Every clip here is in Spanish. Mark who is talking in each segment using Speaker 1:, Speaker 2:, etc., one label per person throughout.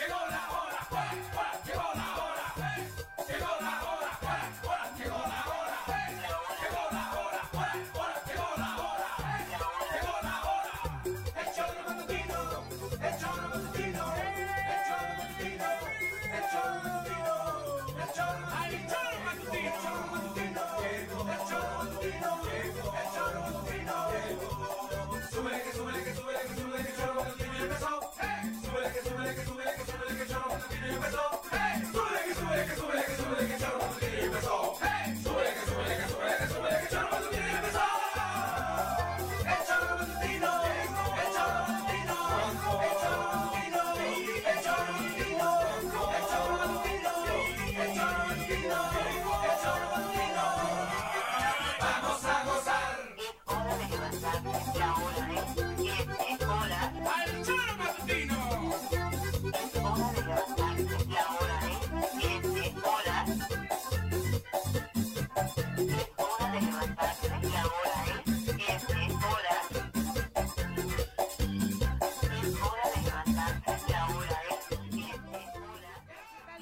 Speaker 1: Llegó la hora, cuac, cuac, llegó la hora, eh. llegó la hora, cuac, cuac, llegó la hora, eh. llegó la hora, cuac, cuac, llegó la hora, eh. llegó la hora, el choro matutino, el choro matutino, el choro matutino, el choro matutino, el choro matutino, el choro matutino, el choro matutino, el choro matutino, el choro matutino, súbele que súbele que súbele que súbele que el choro matutino ya empezó, eh. súbele que súbele que súbele que súbele que el choro matutino ya empezó, eh. súbele que súbele que súbele que súbele que el choro matutino ya empezó, eh. súbele que súbele que súbele que súbele que el choro matutino ya empezó. El choro matutino, el choro matutino, el choro matutino, el choro matutino, el choro matutino, el choro matutino, el choro matutino. Vamos a gozar. Al choro matutino.
Speaker 2: tal?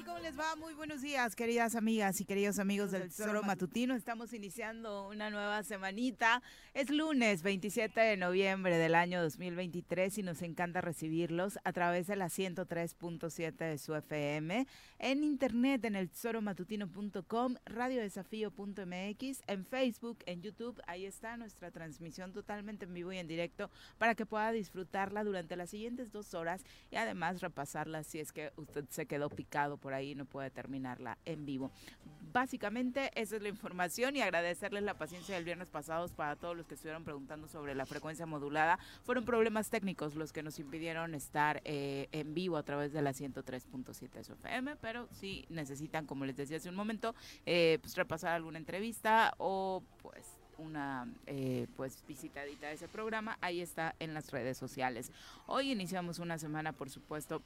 Speaker 2: ¿Cómo les va? Muy buenos días, queridas amigas y queridos amigos del Tesoro Matutino. Estamos iniciando una nueva semanita. Es lunes 27 de noviembre del año 2023 y nos encanta recibirlos a través de la 103.7 de su FM, en internet en el tesoromatutino.com, radiodesafío.mx, en Facebook, en YouTube. Ahí está nuestra transmisión totalmente en vivo y en directo para que pueda disfrutarla durante las siguientes dos horas y además repasarla si es que usted se quedó picado por ahí y no puede terminarla en vivo. Básicamente esa es la información y agradecerles la paciencia del viernes pasado para todos los que estuvieron preguntando sobre la frecuencia modulada. Fueron problemas técnicos los que nos impidieron estar eh, en vivo a través de la 103.7 de su FM, pero sí necesitan, como les decía hace un momento, eh, pues repasar alguna entrevista o pues una eh, pues visitadita de ese programa, ahí está en las redes sociales. Hoy iniciamos una semana, por supuesto,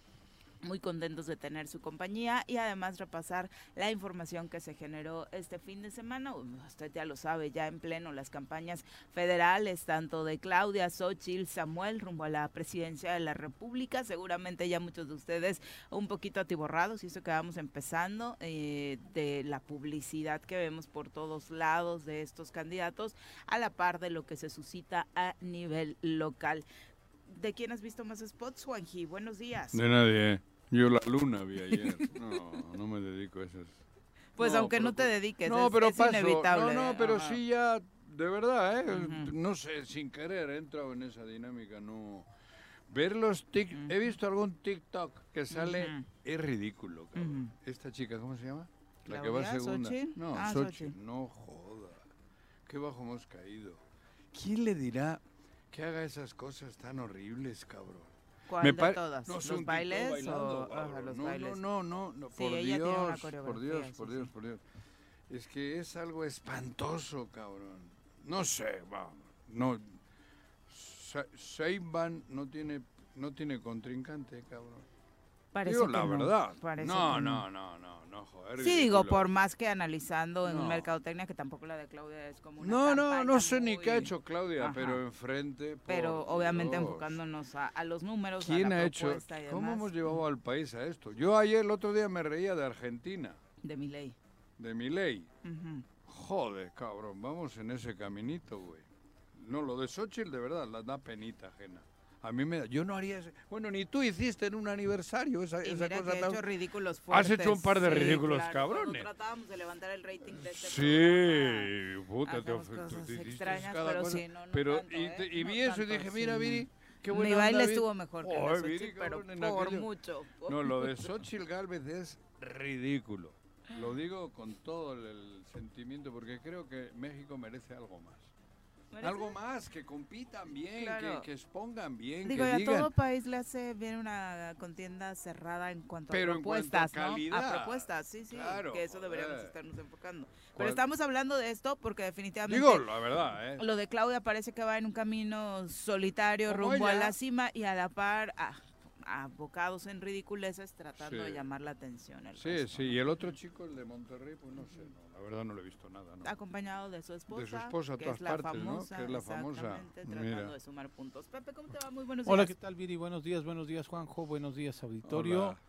Speaker 2: muy contentos de tener su compañía y además repasar la información que se generó este fin de semana. Uy, Usted ya lo sabe, ya en pleno las campañas federales, tanto de Claudia, Xochitl, Samuel, rumbo a la presidencia de la República. Seguramente ya muchos de ustedes un poquito atiborrados, y eso que vamos empezando, eh, de la publicidad que vemos por todos lados de estos candidatos, a la par de lo que se suscita a nivel local. ¿De quién has visto más spots, Juanji? Buenos días.
Speaker 3: De nadie. eh. Yo la luna vi ayer. No, no me dedico a esas.
Speaker 2: Pues
Speaker 3: No,
Speaker 2: aunque
Speaker 3: pero
Speaker 2: no te dediques,
Speaker 3: No,
Speaker 2: es,
Speaker 3: pero
Speaker 2: es
Speaker 3: paso.
Speaker 2: inevitable. ¿eh?
Speaker 3: No, no, pero
Speaker 2: Ajá.
Speaker 3: sí ya, de verdad, ¿eh? No sé, sin querer he entrado en esa dinámica, no. Ver los tic... He visto algún TikTok que sale...
Speaker 2: Ujú.
Speaker 3: Es ridículo, cabrón. Esta chica, ¿cómo se llama? La que va
Speaker 2: ¿Claudia?
Speaker 3: segunda.
Speaker 2: ¿Xochitl?
Speaker 3: No,
Speaker 2: Ah,
Speaker 3: Xochitl,
Speaker 2: Xochitl.
Speaker 3: no joda. Qué bajo hemos caído. ¿Quién le dirá que haga esas cosas tan horribles, cabrón?
Speaker 2: ¿Cuál
Speaker 3: Me
Speaker 2: de
Speaker 3: pare-
Speaker 2: todas?
Speaker 3: No, es un
Speaker 2: ¿Los
Speaker 3: tipo
Speaker 2: bailes
Speaker 3: bailando,
Speaker 2: o ajá,
Speaker 3: cabrón.
Speaker 2: los
Speaker 3: no,
Speaker 2: bailes?
Speaker 3: No, no, no, no,
Speaker 2: Sí,
Speaker 3: por
Speaker 2: ella tiene una
Speaker 3: Dios, por
Speaker 2: coreografía,
Speaker 3: Dios,
Speaker 2: sí,
Speaker 3: por
Speaker 2: sí.
Speaker 3: Dios, por Dios. Es que es algo espantoso, cabrón. No sé, va. No, Sa- Seiban no tiene, no tiene contrincante, cabrón.
Speaker 2: Parece
Speaker 3: digo
Speaker 2: que
Speaker 3: la
Speaker 2: no,
Speaker 3: verdad.
Speaker 2: parece
Speaker 3: no,
Speaker 2: que
Speaker 3: no, no, no, no, joder.
Speaker 2: Sí, digo,
Speaker 3: ridículo.
Speaker 2: por más que analizando en
Speaker 3: No.
Speaker 2: mercadotecnia, que tampoco la de Claudia es como una
Speaker 3: No, no, no
Speaker 2: campaña
Speaker 3: sé ni qué ha
Speaker 2: muy-
Speaker 3: hecho Claudia,
Speaker 2: Ajá.
Speaker 3: pero enfrente. por
Speaker 2: Pero obviamente
Speaker 3: Dios.
Speaker 2: enfocándonos a, a los números, a
Speaker 3: ¿Quién
Speaker 2: la
Speaker 3: ha hecho?
Speaker 2: propuesta y
Speaker 3: ¿Cómo
Speaker 2: demás.
Speaker 3: hemos llevado al país a esto? Yo ayer, el otro día, me reía de Argentina,
Speaker 2: De mi ley.
Speaker 3: de mi ley. Joder, cabrón, vamos en ese caminito, güey. No, lo de Xochitl, de verdad, la da penita ajena. A mí me da, yo no haría, ese- bueno, ni tú hiciste en un aniversario esa,
Speaker 2: Y
Speaker 3: esa
Speaker 2: mira
Speaker 3: cosa
Speaker 2: que he
Speaker 3: tan-
Speaker 2: hecho ridículos
Speaker 3: Has
Speaker 2: fuertes.
Speaker 3: hecho un par de
Speaker 2: Sí,
Speaker 3: ridículos
Speaker 2: claro, cuando
Speaker 3: cabrones.
Speaker 2: tratábamos de levantar el rating de este programa.
Speaker 3: Sí, puta, te
Speaker 2: Hacemos
Speaker 3: of-
Speaker 2: cosas
Speaker 3: tú dices
Speaker 2: extrañas,
Speaker 3: cada
Speaker 2: pero
Speaker 3: cosa.
Speaker 2: sí, no, no
Speaker 3: Pero,
Speaker 2: tanto,
Speaker 3: y,
Speaker 2: ¿eh?
Speaker 3: te- y
Speaker 2: No
Speaker 3: vi eso y
Speaker 2: tanto,
Speaker 3: dije, mira,
Speaker 2: sí.
Speaker 3: Viri, qué
Speaker 2: Mi
Speaker 3: buena
Speaker 2: baile
Speaker 3: onda, Viri.
Speaker 2: estuvo mejor que el de
Speaker 3: Ay,
Speaker 2: Xochitl,
Speaker 3: Viri,
Speaker 2: pero
Speaker 3: cabrón, en
Speaker 2: por
Speaker 3: aquello-
Speaker 2: mucho. por-
Speaker 3: No, lo de Xochitl Galvez es ridículo. Lo digo con todo el- el sentimiento porque creo que México merece algo más.
Speaker 2: Merece-
Speaker 3: Algo más, que compitan bien, que-
Speaker 2: Claro.
Speaker 3: que, expongan bien,
Speaker 2: Digo, y
Speaker 3: que
Speaker 2: a
Speaker 3: digan.
Speaker 2: todo país le hace bien una contienda cerrada en cuanto
Speaker 3: Pero
Speaker 2: a
Speaker 3: en cuanto
Speaker 2: propuestas,
Speaker 3: a
Speaker 2: ¿no?
Speaker 3: calidad.
Speaker 2: A propuestas, sí, sí,
Speaker 3: Claro,
Speaker 2: que eso deberíamos
Speaker 3: joder.
Speaker 2: estarnos enfocando. Pero
Speaker 3: Cuan-
Speaker 2: estamos hablando de esto porque definitivamente
Speaker 3: Digo, la verdad, ¿eh?
Speaker 2: lo de Claudia parece que va en un camino solitario
Speaker 3: Como
Speaker 2: rumbo a
Speaker 3: ella.
Speaker 2: la cima y a la par a, a bocados en ridiculeces tratando
Speaker 3: Sí.
Speaker 2: de llamar la atención. al
Speaker 3: Sí,
Speaker 2: resto,
Speaker 3: sí, y el otro chico, el de Monterrey, pues no sé, no, la verdad no lo he visto nada.
Speaker 2: ¿no?
Speaker 3: ¿no?
Speaker 2: Acompañado de su esposa.
Speaker 3: esposa a
Speaker 2: que
Speaker 3: todas
Speaker 2: es la
Speaker 3: partes, ¿no?
Speaker 2: famosa,
Speaker 3: Que es la famosa.
Speaker 2: exactamente,
Speaker 3: Mira.
Speaker 2: Tratando de sumar puntos. Pepe, ¿cómo te va? Muy buenos
Speaker 4: Hola, ¿qué
Speaker 2: días.
Speaker 4: tal, Viri? Buenos días, buenos días, Juanjo, buenos días, auditorio.
Speaker 3: Hola.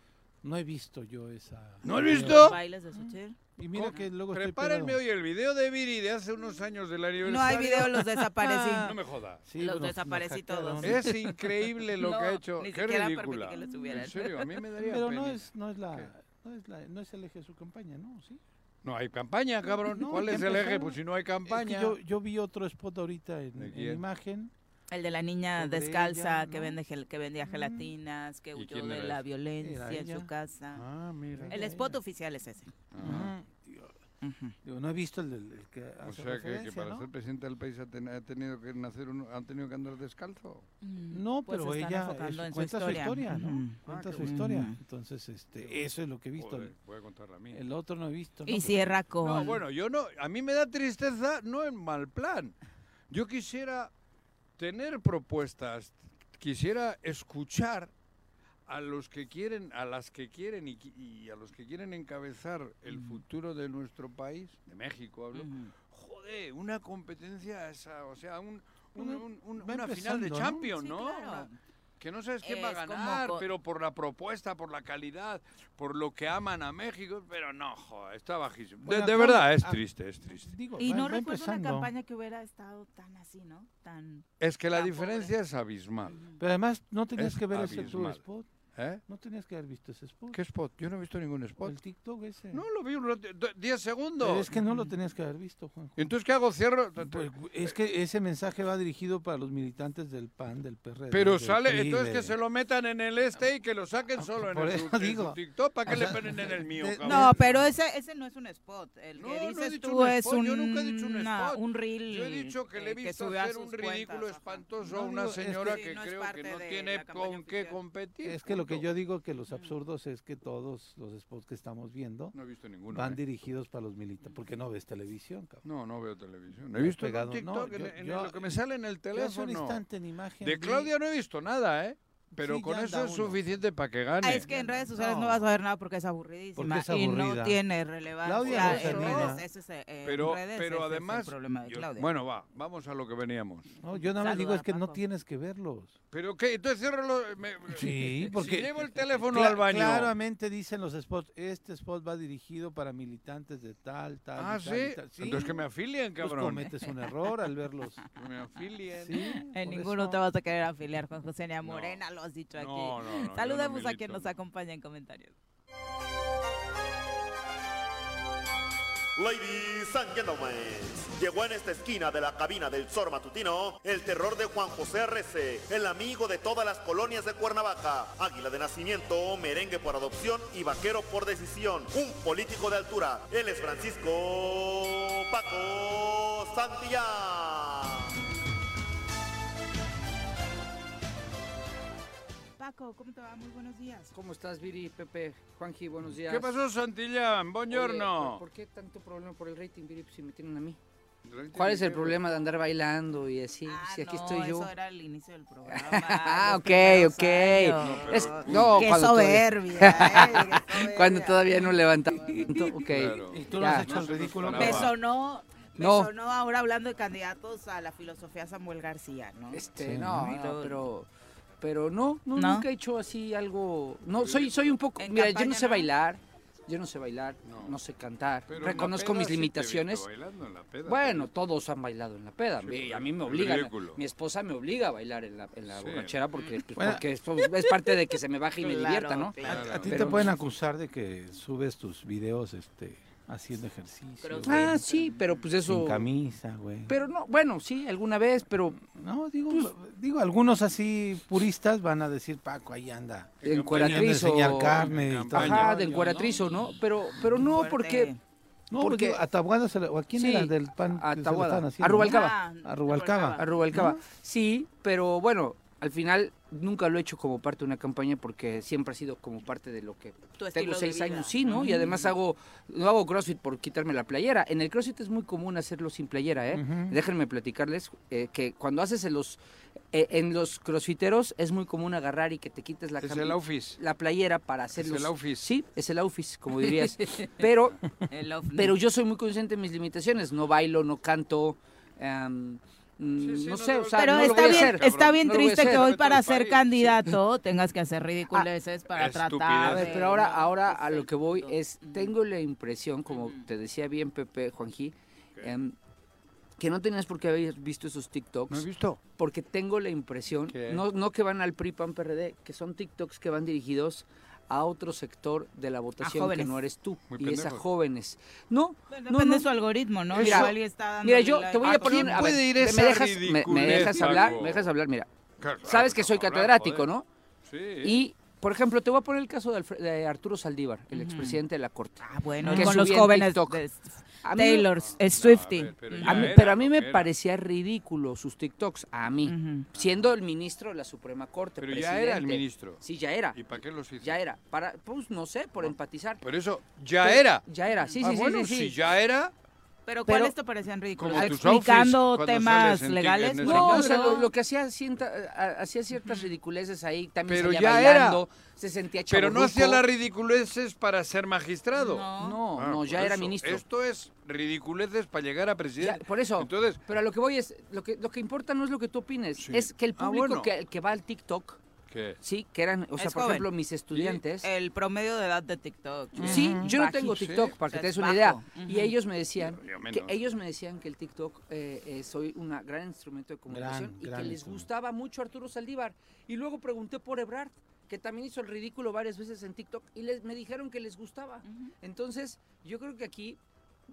Speaker 4: No he visto yo esa...
Speaker 3: ¿No has
Speaker 4: video.
Speaker 3: visto?
Speaker 2: Bailes de Xochitl.
Speaker 4: Y mira que luego estoy
Speaker 3: Prepárenme
Speaker 4: pegado.
Speaker 3: hoy el video de Viri de hace unos años del aniversario.
Speaker 2: No hay video, los desaparecí.
Speaker 3: No me joda.
Speaker 4: Sí,
Speaker 2: Los
Speaker 4: nos- nos
Speaker 2: desaparecí todos.
Speaker 3: Es
Speaker 4: hackearon.
Speaker 3: increíble lo
Speaker 2: No,
Speaker 3: que ha hecho.
Speaker 2: ni
Speaker 3: Qué
Speaker 2: siquiera permití
Speaker 3: ridícula.
Speaker 2: que lo subieran.
Speaker 3: En serio, a mí me daría
Speaker 4: Pero
Speaker 3: pena.
Speaker 4: no es, no, es la, no, es la- no es el eje de su campaña, ¿no? ¿Sí?
Speaker 3: No hay campaña, cabrón.
Speaker 4: No,
Speaker 3: ¿Cuál
Speaker 4: ya
Speaker 3: es el eje?
Speaker 4: empezaron.
Speaker 3: Pues si no hay
Speaker 4: Es que
Speaker 3: campaña.
Speaker 4: yo, yo vi otro spot ahorita en,
Speaker 3: ¿De
Speaker 4: en
Speaker 3: quién?
Speaker 4: imagen.
Speaker 2: El de la niña
Speaker 4: Sobre
Speaker 2: descalza
Speaker 4: ella,
Speaker 2: que
Speaker 4: ¿no?
Speaker 2: vende gel- que vendía
Speaker 4: Mm.
Speaker 2: gelatinas, que
Speaker 3: ¿Y
Speaker 2: huyó
Speaker 3: quién
Speaker 2: de
Speaker 3: era
Speaker 2: la
Speaker 3: esa?
Speaker 2: violencia en
Speaker 4: ella.
Speaker 2: su casa.
Speaker 3: Ah, mira.
Speaker 2: el
Speaker 4: ella,
Speaker 2: spot
Speaker 4: ella.
Speaker 2: oficial es ese.
Speaker 3: Ah.
Speaker 4: Ajá. Digo, no he visto el, del el que
Speaker 3: O
Speaker 4: hace
Speaker 3: sea que- que,
Speaker 4: referencia,
Speaker 3: para
Speaker 4: ¿no?
Speaker 3: ser presidente del país ha, ten- ha tenido que nacer uno, han tenido que andar descalzo.
Speaker 4: No,
Speaker 2: Pues
Speaker 4: pero
Speaker 2: se están
Speaker 4: ella
Speaker 2: enfocando
Speaker 4: eh,
Speaker 2: en su
Speaker 4: cuenta su
Speaker 2: historia.
Speaker 4: historia, ¿no?
Speaker 2: Ujú.
Speaker 3: Ah,
Speaker 4: Cuenta
Speaker 3: qué
Speaker 4: su
Speaker 3: bueno.
Speaker 4: historia.
Speaker 2: Ujú.
Speaker 4: Entonces, este, eso es lo que he visto.
Speaker 3: Joder, voy a contar la mía.
Speaker 4: El otro no he visto.
Speaker 2: Y
Speaker 4: ¿no?
Speaker 2: cierra con.
Speaker 3: No, bueno, yo no. A mí me da tristeza, no en mal plan. Yo quisiera tener propuestas, quisiera escuchar a los que quieren, a las que quieren y, qui- y a los que quieren encabezar el futuro de nuestro país, de México hablo.
Speaker 2: Mm. Ujú.
Speaker 3: Joder, una competencia esa, o sea, un- un-
Speaker 4: Bueno,
Speaker 3: un- un-
Speaker 4: va
Speaker 3: una final de
Speaker 4: empezando, ¿no?
Speaker 3: Champions,
Speaker 2: Sí,
Speaker 3: ¿no?
Speaker 2: claro.
Speaker 3: Una- que no sabes quién va a
Speaker 2: Es como
Speaker 3: ganar,
Speaker 2: co-
Speaker 3: pero por la propuesta, por la calidad, por lo que aman a México, pero no, joder, está bajísimo. De-
Speaker 4: Bueno,
Speaker 3: de,
Speaker 4: acá-
Speaker 3: verdad, es
Speaker 4: ah,
Speaker 3: triste, Este es triste.
Speaker 4: Digo,
Speaker 2: Y
Speaker 4: va-
Speaker 2: no
Speaker 4: va
Speaker 2: recuerdo
Speaker 4: empezando.
Speaker 2: una campaña que hubiera estado tan así, ¿no? Tan.
Speaker 3: Es que la
Speaker 2: Ah,
Speaker 3: diferencia es abismal.
Speaker 4: Pero además, no tenías
Speaker 3: Es
Speaker 4: que ver ese tu
Speaker 3: abismal.
Speaker 4: spot.
Speaker 3: ¿eh?
Speaker 4: No tenías que haber visto ese spot.
Speaker 3: ¿Qué spot? Yo no he visto ningún spot.
Speaker 4: El TikTok ese.
Speaker 3: No, lo vi un rato- do- 10
Speaker 4: Pero
Speaker 3: segundos.
Speaker 4: eh. es que no lo tenías que haber visto, Juanjo.
Speaker 3: Entonces, ¿qué hago? Cierro.
Speaker 4: Pues, es que ese mensaje va dirigido para los militantes del PAN, del PRD.
Speaker 3: Pero
Speaker 4: del
Speaker 3: sale,
Speaker 4: PRI,
Speaker 3: entonces que
Speaker 4: de-
Speaker 3: se lo metan en el este y que lo saquen
Speaker 4: Ah,
Speaker 3: solo en
Speaker 4: por
Speaker 3: el,
Speaker 4: eso
Speaker 3: su- en su
Speaker 4: digo.
Speaker 3: TikTok. ¿Para qué
Speaker 4: O
Speaker 3: le
Speaker 4: sea,
Speaker 3: ponen en el mío,
Speaker 4: de-
Speaker 3: cabrón?
Speaker 2: No, pero ese, ese no es un spot. El
Speaker 3: No,
Speaker 2: que
Speaker 3: no he
Speaker 2: dices
Speaker 3: dicho
Speaker 2: tú
Speaker 3: un
Speaker 2: es
Speaker 3: spot,
Speaker 2: un,
Speaker 3: yo nunca he dicho un
Speaker 2: una-
Speaker 3: spot.
Speaker 2: un reel.
Speaker 3: Yo he dicho que le he visto
Speaker 2: sube a
Speaker 3: hacer
Speaker 2: sus
Speaker 3: un ridículo
Speaker 2: cuentas, ajá.
Speaker 3: espantoso
Speaker 4: No,
Speaker 3: a una
Speaker 4: digo, es que-
Speaker 3: señora
Speaker 2: Sí,
Speaker 3: que
Speaker 2: no es
Speaker 3: creo
Speaker 2: parte
Speaker 3: que no
Speaker 2: de
Speaker 3: tiene
Speaker 2: la campaña
Speaker 3: con qué
Speaker 2: oficial.
Speaker 3: competir.
Speaker 4: Es que lo que
Speaker 3: punto.
Speaker 4: yo digo que los absurdos es que todos los spots que estamos viendo
Speaker 3: No he visto ninguno.
Speaker 4: van
Speaker 3: ¿eh?
Speaker 4: dirigidos para los militantes. Porque no ves televisión, cabrón.
Speaker 3: No, no veo televisión. No he
Speaker 4: Has
Speaker 3: visto
Speaker 4: pegado-
Speaker 3: en TikTok,
Speaker 4: no,
Speaker 3: en-
Speaker 4: yo-
Speaker 3: en
Speaker 4: yo-
Speaker 3: lo que me sale en el
Speaker 4: Yo hace un
Speaker 3: teléfono.
Speaker 4: instante en imagen.
Speaker 3: De
Speaker 4: vi-
Speaker 3: Claudia no he visto nada, ¿eh? Pero
Speaker 4: Sí,
Speaker 3: con
Speaker 4: ya
Speaker 3: eso
Speaker 4: anda
Speaker 3: es
Speaker 4: uno.
Speaker 3: suficiente para que gane.
Speaker 2: Ah, es que en redes sociales no.
Speaker 4: No.
Speaker 2: vas a ver nada porque es aburridísima
Speaker 4: Porque es
Speaker 2: y no
Speaker 4: aburrida.
Speaker 2: tiene relevancia.
Speaker 4: Claudia
Speaker 3: no
Speaker 2: en
Speaker 3: termina.
Speaker 2: redes, ese es, eh, en
Speaker 3: pero
Speaker 2: redes ese
Speaker 3: pero
Speaker 2: es
Speaker 3: además.
Speaker 2: el problema de
Speaker 3: yo-
Speaker 2: Claudia.
Speaker 3: bueno, va, vamos a lo que veníamos.
Speaker 4: No, yo nada más digo
Speaker 2: Saluda,
Speaker 4: es que no
Speaker 2: Paco.
Speaker 4: tienes que verlos.
Speaker 3: ¿Pero qué? Entonces cierro los. me-
Speaker 4: Sí,
Speaker 3: Si
Speaker 4: porque-
Speaker 3: llevo el teléfono
Speaker 4: Cla-
Speaker 3: al baño.
Speaker 4: Claramente dicen los spots, este spot va dirigido para militantes de tal, tal,
Speaker 3: Ah,
Speaker 4: y
Speaker 3: sí.
Speaker 4: tal, y tal.
Speaker 3: Entonces que me afilien,
Speaker 4: Pues
Speaker 3: cabrón.
Speaker 4: cometes un error al verlos.
Speaker 3: Que me afilien.
Speaker 4: Sí,
Speaker 2: en
Speaker 4: por
Speaker 2: ninguno
Speaker 4: eso-
Speaker 2: te vas a querer afiliar con José Nea
Speaker 3: No.
Speaker 2: Morena, lo has dicho aquí.
Speaker 3: No, no, no, yo
Speaker 2: Saludemos
Speaker 3: no
Speaker 2: a quien
Speaker 3: milito,
Speaker 2: nos
Speaker 3: no.
Speaker 2: acompaña en comentarios.
Speaker 5: Ladies and gentlemen, llegó en esta esquina de la cabina del Zor Matutino el terror de Juan José R.C., el amigo de todas las colonias de Cuernavaca, águila de nacimiento, merengue por adopción y vaquero por decisión, un político de altura. Él es Francisco Paco Santillán.
Speaker 2: Paco, ¿cómo te va? Muy buenos días.
Speaker 6: ¿Cómo estás, Viri, Pepe, Juanji? Buenos días.
Speaker 3: ¿Qué pasó, Santillán?
Speaker 6: Oye, ¿por-
Speaker 3: Buongiorno.
Speaker 6: ¿Por qué tanto problema por el rating, Viri, si me tienen a mí? ¿Cuál es el problema de andar bailando y así? si aquí estoy yo.
Speaker 2: Ah, Eso era el inicio del programa.
Speaker 6: Ah,
Speaker 2: los
Speaker 6: ok,
Speaker 2: primeros
Speaker 6: ok.
Speaker 2: años.
Speaker 3: No,
Speaker 6: Es-
Speaker 3: pero-
Speaker 6: no,
Speaker 2: qué,
Speaker 6: cuando todavía,
Speaker 2: soberbia, eh, qué soberbia.
Speaker 6: cuando todavía no levantaba tanto. Ok.
Speaker 3: Claro.
Speaker 4: Y tú lo
Speaker 6: Ya.
Speaker 4: has hecho
Speaker 3: No
Speaker 4: el
Speaker 3: se nos
Speaker 4: ridículo.
Speaker 3: paraba.
Speaker 2: Me
Speaker 3: Beso.
Speaker 2: sonó, me
Speaker 6: No.
Speaker 2: sonó ahora hablando de candidatos a la filosofía Samuel García, ¿no?
Speaker 6: Este,
Speaker 4: Sí,
Speaker 6: no,
Speaker 2: ¿no?
Speaker 6: no, pero. Pero no, no,
Speaker 2: ¿No?
Speaker 6: nunca he hecho así algo. No, soy, soy un poco.
Speaker 2: En
Speaker 6: Mira, yo
Speaker 2: campaña,
Speaker 6: no sé
Speaker 2: ¿no?
Speaker 6: bailar. Yo no sé bailar, no, sé cantar.
Speaker 3: Pero en la
Speaker 6: Reconozco
Speaker 3: peda
Speaker 6: mis
Speaker 3: sí te he visto
Speaker 6: limitaciones.
Speaker 3: bailando en la peda,
Speaker 6: bueno, todos han bailado en la peda. y a mí me obligan.
Speaker 3: ridículo.
Speaker 6: Mi esposa me obliga a bailar en la, en la
Speaker 3: Sí.
Speaker 6: borrachera porque, pues,
Speaker 4: Bueno.
Speaker 6: porque esto es parte de que se me baje y me
Speaker 2: Claro,
Speaker 6: divierta, ¿no?
Speaker 2: claro.
Speaker 4: A ti te
Speaker 6: Pero-
Speaker 4: pueden acusar de que subes tus videos este, haciendo ejercicio.
Speaker 6: Ah, sí, pero pues eso.
Speaker 4: Sin camisa, güey.
Speaker 6: Pero no, bueno, sí, alguna vez, pero pues
Speaker 4: No, digo, digo, algunos así puristas van a decir, Paco, ahí anda.
Speaker 3: Eh,
Speaker 6: en
Speaker 4: Queriendo
Speaker 6: cueratriz o.
Speaker 4: enseñar carne y tal.
Speaker 6: Ajá, de encueratriz o no, pero, pero no
Speaker 2: Fuerte.
Speaker 6: porque.
Speaker 4: No,
Speaker 6: porque-
Speaker 4: porque a Taboada se lo- ¿o ¿A quién
Speaker 6: Sí,
Speaker 4: era del pan? que
Speaker 6: a
Speaker 4: se lo
Speaker 6: Taboada,
Speaker 4: estaban
Speaker 6: a
Speaker 4: haciendo?
Speaker 6: Rubalcaba.
Speaker 2: Ah,
Speaker 4: A Rubalcaba.
Speaker 6: Arrubalcaba. Sí, pero bueno, al final nunca lo he hecho como parte de una campaña porque siempre ha sido como parte de lo que
Speaker 2: Tu estilo
Speaker 6: tengo
Speaker 2: de
Speaker 6: seis
Speaker 2: vida.
Speaker 6: años, sí, ¿no? Y además hago, no hago CrossFit por quitarme la playera. En el CrossFit es muy común hacerlo sin playera, ¿eh?
Speaker 4: Ujú.
Speaker 6: Déjenme platicarles eh, que cuando haces en los, eh, en los crossfiteros es muy común agarrar y que te quites la
Speaker 3: Es
Speaker 6: cami-
Speaker 3: el office.
Speaker 6: la playera para hacer
Speaker 3: el
Speaker 6: los-
Speaker 3: outfit.
Speaker 6: Sí, es el outfit, como dirías. Pero
Speaker 2: El ovni.
Speaker 6: pero yo soy muy consciente de mis limitaciones. No bailo, no canto. em, mm,
Speaker 3: sí,
Speaker 6: no
Speaker 3: no
Speaker 6: sé,
Speaker 3: te
Speaker 6: o
Speaker 3: vol-
Speaker 6: sea,
Speaker 2: Pero
Speaker 6: no lo
Speaker 2: está,
Speaker 6: voy a
Speaker 2: bien,
Speaker 6: hacer.
Speaker 2: está bien
Speaker 6: No lo voy a
Speaker 2: triste
Speaker 6: hacer.
Speaker 2: que hoy para
Speaker 3: Vete al
Speaker 2: ser
Speaker 3: país. Ah,
Speaker 2: candidato tengas que hacer ridiculeces para
Speaker 3: estupidez.
Speaker 2: tratar.
Speaker 6: A ver,
Speaker 2: de-
Speaker 6: pero ahora,
Speaker 2: no,
Speaker 6: ahora
Speaker 2: es
Speaker 6: a lo
Speaker 2: el
Speaker 6: que voy
Speaker 2: punto.
Speaker 6: es, tengo la impresión, como te decía bien Pepe, Juanji, em, que no tenías por qué haber visto esos
Speaker 3: ¿No he
Speaker 6: TikToks,
Speaker 3: visto?
Speaker 6: porque tengo la impresión,
Speaker 3: ¿Qué?
Speaker 6: no, no que van al PRI, PAN, PRD, que son TikToks que van dirigidos a otro sector de la votación que
Speaker 2: jóvenes.
Speaker 6: no eres tú,
Speaker 3: Muy
Speaker 6: y es a
Speaker 3: pendejos.
Speaker 6: jóvenes. No,
Speaker 2: Depende
Speaker 6: no, no,
Speaker 2: de su algoritmo, ¿no?
Speaker 6: Mira,
Speaker 2: Igual y está
Speaker 6: Mira,
Speaker 2: dándole
Speaker 6: yo
Speaker 2: like.
Speaker 6: te voy a
Speaker 3: ¿A
Speaker 6: poner.
Speaker 3: Ah, quién
Speaker 6: a
Speaker 3: puede ir esa
Speaker 6: me dejas, me- me
Speaker 3: ridiculez,
Speaker 6: dejas hablar,
Speaker 3: Paco?
Speaker 6: me dejas hablar, mira.
Speaker 3: Claro,
Speaker 6: Sabes que soy
Speaker 3: hablar,
Speaker 6: catedrático,
Speaker 3: joder.
Speaker 6: ¿no?
Speaker 3: ¿eh? Sí.
Speaker 6: Y, por ejemplo, te voy a poner el caso de, Alfre- de Arturo Saldívar, el expresidente de la Corte.
Speaker 2: Ah, bueno,
Speaker 6: que
Speaker 2: con los
Speaker 6: subí en
Speaker 2: jóvenes
Speaker 6: TikTok.
Speaker 2: de
Speaker 6: A mí-
Speaker 2: Taylor,
Speaker 3: No,
Speaker 2: es Swifty.
Speaker 3: a ver, pero
Speaker 2: Mm.
Speaker 3: ya
Speaker 6: a mí-
Speaker 3: era
Speaker 6: pero a mí
Speaker 3: lo
Speaker 6: me
Speaker 3: que era.
Speaker 6: parecía ridículo sus TikToks, a mí,
Speaker 2: Ujú.
Speaker 6: siendo el ministro de la Suprema Corte.
Speaker 3: Pero ya era el
Speaker 6: presidente.
Speaker 3: ministro.
Speaker 6: Sí, ya era.
Speaker 3: ¿Y para qué los hizo?
Speaker 6: Ya era. Para, pues no sé, por empatizar.
Speaker 3: Por eso, ya era.
Speaker 6: Ya era, sí,
Speaker 3: Ah,
Speaker 6: sí, sí,
Speaker 3: bueno,
Speaker 6: sí, sí.
Speaker 3: si ya era,
Speaker 2: Pero
Speaker 6: Pero-
Speaker 2: ¿cuáles te parecían ridículos?
Speaker 3: Como tus
Speaker 2: ¿Explicando
Speaker 3: outfits cuando
Speaker 2: temas
Speaker 3: sales en ti-
Speaker 2: legales?
Speaker 3: en ese
Speaker 6: No, o sea,
Speaker 3: Seguro.
Speaker 6: lo, lo que hacía, cienta- a- hacía ciertas ridiculeces ahí, también
Speaker 3: Pero
Speaker 6: salía
Speaker 3: ya era.
Speaker 6: bailando, se sentía
Speaker 3: pero no hacía
Speaker 6: chavorruco.
Speaker 3: las ridiculeces para ser magistrado.
Speaker 6: No,
Speaker 3: Ah,
Speaker 6: no,
Speaker 3: por
Speaker 6: ya era
Speaker 3: eso.
Speaker 6: ministro.
Speaker 3: Esto es ridiculeces para llegar a
Speaker 6: Ya,
Speaker 3: presidente.
Speaker 6: por eso.
Speaker 3: Entonces,
Speaker 6: pero a lo que voy es, lo que, lo que importa no es lo que tú opines,
Speaker 3: Sí.
Speaker 6: es que el
Speaker 3: Ah,
Speaker 6: público
Speaker 3: bueno.
Speaker 6: que, que va al TikTok,
Speaker 3: ¿qué?
Speaker 6: sí, que eran, o sea,
Speaker 2: Es
Speaker 6: por
Speaker 2: joven.
Speaker 6: ejemplo, mis estudiantes. Mm.
Speaker 2: El promedio de edad de TikTok.
Speaker 6: Sí, yo no tengo
Speaker 3: Sí.
Speaker 6: TikTok, para
Speaker 2: O sea,
Speaker 6: que te des
Speaker 2: es
Speaker 6: una
Speaker 2: bajo.
Speaker 6: idea.
Speaker 2: Ujú.
Speaker 6: Y ellos me decían,
Speaker 3: Yo
Speaker 6: que
Speaker 3: menos.
Speaker 6: ellos me decían que el TikTok eh, eh, soy un gran instrumento de comunicación
Speaker 4: Gran,
Speaker 6: y que
Speaker 4: gran
Speaker 6: les
Speaker 4: instrumento.
Speaker 6: gustaba mucho Arturo Saldívar. Y luego pregunté por Ebrard, que también hizo el ridículo varias veces en TikTok y les, me dijeron que les gustaba. Entonces, yo creo que aquí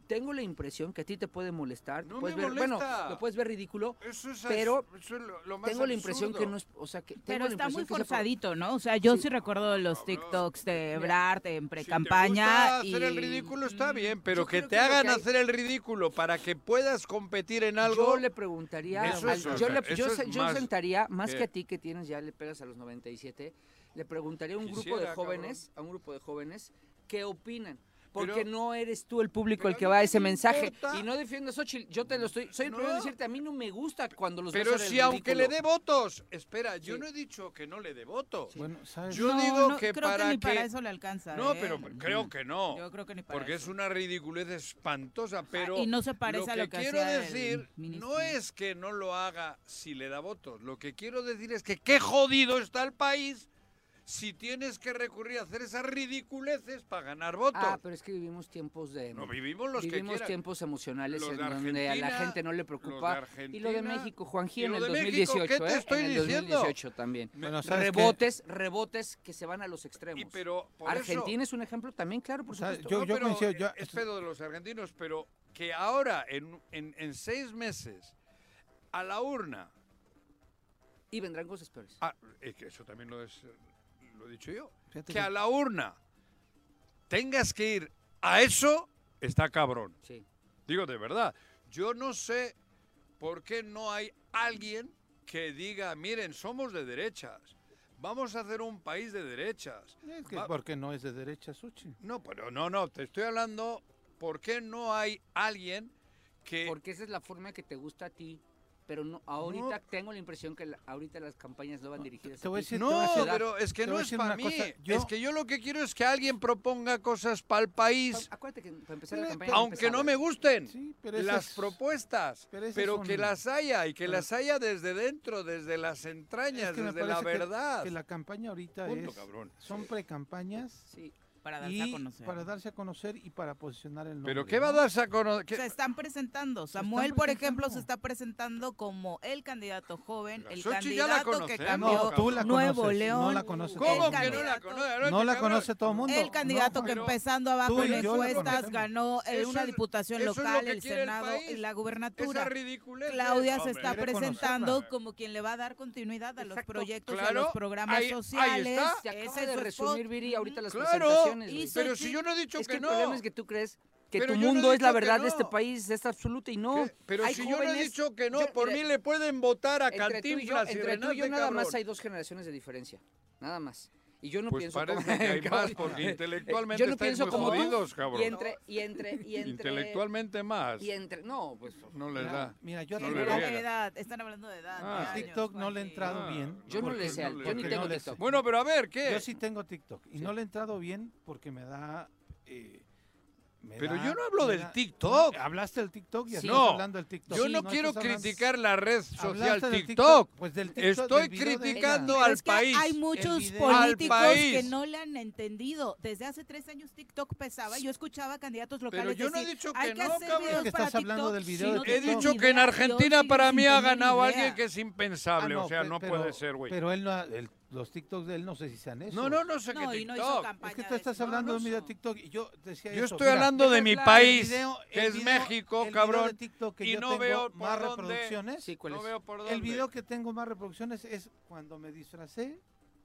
Speaker 6: tengo la impresión que a ti te puede molestar.
Speaker 3: No
Speaker 6: puedes
Speaker 3: me
Speaker 6: ver, Bueno,
Speaker 3: molesta.
Speaker 6: lo puedes ver ridículo.
Speaker 3: Eso es,
Speaker 6: Pero
Speaker 3: eso es lo, lo más
Speaker 6: Tengo la impresión que
Speaker 3: absurdo.
Speaker 6: no es, o sea, que tengo
Speaker 2: Pero
Speaker 6: la
Speaker 2: está muy
Speaker 6: impresión que sea por-
Speaker 2: forzadito, ¿no? O sea, yo
Speaker 6: Sí.
Speaker 2: sí, recuerdo los
Speaker 3: Cabrón.
Speaker 2: TikToks de
Speaker 6: Mira,
Speaker 2: Ebrard en
Speaker 3: Si te
Speaker 2: pre-campaña.
Speaker 3: gusta hacer el
Speaker 2: y-
Speaker 3: ridículo está bien, pero
Speaker 6: yo
Speaker 3: que
Speaker 6: creo
Speaker 3: te
Speaker 6: que lo que
Speaker 3: hagan
Speaker 6: hay-
Speaker 3: hacer el ridículo para que puedas competir en
Speaker 6: Yo
Speaker 3: algo.
Speaker 6: le preguntaría,
Speaker 3: Eso
Speaker 6: al-
Speaker 3: es, o
Speaker 6: yo,
Speaker 3: sea,
Speaker 6: le-
Speaker 3: eso
Speaker 6: yo
Speaker 3: es
Speaker 6: se- yo
Speaker 3: más
Speaker 6: sentaría, más
Speaker 3: que-
Speaker 6: que a ti que tienes, ya le pegas a los 97, le preguntaría a un grupo de
Speaker 3: Quisiera,
Speaker 6: jóvenes, a un grupo de jóvenes, ¿qué opinan? Porque
Speaker 3: Pero-
Speaker 6: no eres tú el público
Speaker 3: pero
Speaker 6: el
Speaker 3: a
Speaker 6: que
Speaker 3: mí
Speaker 6: va a
Speaker 3: no
Speaker 6: ese
Speaker 3: me
Speaker 6: mensaje.
Speaker 3: importa.
Speaker 6: Y no defiendo a Xochitl, yo te lo estoy, soy el
Speaker 3: No.
Speaker 6: primero en decirte, a mí no me gusta cuando los veo
Speaker 3: Pero
Speaker 6: hacer el
Speaker 3: si aunque le
Speaker 6: ridículo.
Speaker 3: dé votos, espera, yo
Speaker 6: Sí.
Speaker 3: no he dicho que no le dé voto.
Speaker 4: Bueno, ¿sabes?
Speaker 3: Yo
Speaker 2: No,
Speaker 3: digo
Speaker 2: no,
Speaker 3: que
Speaker 2: creo
Speaker 3: para
Speaker 2: que ni
Speaker 3: que
Speaker 2: para eso le alcanza.
Speaker 3: no,
Speaker 2: ¿eh?
Speaker 3: pero creo que no,
Speaker 2: Yo creo que ni para
Speaker 3: porque
Speaker 2: eso. Ah,
Speaker 3: es una ridiculez espantosa, pero
Speaker 2: y no se parece
Speaker 3: lo
Speaker 2: a
Speaker 3: que,
Speaker 2: lo que
Speaker 3: quiero
Speaker 2: hacía el
Speaker 3: decir no
Speaker 2: ministro.
Speaker 3: es que no lo haga si le da votos, lo que quiero decir es que qué jodido está el país si tienes que recurrir a hacer esas ridiculeces para ganar votos.
Speaker 6: Ah, pero es que vivimos tiempos de...
Speaker 3: no vivimos los que
Speaker 6: Vivimos
Speaker 3: quieran.
Speaker 6: tiempos emocionales
Speaker 3: Los
Speaker 6: en
Speaker 3: de
Speaker 6: donde a la
Speaker 3: Argentina,
Speaker 6: gente no le
Speaker 3: los de
Speaker 6: preocupa. Y lo de
Speaker 3: Argentina,
Speaker 6: México, Juan
Speaker 3: y
Speaker 6: Gil en
Speaker 3: lo
Speaker 6: el
Speaker 3: de México,
Speaker 6: 2018,
Speaker 3: ¿qué te
Speaker 6: ¿eh?
Speaker 3: estoy
Speaker 6: en el
Speaker 3: diciendo?
Speaker 6: 2018 también.
Speaker 4: Bueno, ¿sabes qué?
Speaker 6: Rebotes, rebotes que se van a los extremos.
Speaker 3: Y pero por eso-
Speaker 6: Argentina es un ejemplo también, claro, por
Speaker 4: O sea,
Speaker 6: supuesto.
Speaker 4: yo-
Speaker 3: No, pero
Speaker 4: coincido, yo-
Speaker 3: es pedo de los argentinos, pero que ahora, en, en- en seis meses, a la urna,
Speaker 6: Y vendrán cosas peores.
Speaker 3: a- es que eso también lo, es- lo he dicho yo,
Speaker 4: Fíjate
Speaker 3: que
Speaker 4: que-
Speaker 3: a la urna tengas que ir a eso, está cabrón.
Speaker 6: Sí.
Speaker 3: Digo, de verdad, yo no sé por qué no hay alguien que diga, miren, somos de derechas, vamos a hacer un país de derechas.
Speaker 4: Es que
Speaker 3: Va-
Speaker 4: porque no es de derecha, Suchi.
Speaker 3: No, pues, pero no, no, te estoy hablando, ¿por qué no hay alguien que...
Speaker 6: Porque esa es la forma que te gusta a ti. Pero no, ahorita
Speaker 3: No.
Speaker 6: tengo la impresión que la- ahorita las campañas no van dirigidas
Speaker 4: te voy a
Speaker 6: ti.
Speaker 4: decir-
Speaker 3: No,
Speaker 4: voy a decir-
Speaker 3: pero es que
Speaker 4: te
Speaker 3: no
Speaker 4: voy a
Speaker 3: es
Speaker 4: decir
Speaker 3: para
Speaker 4: una
Speaker 3: mí.
Speaker 4: cosa, yo-
Speaker 3: Es que yo lo que quiero es que alguien proponga cosas para el país,
Speaker 6: Pa- Acuérdate que para empezar la
Speaker 4: Pero-
Speaker 6: campaña...
Speaker 3: aunque
Speaker 6: empezaba.
Speaker 3: no me gusten
Speaker 4: Sí, pero esas-
Speaker 3: las propuestas,
Speaker 4: pero
Speaker 3: pero,
Speaker 4: esas
Speaker 3: que
Speaker 4: son-
Speaker 3: las haya y que
Speaker 4: pero-
Speaker 3: las haya desde dentro, desde las
Speaker 4: Es
Speaker 3: entrañas,
Speaker 4: que me
Speaker 3: desde la
Speaker 4: parece que-
Speaker 3: verdad.
Speaker 4: Que, la campaña ahorita
Speaker 3: Punto,
Speaker 4: es.
Speaker 3: cabrón.
Speaker 4: Son precampañas
Speaker 6: Sí.
Speaker 2: Para darse
Speaker 4: y
Speaker 2: a conocer.
Speaker 4: Para darse a conocer y para posicionar el nombre.
Speaker 3: ¿Pero qué va a darse a
Speaker 2: Se
Speaker 3: conocer?
Speaker 2: están presentando. Samuel, por ejemplo, se está presentando como el candidato joven, el
Speaker 3: Xochitl ya la
Speaker 2: candidato que
Speaker 3: conocemos,
Speaker 2: cambió
Speaker 3: cabrón.
Speaker 4: tú la
Speaker 2: Nuevo
Speaker 4: conoces,
Speaker 2: León.
Speaker 4: No la conoces.
Speaker 2: el
Speaker 3: ¿Cómo que no
Speaker 2: candidato-
Speaker 3: la conoce?
Speaker 4: No
Speaker 3: Este
Speaker 4: la
Speaker 3: cabrón-
Speaker 4: conoce todo el mundo.
Speaker 2: El candidato
Speaker 4: No,
Speaker 2: que
Speaker 3: pero
Speaker 2: empezando abajo
Speaker 4: tú y
Speaker 2: en
Speaker 4: yo la
Speaker 2: encuestas
Speaker 4: conocemos.
Speaker 2: ganó el-
Speaker 3: Eso
Speaker 2: una
Speaker 3: es-
Speaker 2: diputación
Speaker 3: eso es lo
Speaker 2: local,
Speaker 3: que
Speaker 2: el
Speaker 3: quiere el
Speaker 2: Senado
Speaker 3: país.
Speaker 2: y la
Speaker 3: Esa
Speaker 2: gubernatura.
Speaker 3: ridiculez.
Speaker 2: Claudia se
Speaker 3: Hombre,
Speaker 2: está
Speaker 4: quiere
Speaker 2: presentando
Speaker 4: conocerla.
Speaker 2: como quien le va a dar continuidad a los
Speaker 6: Exacto.
Speaker 2: proyectos, a
Speaker 3: Claro,
Speaker 2: los programas
Speaker 3: ahí- ahí
Speaker 2: sociales.
Speaker 3: está.
Speaker 6: Se acaba
Speaker 2: Ese es
Speaker 6: de
Speaker 2: su
Speaker 6: resumir,
Speaker 2: spot.
Speaker 6: Viri, ahorita las
Speaker 3: Claro,
Speaker 6: presentaciones. güey.
Speaker 2: y
Speaker 3: Pero si yo no he dicho
Speaker 6: es que,
Speaker 3: que,
Speaker 6: el
Speaker 3: no.
Speaker 6: problema es que tú crees que
Speaker 3: Pero
Speaker 6: tu
Speaker 3: yo no he
Speaker 6: mundo es
Speaker 3: dicho
Speaker 6: la
Speaker 3: que
Speaker 6: verdad de
Speaker 3: no.
Speaker 6: este país, es absoluta y no.
Speaker 3: Que- Pero
Speaker 6: Hay
Speaker 3: si yo no he
Speaker 6: jóvenes-
Speaker 3: dicho que no,
Speaker 6: yo-
Speaker 3: por
Speaker 6: mira,
Speaker 3: mí le pueden votar a
Speaker 6: entre tú y yo,
Speaker 3: Cantinflas y,
Speaker 6: entre tú y
Speaker 3: Renate,
Speaker 6: yo nada
Speaker 3: cabrón.
Speaker 6: más hay dos generaciones de diferencia. Nada más. Y yo no
Speaker 3: Pues
Speaker 6: pienso
Speaker 3: parece
Speaker 6: como-
Speaker 3: que hay más, porque
Speaker 6: Cabrón. Eh,
Speaker 3: intelectualmente
Speaker 6: Yo no
Speaker 3: estáis
Speaker 6: pienso
Speaker 3: muy
Speaker 6: como tú,
Speaker 3: jodidos, cabrón.
Speaker 6: Y entre, y entre, y entre.
Speaker 3: Intelectualmente más.
Speaker 6: Y entre. No, pues.
Speaker 3: No les da.
Speaker 4: Mira, yo a
Speaker 3: Ah, No
Speaker 2: En
Speaker 3: le
Speaker 2: verdad,
Speaker 4: TikTok,
Speaker 3: veo.
Speaker 2: de edad, están hablando de edad.
Speaker 3: Ah.
Speaker 2: de años,
Speaker 4: TikTok no le he
Speaker 2: Juanji.
Speaker 4: entrado
Speaker 3: Ah,
Speaker 4: bien.
Speaker 6: Yo no
Speaker 3: porque
Speaker 6: le sé al- yo
Speaker 4: ni
Speaker 3: porque
Speaker 4: tengo
Speaker 3: le sé.
Speaker 4: TikTok.
Speaker 3: Bueno, pero a ver, ¿qué?
Speaker 4: Yo sí tengo TikTok y
Speaker 6: Sí.
Speaker 4: no le he entrado bien porque me da. eh, me
Speaker 3: Pero
Speaker 4: da-
Speaker 3: yo no hablo
Speaker 4: me
Speaker 3: del
Speaker 4: da-
Speaker 3: TikTok.
Speaker 4: Hablaste del TikTok y
Speaker 6: Sí.
Speaker 4: estás
Speaker 3: No,
Speaker 4: hablando del TikTok.
Speaker 3: Yo
Speaker 4: Sí,
Speaker 3: no, quiero
Speaker 4: estás hablando-
Speaker 3: criticar la red social
Speaker 4: Hablaste del
Speaker 3: TikTok.
Speaker 4: Pues del TikTok.
Speaker 3: Estoy
Speaker 4: del video de-
Speaker 3: criticando
Speaker 2: Pero
Speaker 3: al
Speaker 2: es que
Speaker 3: país.
Speaker 2: Hay muchos
Speaker 4: video.
Speaker 3: Al
Speaker 2: políticos
Speaker 3: país.
Speaker 2: que no le han entendido. Desde hace tres años TikTok pesaba. y Yo escuchaba a candidatos locales
Speaker 3: yo no he
Speaker 2: decir,
Speaker 3: dicho que
Speaker 2: hay
Speaker 3: no,
Speaker 2: hacer
Speaker 3: cabrón".
Speaker 2: videos
Speaker 4: Es que
Speaker 2: Este para
Speaker 4: estás hablando
Speaker 2: TikTok
Speaker 4: del
Speaker 2: si
Speaker 4: video
Speaker 2: no
Speaker 4: de
Speaker 3: He
Speaker 4: TikTok.
Speaker 2: tienes
Speaker 3: dicho
Speaker 2: ni
Speaker 3: que en
Speaker 2: idea, yo
Speaker 3: Argentina
Speaker 2: sigo
Speaker 3: para
Speaker 2: sin
Speaker 3: mí ha
Speaker 2: tener
Speaker 3: ganado
Speaker 2: idea.
Speaker 3: alguien que es
Speaker 4: Ah,
Speaker 3: impensable. o sea,
Speaker 4: pe-
Speaker 3: no
Speaker 4: pero-
Speaker 3: puede ser, güey.
Speaker 4: Pero él no, ha- el- los TikToks de él no sé si sean eso.
Speaker 3: No, no, no sé
Speaker 2: No,
Speaker 3: qué
Speaker 2: y no hizo
Speaker 3: TikTok.
Speaker 2: campaña.
Speaker 4: Es que tú
Speaker 2: de
Speaker 4: estás
Speaker 2: eso.
Speaker 4: hablando
Speaker 2: No,
Speaker 4: de mi de
Speaker 2: no.
Speaker 4: TikTok y yo decía
Speaker 3: Yo
Speaker 4: eso,
Speaker 3: estoy
Speaker 4: mira,
Speaker 3: hablando de
Speaker 6: deja
Speaker 3: mi
Speaker 6: hablar.
Speaker 3: país,
Speaker 4: el video-
Speaker 3: que
Speaker 4: el
Speaker 3: es
Speaker 4: video- el
Speaker 3: México,
Speaker 4: video de
Speaker 3: cabrón.
Speaker 4: TikTok que
Speaker 3: y
Speaker 4: yo
Speaker 3: no
Speaker 4: tengo
Speaker 3: veo por
Speaker 4: más
Speaker 3: dónde-
Speaker 4: reproducciones.
Speaker 6: Sí, ¿cuál
Speaker 3: No
Speaker 6: es?
Speaker 3: veo por dónde.
Speaker 4: El video que tengo más reproducciones es cuando me disfracé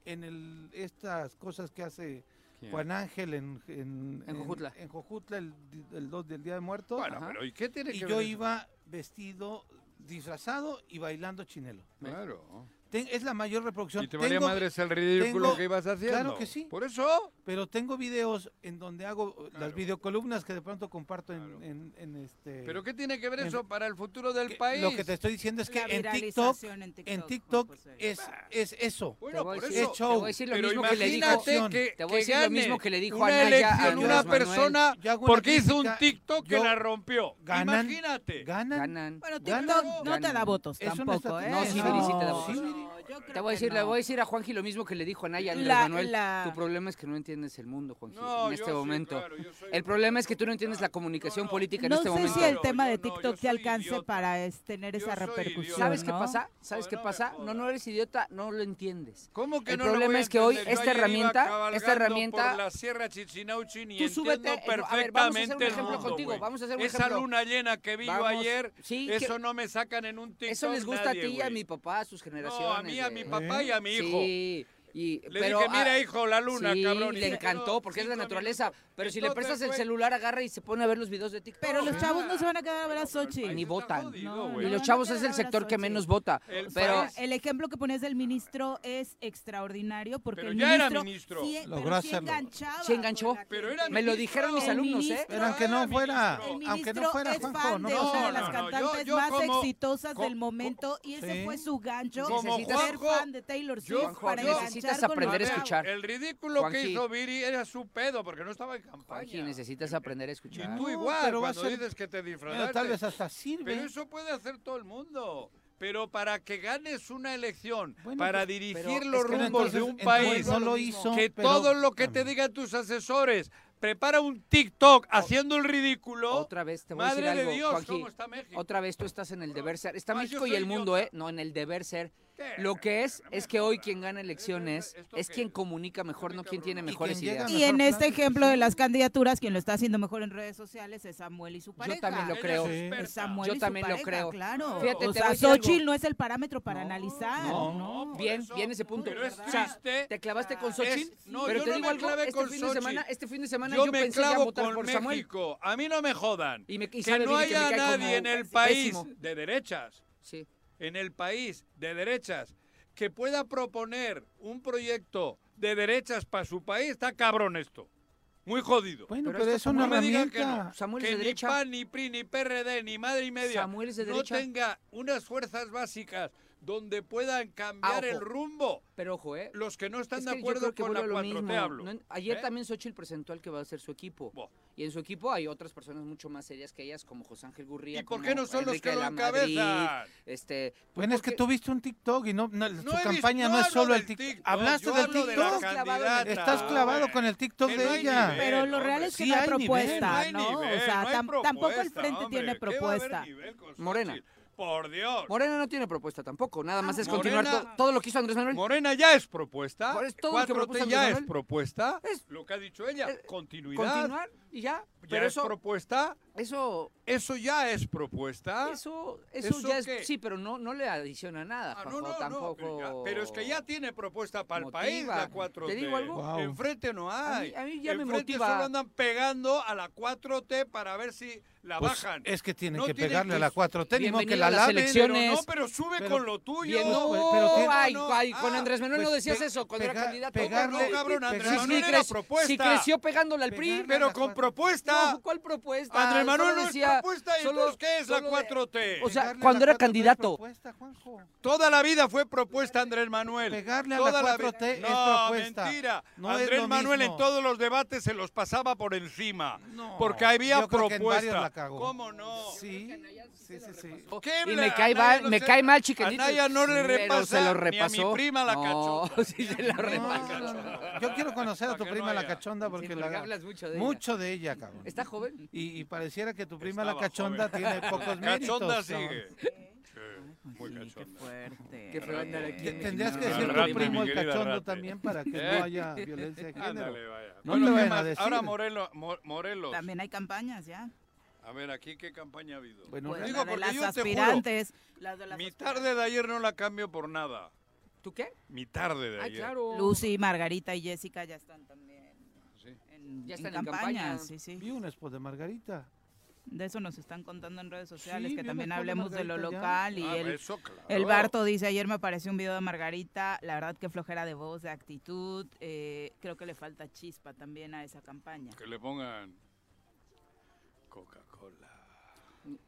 Speaker 4: en el, estas cosas que hace
Speaker 3: ¿Quién?
Speaker 4: Juan Ángel en, en,
Speaker 6: En Jojutla.
Speaker 4: En, en Jojutla el, di- el 2 del Día de Muertos.
Speaker 3: Bueno,
Speaker 6: Ajá.
Speaker 3: pero ¿y qué tiene
Speaker 4: y
Speaker 3: que
Speaker 4: yo
Speaker 3: ver eso?
Speaker 4: iba vestido, disfrazado y bailando chinelo.
Speaker 3: Claro.
Speaker 4: Ten- es la mayor reproducción.
Speaker 3: Y te valía
Speaker 4: Tengo-
Speaker 3: madres el ridículo
Speaker 4: tengo-
Speaker 3: que ibas haciendo.
Speaker 4: claro que sí.
Speaker 3: Por eso.
Speaker 4: Pero tengo videos en donde hago eh, las
Speaker 3: Claro.
Speaker 4: videocolumnas que de pronto comparto en,
Speaker 3: Claro.
Speaker 4: en- en este.
Speaker 3: ¿Pero qué tiene que ver
Speaker 4: en-
Speaker 3: eso para el futuro del
Speaker 4: que-
Speaker 3: país?
Speaker 4: Lo que te estoy diciendo es que
Speaker 2: La
Speaker 4: en TikTok,
Speaker 2: viralización en TikTok.
Speaker 4: en TikTok
Speaker 2: Juan José.
Speaker 4: es, es eso.
Speaker 6: pues, eh. Te
Speaker 3: Bueno,
Speaker 6: voy, a
Speaker 3: por
Speaker 6: decir-
Speaker 3: eso.
Speaker 4: Es
Speaker 6: te voy
Speaker 4: show.
Speaker 6: a decir lo
Speaker 3: Pero
Speaker 6: mismo que le dijo.
Speaker 3: imagínate
Speaker 4: dijo-
Speaker 3: que,
Speaker 6: Te voy a
Speaker 3: que
Speaker 6: decir lo
Speaker 3: gane
Speaker 6: mismo que le dijo
Speaker 3: una
Speaker 6: Anaya a
Speaker 3: elección,
Speaker 6: Andrés
Speaker 3: una
Speaker 6: Manuel.
Speaker 3: persona,
Speaker 4: Yo hago una
Speaker 3: porque hizo un
Speaker 4: crítica,
Speaker 3: TikTok que
Speaker 4: yo-
Speaker 3: la rompió.
Speaker 4: ganan-
Speaker 3: Imagínate.
Speaker 4: Ganan.
Speaker 6: Ganan.
Speaker 2: Bueno, TikTok
Speaker 4: Ganan-
Speaker 2: no te da
Speaker 6: ganan.
Speaker 2: votos
Speaker 4: Eso no
Speaker 2: tampoco,
Speaker 4: está-
Speaker 2: ¿eh?
Speaker 6: no, sí, Viri, sí te da votos.
Speaker 4: Sí, Viri.
Speaker 2: No, yo creo
Speaker 6: Te voy a
Speaker 2: que
Speaker 6: decir, le
Speaker 2: no.
Speaker 6: voy a decir a Juanji lo mismo que le dijo a Naya Andrés
Speaker 2: La-
Speaker 6: Manuel.
Speaker 2: la-
Speaker 6: Tu problema es que no entiendes el mundo, Juanji,
Speaker 3: No,
Speaker 6: en
Speaker 3: yo
Speaker 6: este
Speaker 3: sí,
Speaker 6: momento.
Speaker 3: claro, yo soy
Speaker 6: el
Speaker 3: un
Speaker 6: problema es que tú no
Speaker 3: idiota.
Speaker 6: entiendes la comunicación
Speaker 3: No, no.
Speaker 6: política en
Speaker 2: No
Speaker 6: este
Speaker 2: sé
Speaker 6: momento.
Speaker 2: si el
Speaker 3: Claro,
Speaker 2: tema
Speaker 3: yo
Speaker 2: de
Speaker 3: no, yo
Speaker 2: TikTok te
Speaker 3: soy
Speaker 2: alcance
Speaker 3: idiota.
Speaker 2: para es- tener
Speaker 3: Yo
Speaker 2: esa
Speaker 3: soy
Speaker 2: repercusión.
Speaker 3: idiota.
Speaker 6: ¿Sabes qué
Speaker 2: ¿no?
Speaker 6: pasa? ¿Sabes
Speaker 3: No,
Speaker 6: qué
Speaker 3: no me
Speaker 6: pasa? No,
Speaker 3: jodas.
Speaker 6: no eres idiota, no lo entiendes.
Speaker 3: ¿Cómo que
Speaker 6: El
Speaker 3: no lo
Speaker 6: problema
Speaker 3: voy a
Speaker 6: es que hoy
Speaker 3: entender? Yo
Speaker 6: esta
Speaker 3: ayer iba
Speaker 6: herramienta- esta
Speaker 3: cabalgando
Speaker 6: herramienta-
Speaker 3: Por la Sierra Chichinauchin y
Speaker 6: Tú súbete,
Speaker 3: entiendo
Speaker 6: eh, no, a ver, vamos a hacer un
Speaker 3: perfectamente el
Speaker 6: ejemplo
Speaker 3: mundo,
Speaker 6: contigo,
Speaker 3: güey.
Speaker 6: vamos a hacer un
Speaker 3: Esa
Speaker 6: ejemplo.
Speaker 3: luna llena que vi yo
Speaker 6: Vamos,
Speaker 3: ayer,
Speaker 6: sí,
Speaker 3: eso
Speaker 6: que-
Speaker 3: no me sacan en un TikTok
Speaker 6: Eso les gusta
Speaker 3: nadie,
Speaker 6: a ti y a
Speaker 3: güey.
Speaker 6: mi papá, a sus generaciones.
Speaker 3: No, a mí, a mi
Speaker 6: güey. ¿Eh?
Speaker 3: papá y a mi hijo.
Speaker 6: Sí. Y,
Speaker 3: Le
Speaker 6: pero,
Speaker 3: dije,
Speaker 6: ah,
Speaker 3: mira, hijo, la luna,
Speaker 6: sí,
Speaker 3: cabrón. y
Speaker 6: le
Speaker 3: se
Speaker 6: encantó
Speaker 3: quedó
Speaker 6: porque es la
Speaker 3: cinco
Speaker 6: naturaleza.
Speaker 3: minutos.
Speaker 6: Pero si le
Speaker 3: Entonces, pues,
Speaker 6: prestas el
Speaker 3: güey,
Speaker 6: celular, agarra y se pone a ver los videos de TikTok.
Speaker 2: Pero los
Speaker 3: Sí.
Speaker 2: chavos no se van a quedar a ver a Sochi.
Speaker 6: Ni
Speaker 3: Está
Speaker 6: votan.
Speaker 3: jodido,
Speaker 2: No,
Speaker 6: Y
Speaker 3: güey.
Speaker 6: los
Speaker 2: no
Speaker 6: chavos
Speaker 2: te
Speaker 6: es el
Speaker 2: abrazó,
Speaker 6: sector que
Speaker 2: sí.
Speaker 6: menos vota.
Speaker 3: El
Speaker 6: Pero
Speaker 3: país.
Speaker 2: el ejemplo que pones del ministro es extraordinario porque
Speaker 3: Pero
Speaker 2: el
Speaker 3: ya era
Speaker 2: ministro,
Speaker 3: ministro.
Speaker 2: sí, pero
Speaker 4: Logró
Speaker 2: sí
Speaker 4: hacerlo.
Speaker 2: enganchaba
Speaker 6: Sí enganchó.
Speaker 2: con la
Speaker 3: Pero
Speaker 2: gente.
Speaker 3: era
Speaker 6: me lo
Speaker 3: ministro.
Speaker 6: dijeron mis
Speaker 2: El
Speaker 6: alumnos, ¿eh?
Speaker 2: ministro
Speaker 4: Pero aunque
Speaker 3: Ah,
Speaker 4: no fuera,
Speaker 3: ministro.
Speaker 2: El
Speaker 4: aunque
Speaker 2: ministo
Speaker 4: no fuera
Speaker 2: es
Speaker 4: Juanjo,
Speaker 2: fan
Speaker 4: no,
Speaker 2: de una de
Speaker 4: no,
Speaker 2: las
Speaker 3: no, yo-
Speaker 2: cantantes
Speaker 3: yo
Speaker 2: más
Speaker 3: como-
Speaker 2: exitosas
Speaker 3: co-
Speaker 2: del momento y ese
Speaker 4: sí.
Speaker 2: fue su gancho
Speaker 3: Como
Speaker 2: ser
Speaker 3: Juanjo,
Speaker 2: fan de Taylor Swift
Speaker 3: yo- Juanjo,
Speaker 2: para
Speaker 3: yo-
Speaker 2: enganchar
Speaker 6: necesitas
Speaker 2: con
Speaker 6: aprender a
Speaker 2: los
Speaker 6: escuchar.
Speaker 2: chavos.
Speaker 3: El ridículo que
Speaker 6: Juanji.
Speaker 3: hizo Viri era su pedo porque no estaba en campaña.
Speaker 6: Juanji, necesitas aprender a
Speaker 3: Y
Speaker 6: escuchar.
Speaker 3: tú
Speaker 4: No,
Speaker 3: igual,
Speaker 4: Ah, pero va a
Speaker 3: cuando
Speaker 4: ser-
Speaker 3: dices que te disfrazaste.
Speaker 4: Bueno, tal vez hasta
Speaker 3: Pero
Speaker 4: sirve.
Speaker 3: eso puede hacer todo el mundo. Pero para que ganes una elección,
Speaker 4: Bueno,
Speaker 3: para
Speaker 4: pues-
Speaker 3: dirigir
Speaker 6: pero
Speaker 3: los
Speaker 6: es que
Speaker 4: Pero
Speaker 3: rumbos de
Speaker 4: entonces-
Speaker 3: un
Speaker 4: entonces
Speaker 3: país,
Speaker 4: no lo
Speaker 6: que
Speaker 4: hizo,
Speaker 3: que
Speaker 4: pero-
Speaker 3: todo lo que te digan tus asesores, prepara un TikTok haciendo el ridículo.
Speaker 6: Otra vez te voy a decir
Speaker 3: Madre
Speaker 6: algo,
Speaker 3: de Dios,
Speaker 6: Juanji.
Speaker 3: ¿cómo está México?
Speaker 6: Otra vez tú estás en el deber ser. Está
Speaker 3: Ah, yo
Speaker 6: México y
Speaker 3: soy
Speaker 6: el mundo,
Speaker 3: idiota.
Speaker 6: ¿eh? No, en el deber ser.
Speaker 3: ¿Qué?
Speaker 6: Lo que es,
Speaker 3: No me
Speaker 6: es que hoy
Speaker 3: jodas.
Speaker 6: quien gana elecciones
Speaker 3: ¿Esto- esto
Speaker 6: es
Speaker 3: qué
Speaker 6: quien
Speaker 3: es?
Speaker 6: comunica mejor,
Speaker 3: Este
Speaker 6: no quien tiene
Speaker 3: cabrón.
Speaker 6: mejores
Speaker 4: Y quien
Speaker 6: ideas.
Speaker 4: llega
Speaker 2: Y en
Speaker 4: Mejor
Speaker 2: este
Speaker 4: plan,
Speaker 2: ejemplo de
Speaker 4: sí.
Speaker 2: las candidaturas, quien lo está haciendo mejor en redes sociales es Samuel y su pareja.
Speaker 6: también lo
Speaker 3: Ella es
Speaker 6: creo.
Speaker 3: experta.
Speaker 2: Es Samuel
Speaker 6: Yo
Speaker 2: y su
Speaker 6: también lo
Speaker 2: pareja,
Speaker 6: creo.
Speaker 2: Claro.
Speaker 6: Fíjate,
Speaker 2: o
Speaker 6: te
Speaker 2: sea,
Speaker 6: voy a decir algo.
Speaker 2: Xochitl no es el parámetro para analizar.
Speaker 3: No,
Speaker 2: no.
Speaker 3: por
Speaker 6: Bien,
Speaker 3: eso.
Speaker 6: bien ese punto.
Speaker 3: Pero es
Speaker 6: O sea,
Speaker 3: triste. Ah,
Speaker 6: te clavaste con
Speaker 2: Es-
Speaker 6: Xochitl,
Speaker 3: no,
Speaker 6: pero
Speaker 3: yo
Speaker 6: te
Speaker 3: no
Speaker 6: digo
Speaker 3: me
Speaker 6: algo,
Speaker 3: clavé
Speaker 6: este
Speaker 3: con
Speaker 6: fin de semana,
Speaker 3: Xochitl.
Speaker 6: este fin de semana
Speaker 3: yo,
Speaker 6: yo,
Speaker 3: me
Speaker 6: pensé ya
Speaker 3: clavo
Speaker 6: votar
Speaker 3: con
Speaker 6: por Samuel.
Speaker 3: México. A mí no me jodan.
Speaker 6: Y me- y
Speaker 3: que
Speaker 6: sabe
Speaker 3: no
Speaker 6: Viri que me
Speaker 3: haya
Speaker 6: cae como
Speaker 3: nadie en el
Speaker 6: pésimo.
Speaker 3: país de derechas,
Speaker 6: Sí.
Speaker 3: en el país de derechas, que pueda proponer un proyecto de derechas para su país. Está cabrón esto. Muy jodido.
Speaker 4: Bueno,
Speaker 6: Pero
Speaker 4: pero
Speaker 6: esto
Speaker 4: es una
Speaker 3: no me digan que
Speaker 4: herramienta.
Speaker 6: Samuel
Speaker 3: que
Speaker 6: es de
Speaker 3: ni
Speaker 6: derecha.
Speaker 3: PAN, ni PRI, ni PRD, ni madre y media
Speaker 6: Samuel es de
Speaker 3: no
Speaker 6: derecha.
Speaker 3: tenga unas fuerzas básicas donde puedan cambiar
Speaker 6: Ah, ojo.
Speaker 3: el rumbo.
Speaker 6: Pero ojo, ¿eh?
Speaker 3: Los que no están
Speaker 6: Es
Speaker 3: de
Speaker 6: que yo
Speaker 3: acuerdo
Speaker 6: creo que
Speaker 3: con la
Speaker 6: vuelvo a lo
Speaker 3: 4
Speaker 6: mismo.
Speaker 3: te hablo.
Speaker 6: No en- ayer
Speaker 3: ¿Eh?
Speaker 6: también Xochitl presentó al que va a ser su equipo.
Speaker 3: Bo.
Speaker 6: Y en su equipo hay otras personas mucho más serias que ellas, como José Ángel Gurría.
Speaker 3: ¿Y por
Speaker 6: como
Speaker 3: qué no son los
Speaker 6: Enrique
Speaker 3: que
Speaker 6: de
Speaker 3: lo
Speaker 6: la Madrid,
Speaker 3: encabezan?
Speaker 6: Este, pues
Speaker 4: Bueno, es
Speaker 6: porque-
Speaker 4: que tú viste un TikTok y no, no,
Speaker 3: No
Speaker 4: su
Speaker 3: he visto-
Speaker 4: campaña no
Speaker 3: no
Speaker 4: es
Speaker 3: hablo
Speaker 4: solo el
Speaker 3: del
Speaker 4: TikTok.
Speaker 3: TikTok,
Speaker 4: ¿Hablaste
Speaker 3: yo
Speaker 4: del
Speaker 3: hablo de la
Speaker 4: TikTok?
Speaker 3: candidata,
Speaker 4: Estás clavado
Speaker 3: hombre.
Speaker 4: con el TikTok
Speaker 3: Que
Speaker 4: de
Speaker 3: no hay
Speaker 4: ella.
Speaker 3: nivel.
Speaker 2: Pero lo
Speaker 3: hombre.
Speaker 2: real es que
Speaker 4: Sí
Speaker 2: no hay
Speaker 4: hay nivel,
Speaker 2: propuesta,
Speaker 3: hay
Speaker 2: ¿no?
Speaker 3: nivel,
Speaker 2: o sea,
Speaker 3: no hay
Speaker 2: tam- tampoco el
Speaker 3: propuesta,
Speaker 2: frente
Speaker 3: hombre.
Speaker 2: tiene
Speaker 3: ¿Qué va a haber
Speaker 2: propuesta.
Speaker 3: nivel con
Speaker 6: Morena.
Speaker 3: Xochitl? Por Dios. Ah,
Speaker 6: Morena no tiene propuesta tampoco, nada más es continuar
Speaker 3: Morena-
Speaker 6: to- todo lo que hizo Andrés Manuel.
Speaker 3: Morena ya es propuesta.
Speaker 6: Por eso todo lo que
Speaker 3: 4T
Speaker 6: propuso
Speaker 3: Ah, ya
Speaker 6: Andrés
Speaker 3: es
Speaker 6: Manuel.
Speaker 3: propuesta.
Speaker 6: Es-
Speaker 3: lo que ha dicho ella,
Speaker 6: es-
Speaker 3: continuidad.
Speaker 6: Continuar y ya.
Speaker 3: Ya
Speaker 6: Pero
Speaker 3: es
Speaker 6: eso,
Speaker 3: propuesta.
Speaker 6: eso,
Speaker 3: Eso ya es propuesta.
Speaker 6: eso, eso
Speaker 3: ¿Eso
Speaker 6: ya es.
Speaker 3: qué?
Speaker 6: Sí, pero no, no le adiciona nada,
Speaker 3: Ah,
Speaker 6: Juanjo,
Speaker 3: no, no, no,
Speaker 6: tampoco.
Speaker 3: pero ya- pero es que ya tiene propuesta para el
Speaker 6: motiva.
Speaker 3: país la 4T.
Speaker 6: ¿Te digo algo?
Speaker 4: Guau.
Speaker 3: Enfrente no hay.
Speaker 6: mí- a mí ya me
Speaker 3: Enfrente
Speaker 6: motiva.
Speaker 3: solo andan pegando a la 4T para ver si la
Speaker 4: Pues,
Speaker 3: bajan.
Speaker 4: es que tienen
Speaker 3: No
Speaker 4: que
Speaker 3: tienen
Speaker 4: pegarle
Speaker 3: que-
Speaker 4: a la 4T, ni modo que
Speaker 6: Bienvenido
Speaker 4: la
Speaker 6: a las
Speaker 4: laven.
Speaker 6: elecciones.
Speaker 3: pero no, pero sube
Speaker 4: Pero-
Speaker 3: con lo tuyo.
Speaker 6: Bien, no,
Speaker 4: Pues, pero tiene-
Speaker 6: Oh, ay,
Speaker 3: no, no,
Speaker 6: ay, con
Speaker 3: ah,
Speaker 6: Andrés Manuel no
Speaker 4: pues,
Speaker 6: decías
Speaker 4: pe-
Speaker 6: eso, cuando
Speaker 4: pega-
Speaker 6: era candidato.
Speaker 4: pegarle- pues
Speaker 3: No, cabrón, Andrés
Speaker 6: Si
Speaker 4: pegarle-
Speaker 3: Manuel era
Speaker 6: crec-
Speaker 3: propuesta.
Speaker 6: Si creció pegándole al PRI.
Speaker 4: Pegarle-
Speaker 3: Pero con
Speaker 4: No,
Speaker 3: propuesta.
Speaker 6: No, ¿Cuál
Speaker 7: pues,
Speaker 6: propuesta?
Speaker 3: Andrés Manuel
Speaker 6: Solo
Speaker 3: no es
Speaker 6: decía-
Speaker 3: Ah, propuesta. ¿y
Speaker 6: solo-
Speaker 3: entonces qué es la
Speaker 6: solo de-
Speaker 3: 4T?
Speaker 6: O sea,
Speaker 4: Pegarle a
Speaker 6: cuando
Speaker 4: la 4T
Speaker 6: era
Speaker 4: es
Speaker 6: candidato.
Speaker 4: propuesta, Juanjo.
Speaker 3: Toda la vida fue propuesta Andrés Manuel.
Speaker 4: Pegarle a la
Speaker 3: Toda vi-
Speaker 4: 4T es
Speaker 3: no,
Speaker 4: propuesta.
Speaker 3: mentira.
Speaker 4: No es
Speaker 3: Andrés
Speaker 4: lo
Speaker 3: Manuel en
Speaker 4: mismo.
Speaker 3: todos los debates se los pasaba por encima.
Speaker 4: No,
Speaker 3: porque había
Speaker 4: yo creo que en
Speaker 3: propuesta.
Speaker 4: varios la cagó.
Speaker 3: ¿Cómo no?
Speaker 4: Sí, sí, sí, sí.
Speaker 3: ¿Qué
Speaker 6: Y
Speaker 3: habla?
Speaker 6: me cae,
Speaker 3: A Naya
Speaker 6: mal,
Speaker 3: no
Speaker 6: me
Speaker 3: se-
Speaker 6: cae mal,
Speaker 3: A
Speaker 6: chiquitito.
Speaker 3: Naya no le repasa
Speaker 6: Pero se lo
Speaker 3: ni a
Speaker 6: repasó.
Speaker 3: mi prima la
Speaker 6: no,
Speaker 3: cachonda.
Speaker 6: sí se la
Speaker 4: No,
Speaker 6: repasó.
Speaker 4: no, no. Yo quiero conocer a
Speaker 3: Para
Speaker 4: tu
Speaker 3: que
Speaker 4: prima
Speaker 3: no
Speaker 4: la
Speaker 3: haya.
Speaker 4: cachonda porque,
Speaker 6: Sí,
Speaker 4: la,
Speaker 6: porque hablas mucho de ella.
Speaker 4: mucho de ella, cabrón.
Speaker 6: ¿Está joven?
Speaker 4: Y, y pareciera que tu prima la
Speaker 3: Estaba
Speaker 4: cachonda
Speaker 3: joven.
Speaker 4: tiene pocos méritos.
Speaker 3: Cachonda
Speaker 4: cabrón.
Speaker 3: sigue. Sí, muy
Speaker 2: Sí, qué
Speaker 3: cachonda.
Speaker 2: fuerte.
Speaker 6: Qué feo andar aquí.
Speaker 4: Te-
Speaker 6: Sí,
Speaker 4: Tendrías
Speaker 6: no,
Speaker 4: que
Speaker 6: no,
Speaker 4: decir
Speaker 6: no,
Speaker 4: tu
Speaker 6: Rate,
Speaker 4: primo
Speaker 3: mi
Speaker 4: el
Speaker 3: querida
Speaker 4: cachondo
Speaker 3: Rate.
Speaker 4: también para que
Speaker 3: ¿Eh?
Speaker 4: no haya violencia de género.
Speaker 3: Ándale, vaya.
Speaker 4: No
Speaker 3: Bueno,
Speaker 4: te
Speaker 3: ¿qué
Speaker 4: vayan a
Speaker 3: más?
Speaker 4: decir.
Speaker 3: Ahora Morelos, Mo- Morelos.
Speaker 2: También hay campañas ya.
Speaker 3: A ver, aquí qué campaña ha habido.
Speaker 4: Bueno,
Speaker 2: Pues,
Speaker 4: Digo,
Speaker 2: la de
Speaker 3: porque
Speaker 2: las
Speaker 3: yo te juro,
Speaker 2: aspirantes. las de las
Speaker 3: Mi
Speaker 2: aspirantes.
Speaker 3: tarde de ayer no la cambio por nada.
Speaker 6: ¿Tú qué?
Speaker 3: Mi tarde de
Speaker 6: Ah,
Speaker 3: ayer.
Speaker 6: claro.
Speaker 2: Lucy, Margarita y Jessica ya están también
Speaker 3: Sí.
Speaker 2: en,
Speaker 6: Ya
Speaker 2: en
Speaker 6: están en
Speaker 2: campaña.
Speaker 6: campaña.
Speaker 2: Sí, sí.
Speaker 4: Vi un expo de Margarita.
Speaker 2: De eso nos están contando en redes sociales,
Speaker 4: Sí,
Speaker 2: que
Speaker 4: vi
Speaker 2: también
Speaker 4: una foto de
Speaker 2: hablemos de lo
Speaker 4: Margarita ya.
Speaker 2: local. Y
Speaker 3: Ah,
Speaker 2: el,
Speaker 3: eso, claro.
Speaker 2: el Barto dice, ayer me apareció un video de Margarita, la verdad que flojera de voz, de actitud, eh, creo que le falta chispa también a esa campaña.
Speaker 3: Que le pongan Coca-Cola.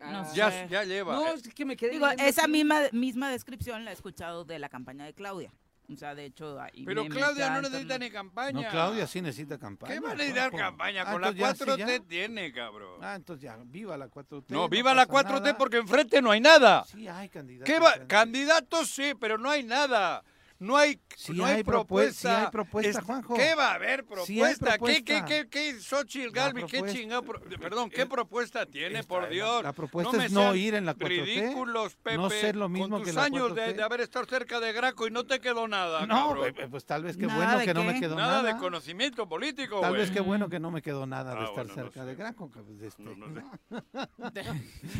Speaker 6: Ah,
Speaker 2: No sé.
Speaker 3: Ya, ya lleva.
Speaker 6: No,
Speaker 3: Eh,
Speaker 6: es que me quedé.
Speaker 2: Digo,
Speaker 6: viendo
Speaker 2: esa
Speaker 6: aquí.
Speaker 2: misma, misma descripción la he escuchado de la campaña de Claudia. O sea, de hecho, ahí
Speaker 3: pero
Speaker 2: memes
Speaker 3: Claudia
Speaker 2: ya,
Speaker 3: no
Speaker 2: entonces-
Speaker 3: necesita ni campaña.
Speaker 4: No, Claudia sí necesita campaña.
Speaker 3: ¿Qué va a necesitar
Speaker 4: Juanjo.
Speaker 3: campaña?
Speaker 4: Ah,
Speaker 3: Con la
Speaker 4: entonces ya, sí,
Speaker 3: 4T
Speaker 4: ya.
Speaker 3: tiene, cabrón.
Speaker 4: Ah, entonces ya, viva la 4T.
Speaker 3: no, viva la
Speaker 4: pasa
Speaker 3: 4T
Speaker 4: nada.
Speaker 3: porque enfrente no hay nada.
Speaker 4: Sí, hay candidatos.
Speaker 3: ¿Qué va?
Speaker 4: enfrente.
Speaker 3: Candidatos sí, pero no hay nada. No hay,
Speaker 4: Sí
Speaker 3: no hay,
Speaker 4: hay propue-
Speaker 3: propuesta.
Speaker 4: sí hay
Speaker 3: Es-
Speaker 4: propuesta, Juanjo.
Speaker 3: ¿Qué va a haber propuesta?
Speaker 4: Sí hay
Speaker 3: ¿Qué, qué,
Speaker 4: propuesta.
Speaker 3: qué, qué, Xochitl Galvez, qué
Speaker 4: propuesta-
Speaker 3: chingado? pro- Perdón, ¿qué
Speaker 4: eh,
Speaker 3: propuesta tiene,
Speaker 4: esta,
Speaker 3: por
Speaker 4: la-
Speaker 3: Dios?
Speaker 4: la propuesta
Speaker 3: me
Speaker 4: es no
Speaker 3: sean
Speaker 4: ir en la 4T,
Speaker 3: Ridículos, Pepe.
Speaker 4: no ser lo mismo
Speaker 3: con
Speaker 4: que
Speaker 3: tus
Speaker 4: la
Speaker 3: años de,
Speaker 4: 4T.
Speaker 3: de haber estado cerca de Graco y no te quedó nada,
Speaker 4: No,
Speaker 3: cabrón.
Speaker 4: pues, pues tal vez qué
Speaker 2: Nada
Speaker 4: bueno
Speaker 2: de
Speaker 4: que no me
Speaker 2: qué.
Speaker 4: quedó
Speaker 3: nada
Speaker 4: nada.
Speaker 3: de conocimiento político,
Speaker 4: Tal
Speaker 3: güey.
Speaker 4: vez qué bueno que no me quedó nada de
Speaker 3: Ah,
Speaker 4: estar
Speaker 3: bueno, no
Speaker 4: cerca
Speaker 3: sé.
Speaker 4: de Graco. que, pues, este,
Speaker 3: No, no sé.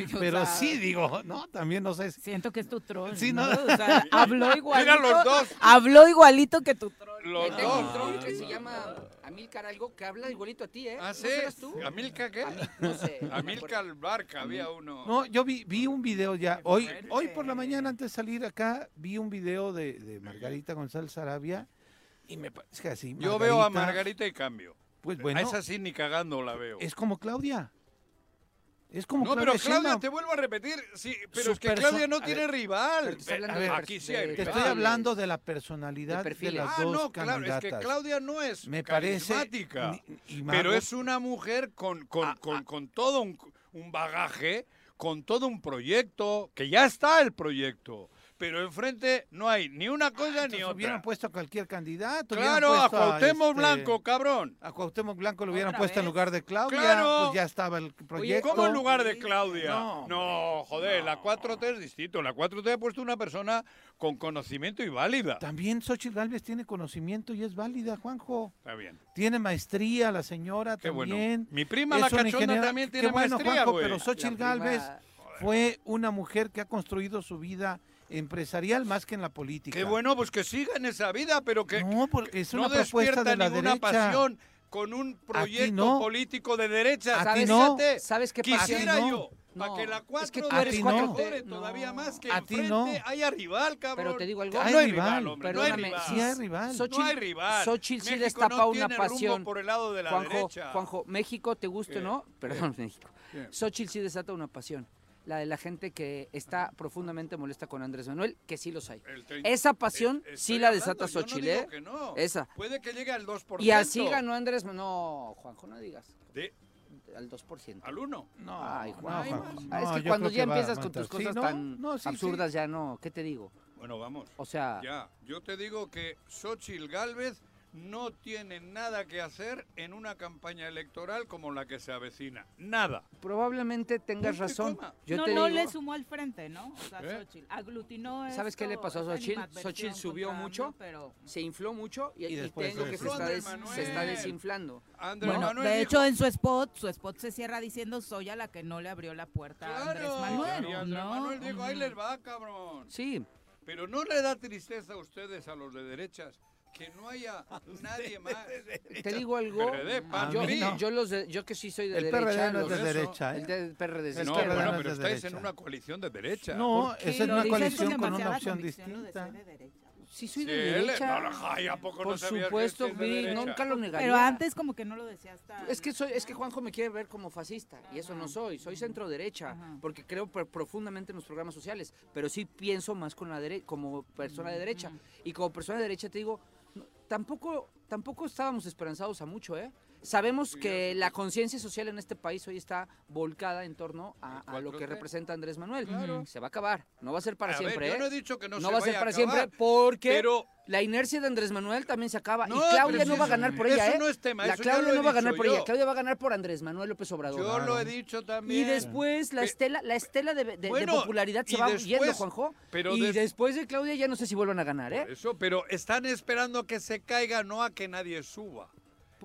Speaker 2: O
Speaker 4: Pero
Speaker 2: sea,
Speaker 4: sí digo, no, también no sé. si-
Speaker 2: Siento que es tu troll.
Speaker 4: Sí,
Speaker 2: ¿no?
Speaker 4: ¿no?
Speaker 2: O sea, habló igualito.
Speaker 3: Mira los dos,
Speaker 2: Habló igualito que tu troll.
Speaker 6: Le
Speaker 3: los
Speaker 6: tengo un
Speaker 3: dos.
Speaker 6: troll que se llama Amilcar algo que habla igualito a ti, ¿eh?
Speaker 3: Ah,
Speaker 6: ¿No
Speaker 3: sí.
Speaker 6: serás tú?
Speaker 3: ¿Amilca qué?
Speaker 6: No sé. no me
Speaker 3: Amilca
Speaker 6: acuerdo.
Speaker 3: Barca, había uno.
Speaker 4: No, yo vi, vi un video ya. Hoy,
Speaker 2: fuerte.
Speaker 4: hoy por la mañana, antes de salir acá, vi un video de, de Margarita González Arabia. Y me parece que así.
Speaker 3: Yo veo a Margarita y cambio.
Speaker 4: Pues bueno,
Speaker 3: a esa sí ni cagando la veo.
Speaker 4: es como Claudia. Es como
Speaker 3: No,
Speaker 4: Claudia.
Speaker 3: pero Claudia,
Speaker 4: Sheinbaum.
Speaker 3: te vuelvo a repetir, sí,
Speaker 4: Su
Speaker 3: pero es que
Speaker 4: perso-
Speaker 3: Claudia no
Speaker 4: a
Speaker 3: tiene
Speaker 4: ver,
Speaker 6: Pero
Speaker 3: rival. Eh,
Speaker 6: te estoy hablando
Speaker 4: a ver,
Speaker 3: aquí sí hay
Speaker 6: de-
Speaker 4: Te
Speaker 3: rival.
Speaker 4: estoy hablando de la personalidad
Speaker 6: De
Speaker 4: de,
Speaker 6: perfiles.
Speaker 4: las
Speaker 3: Ah,
Speaker 4: dos
Speaker 3: no, claro, es
Speaker 4: candidatas.
Speaker 3: que Claudia no es
Speaker 4: me parece
Speaker 3: carismática,
Speaker 4: ni- Ah, y Margot-
Speaker 3: pero es una mujer con, con, con- con todo un, un bagaje, con todo un proyecto, que ya está el proyecto, pero enfrente no hay ni una cosa ni
Speaker 4: Ah, entonces
Speaker 3: otra.
Speaker 4: hubieran puesto a cualquier candidato. hubieran
Speaker 3: claro, a
Speaker 4: puesto
Speaker 3: Cuauhtémoc
Speaker 4: este,
Speaker 3: Blanco, cabrón.
Speaker 4: A Cuauhtémoc Blanco lo hubieran
Speaker 2: ¿Otra
Speaker 4: puesto
Speaker 2: vez?
Speaker 4: en lugar de Claudia.
Speaker 3: Claro.
Speaker 4: Pues ya estaba el proyecto.
Speaker 3: ¿Cómo en lugar de Claudia? No,
Speaker 4: No,
Speaker 3: joder, la 4T es distinto. La 4T ha puesto una persona con conocimiento y válida.
Speaker 4: También Xochitl Gálvez tiene conocimiento y es válida, Juanjo.
Speaker 3: Está bien,
Speaker 4: Tiene maestría la señora
Speaker 3: qué bueno.
Speaker 4: también.
Speaker 3: Mi prima, la
Speaker 4: Es una
Speaker 3: cachonda,
Speaker 4: ingeniera-
Speaker 3: también
Speaker 4: qué
Speaker 3: tiene
Speaker 4: bueno,
Speaker 3: maestría,
Speaker 4: Juanjo,
Speaker 3: güey.
Speaker 4: pero
Speaker 6: La
Speaker 4: Xochitl
Speaker 6: prima-
Speaker 4: Gálvez fue una mujer que ha construido su vida empresarial más que en la política.
Speaker 3: Qué bueno, pues que siga en esa vida, pero que
Speaker 4: No, porque es
Speaker 3: no
Speaker 4: una propuesta
Speaker 3: despierta
Speaker 4: de la
Speaker 3: ninguna
Speaker 4: derecha.
Speaker 3: pasión con un proyecto
Speaker 4: no.
Speaker 3: político de derecha.
Speaker 4: A ti
Speaker 3: ¿Sabes?
Speaker 4: no.
Speaker 3: Fíjate,
Speaker 6: ¿Sabes qué pasa?
Speaker 3: Quisiera
Speaker 4: A ti
Speaker 3: yo,
Speaker 4: no.
Speaker 3: para
Speaker 6: No.
Speaker 3: que la 4T
Speaker 6: Es que
Speaker 4: tú eres
Speaker 3: se
Speaker 4: 4T.
Speaker 3: mejore todavía
Speaker 6: No.
Speaker 3: más que
Speaker 4: A ti
Speaker 3: enfrente
Speaker 4: no.
Speaker 3: haya rival, cabrón.
Speaker 6: Pero te digo algo.
Speaker 3: No
Speaker 4: Hay
Speaker 3: hay rival,
Speaker 4: rival,
Speaker 3: hombre, no hay
Speaker 6: perdóname,
Speaker 3: rival.
Speaker 4: Sí hay rival.
Speaker 6: Sochi-
Speaker 3: no hay rival.
Speaker 6: Xochitl sí
Speaker 3: México
Speaker 6: destapa
Speaker 3: no
Speaker 6: una
Speaker 3: tiene rumbo
Speaker 6: pasión.
Speaker 3: por el lado de la
Speaker 6: Juanjo,
Speaker 3: derecha.
Speaker 6: Juanjo, México, te guste o
Speaker 3: ¿Qué?
Speaker 6: no, perdón, México.
Speaker 3: ¿Qué?
Speaker 6: Xochitl sí desata una pasión. La de la gente que está profundamente molesta con Andrés Manuel, que sí los hay.
Speaker 3: El trein-
Speaker 6: Esa pasión
Speaker 3: Eh,
Speaker 6: sí
Speaker 3: estoy
Speaker 6: la
Speaker 3: hablando, yo
Speaker 6: desata
Speaker 3: no
Speaker 6: Xochitl,
Speaker 3: digo
Speaker 6: ¿eh?
Speaker 3: que no.
Speaker 6: Esa.
Speaker 3: Puede que llegue al 2%.
Speaker 6: Y así ganó Andrés Manuel. No, Juanjo, no digas.
Speaker 3: De-
Speaker 6: al 2%.
Speaker 3: ¿Al 1?
Speaker 4: No,
Speaker 6: Ay,
Speaker 4: no,
Speaker 6: Juan.
Speaker 4: Juan.
Speaker 6: Ah, es
Speaker 4: No,
Speaker 6: que
Speaker 4: yo
Speaker 6: cuando
Speaker 4: creo
Speaker 6: ya
Speaker 4: que va a
Speaker 6: empiezas con
Speaker 4: aguantar.
Speaker 6: tus
Speaker 4: Sí,
Speaker 6: cosas
Speaker 4: no,
Speaker 6: tan
Speaker 4: no, sí, sí.
Speaker 6: absurdas, ya no, ¿qué te digo?
Speaker 3: Bueno, vamos.
Speaker 6: O sea,
Speaker 3: Ya, yo te digo que Xochitl Gálvez no tiene nada que hacer en una campaña electoral como la que se avecina. Nada.
Speaker 6: probablemente tengas
Speaker 3: Punto y
Speaker 6: razón.
Speaker 3: coma.
Speaker 6: Yo
Speaker 2: no,
Speaker 6: te
Speaker 2: no
Speaker 6: digo,
Speaker 2: le sumó al frente, ¿no? O sea,
Speaker 3: ¿Eh?
Speaker 2: Xochitl aglutinó
Speaker 6: ¿Sabes qué le
Speaker 2: esto,
Speaker 6: pasó a
Speaker 2: esta
Speaker 6: Xochitl?
Speaker 2: animadversión
Speaker 6: Xochitl subió
Speaker 2: contra
Speaker 6: mucho.
Speaker 2: AMLO, pero...
Speaker 6: se infló mucho y,
Speaker 4: Y
Speaker 6: y
Speaker 4: después
Speaker 6: tengo
Speaker 4: se
Speaker 6: que se está,
Speaker 3: desinfló.
Speaker 6: des- se está
Speaker 3: Manuel.
Speaker 6: desinflando.
Speaker 3: Andrés
Speaker 2: Bueno,
Speaker 3: Manuel
Speaker 2: de
Speaker 3: dijo-
Speaker 2: hecho en su spot, su spot se cierra diciendo soy a la que no le abrió la puerta a Andrés
Speaker 3: Claro,
Speaker 2: Manuel.
Speaker 3: y Andrés
Speaker 2: ¿no?
Speaker 3: Manuel dijo, ahí
Speaker 2: Ujú.
Speaker 3: les va, cabrón.
Speaker 6: Sí,
Speaker 3: Pero no le da tristeza a ustedes, a los de derechas, que no haya nadie más.
Speaker 6: te digo algo.
Speaker 3: PRD, PAN,
Speaker 6: yo,
Speaker 4: PRI.
Speaker 6: yo los de- yo que sí soy de
Speaker 4: El
Speaker 6: derecha.
Speaker 4: PRD no es
Speaker 6: los-
Speaker 4: de
Speaker 3: eso,
Speaker 4: derecha, ¿eh?
Speaker 6: El del PRD es de
Speaker 4: El
Speaker 3: No,
Speaker 6: izquierda.
Speaker 4: PRD
Speaker 3: bueno,
Speaker 4: no es
Speaker 3: pero
Speaker 4: de
Speaker 3: estáis en
Speaker 4: derecha.
Speaker 3: una coalición de derecha.
Speaker 4: No, esa es
Speaker 2: Lo
Speaker 4: una
Speaker 2: dices con
Speaker 4: coalición con una
Speaker 2: demasiada
Speaker 4: opción
Speaker 2: convicción, lo de
Speaker 4: distinta.
Speaker 2: ser de derecha.
Speaker 6: Sí
Speaker 3: Sí,
Speaker 6: soy de derecha.
Speaker 3: no, no, ay, ¿a poco no
Speaker 6: Por
Speaker 3: sabías que este
Speaker 6: supuesto,
Speaker 3: es de
Speaker 6: Vic,
Speaker 3: derecha?
Speaker 6: nunca lo negaría.
Speaker 2: Pero antes como que no lo decías tan...
Speaker 6: Es que, soy, es que Juanjo me quiere ver como fascista y eso no
Speaker 2: Ajá.
Speaker 6: soy, soy centro derecha
Speaker 2: Ajá.
Speaker 6: porque creo pr- profundamente en los programas sociales, pero sí pienso más con la dere- como persona de derecha y como persona de derecha te digo, no, tampoco, tampoco estábamos esperanzados a mucho, ¿eh? Sabemos que la conciencia social en este país hoy está volcada en torno a, a lo que
Speaker 3: 4T.
Speaker 6: representa Andrés Manuel.
Speaker 2: Claro.
Speaker 6: Se va a acabar, no va a ser para
Speaker 3: A ver,
Speaker 6: siempre,
Speaker 3: yo no he
Speaker 6: ¿eh?
Speaker 3: dicho que no,
Speaker 6: No,
Speaker 3: se
Speaker 6: va a ser
Speaker 3: vaya
Speaker 6: para
Speaker 3: acabar,
Speaker 6: siempre porque
Speaker 3: Pero
Speaker 6: la inercia de Andrés Manuel también se acaba
Speaker 3: No,
Speaker 6: y
Speaker 3: pero
Speaker 6: Claudia
Speaker 3: si
Speaker 6: no va a
Speaker 3: eso-
Speaker 6: ganar por ella,
Speaker 3: eso
Speaker 6: ¿eh?
Speaker 3: no es tema,
Speaker 6: la
Speaker 3: eso ya
Speaker 6: Claudia
Speaker 3: lo he
Speaker 6: no va a ganar
Speaker 3: dicho
Speaker 6: por
Speaker 3: yo.
Speaker 6: ella, Claudia va a ganar por Andrés Manuel López Obrador.
Speaker 3: yo lo he
Speaker 4: Claro.
Speaker 3: dicho también.
Speaker 6: Y después la
Speaker 3: Pe-
Speaker 6: estela, la estela de, de- de
Speaker 3: Bueno,
Speaker 6: popularidad se
Speaker 3: y
Speaker 6: va
Speaker 3: después-
Speaker 6: yendo, Juanjo.
Speaker 3: pero
Speaker 6: y
Speaker 3: des-
Speaker 6: después de Claudia ya no sé si vuelvan a ganar,
Speaker 3: Por
Speaker 6: ¿eh?
Speaker 3: eso, pero están esperando que se caiga, no a que nadie suba,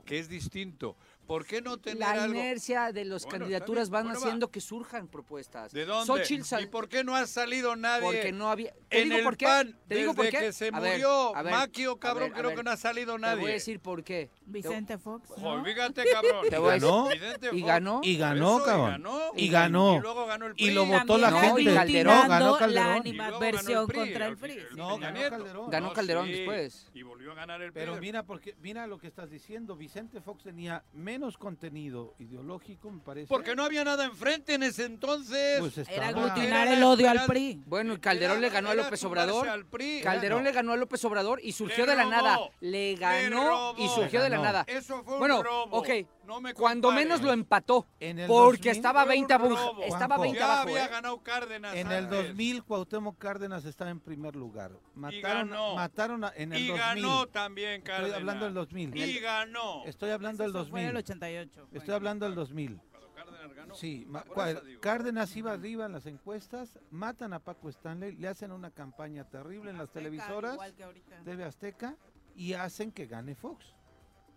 Speaker 3: que es distinto. ¿Por qué no tener
Speaker 6: La
Speaker 3: algo?
Speaker 6: inercia de las
Speaker 3: Bueno,
Speaker 6: candidaturas
Speaker 3: está bien,
Speaker 6: van
Speaker 3: bueno, va.
Speaker 6: haciendo que surjan propuestas.
Speaker 3: ¿De dónde?
Speaker 6: Xochitl sal-
Speaker 3: ¿Y por qué no ha salido nadie?
Speaker 6: porque no había. Te
Speaker 3: en
Speaker 6: digo
Speaker 3: el
Speaker 6: por qué.
Speaker 3: PAN,
Speaker 6: te digo por
Speaker 3: desde
Speaker 6: qué.
Speaker 3: que se
Speaker 6: A ver,
Speaker 3: murió
Speaker 6: a ver, a
Speaker 3: Maquio,
Speaker 6: ver,
Speaker 3: cabrón,
Speaker 6: a
Speaker 3: creo
Speaker 6: ver.
Speaker 3: que no ha salido
Speaker 6: Te voy a
Speaker 3: nadie.
Speaker 6: decir por qué. Te-
Speaker 2: Vicente Fox,
Speaker 3: Joder,
Speaker 2: ¿no?
Speaker 3: fíjate, cabrón.
Speaker 6: Te voy a decir-
Speaker 4: Ganó.
Speaker 3: Vicente
Speaker 6: Y
Speaker 3: Fox.
Speaker 6: ganó.
Speaker 4: Y ganó,
Speaker 3: oh, Eso,
Speaker 4: cabrón. Y ganó.
Speaker 3: Y luego ganó el
Speaker 4: Y
Speaker 3: PRI.
Speaker 4: lo votó la
Speaker 6: No, y
Speaker 4: gente.
Speaker 6: Calderón.
Speaker 4: No, ganó
Speaker 2: la
Speaker 4: Calderón.
Speaker 3: Y luego ganó el
Speaker 2: animadversión
Speaker 3: PRI,
Speaker 2: contra el
Speaker 3: al fin-
Speaker 2: PRI.
Speaker 3: el
Speaker 4: No,
Speaker 3: Peña
Speaker 4: ganó
Speaker 3: Nieto.
Speaker 4: Calderón.
Speaker 6: Ganó Calderón después.
Speaker 3: Y volvió a ganar el PRI.
Speaker 4: Pero mira, porque, mira lo que estás diciendo. Vicente Fox tenía menos contenido ideológico, me parece.
Speaker 3: Porque no había nada enfrente en ese entonces.
Speaker 4: Pues
Speaker 2: Era
Speaker 4: estaba-
Speaker 2: aglutinar
Speaker 3: Era
Speaker 2: el odio al
Speaker 3: esperanza.
Speaker 2: PRI.
Speaker 6: Bueno, y Calderón le
Speaker 3: Era-
Speaker 6: ganó a
Speaker 3: era
Speaker 6: López
Speaker 3: tumbarse
Speaker 6: Obrador.
Speaker 3: al PRI.
Speaker 6: Calderón
Speaker 4: no.
Speaker 6: le ganó a López Obrador y surgió
Speaker 3: Le
Speaker 6: de la
Speaker 3: robó.
Speaker 6: nada. Le
Speaker 3: Le
Speaker 6: ganó y
Speaker 3: robó.
Speaker 6: surgió
Speaker 4: Le
Speaker 6: de la
Speaker 4: ganó.
Speaker 6: nada.
Speaker 3: Eso fue
Speaker 6: Bueno,
Speaker 3: un robo.
Speaker 6: ok,
Speaker 3: No me
Speaker 6: Cuando
Speaker 3: compares.
Speaker 6: menos lo empató.
Speaker 4: En el
Speaker 6: Porque
Speaker 4: 2000,
Speaker 6: estaba
Speaker 3: Fue un
Speaker 6: 20 abajo.
Speaker 3: robo.
Speaker 6: Estaba
Speaker 4: Juanjo.
Speaker 6: 20
Speaker 3: Ya
Speaker 6: abajo.
Speaker 3: había
Speaker 6: ¿eh?
Speaker 3: ganado Cárdenas.
Speaker 4: En el
Speaker 3: antes.
Speaker 4: 2000 Cuauhtémoc Cárdenas estaba en primer lugar. Mataron,
Speaker 3: ganó.
Speaker 4: mataron a- en el
Speaker 3: Y
Speaker 4: 2000.
Speaker 3: ganó también Cárdenas.
Speaker 4: Estoy hablando del 2000.
Speaker 3: Y ganó.
Speaker 4: Estoy hablando del
Speaker 2: Eso Fue en el
Speaker 4: 2000.
Speaker 2: 88.
Speaker 4: Estoy hablando del 2000.
Speaker 3: Cuando Cárdenas ganó.
Speaker 4: Sí, ma-
Speaker 3: Ah, por
Speaker 4: cua-
Speaker 3: eso digo.
Speaker 4: Cárdenas iba arriba en las encuestas, matan a Paco Stanley, le hacen una campaña terrible en las
Speaker 2: Azteca,
Speaker 4: televisoras,
Speaker 2: igual que ahorita.
Speaker 4: TV Azteca, y hacen que gane Fox.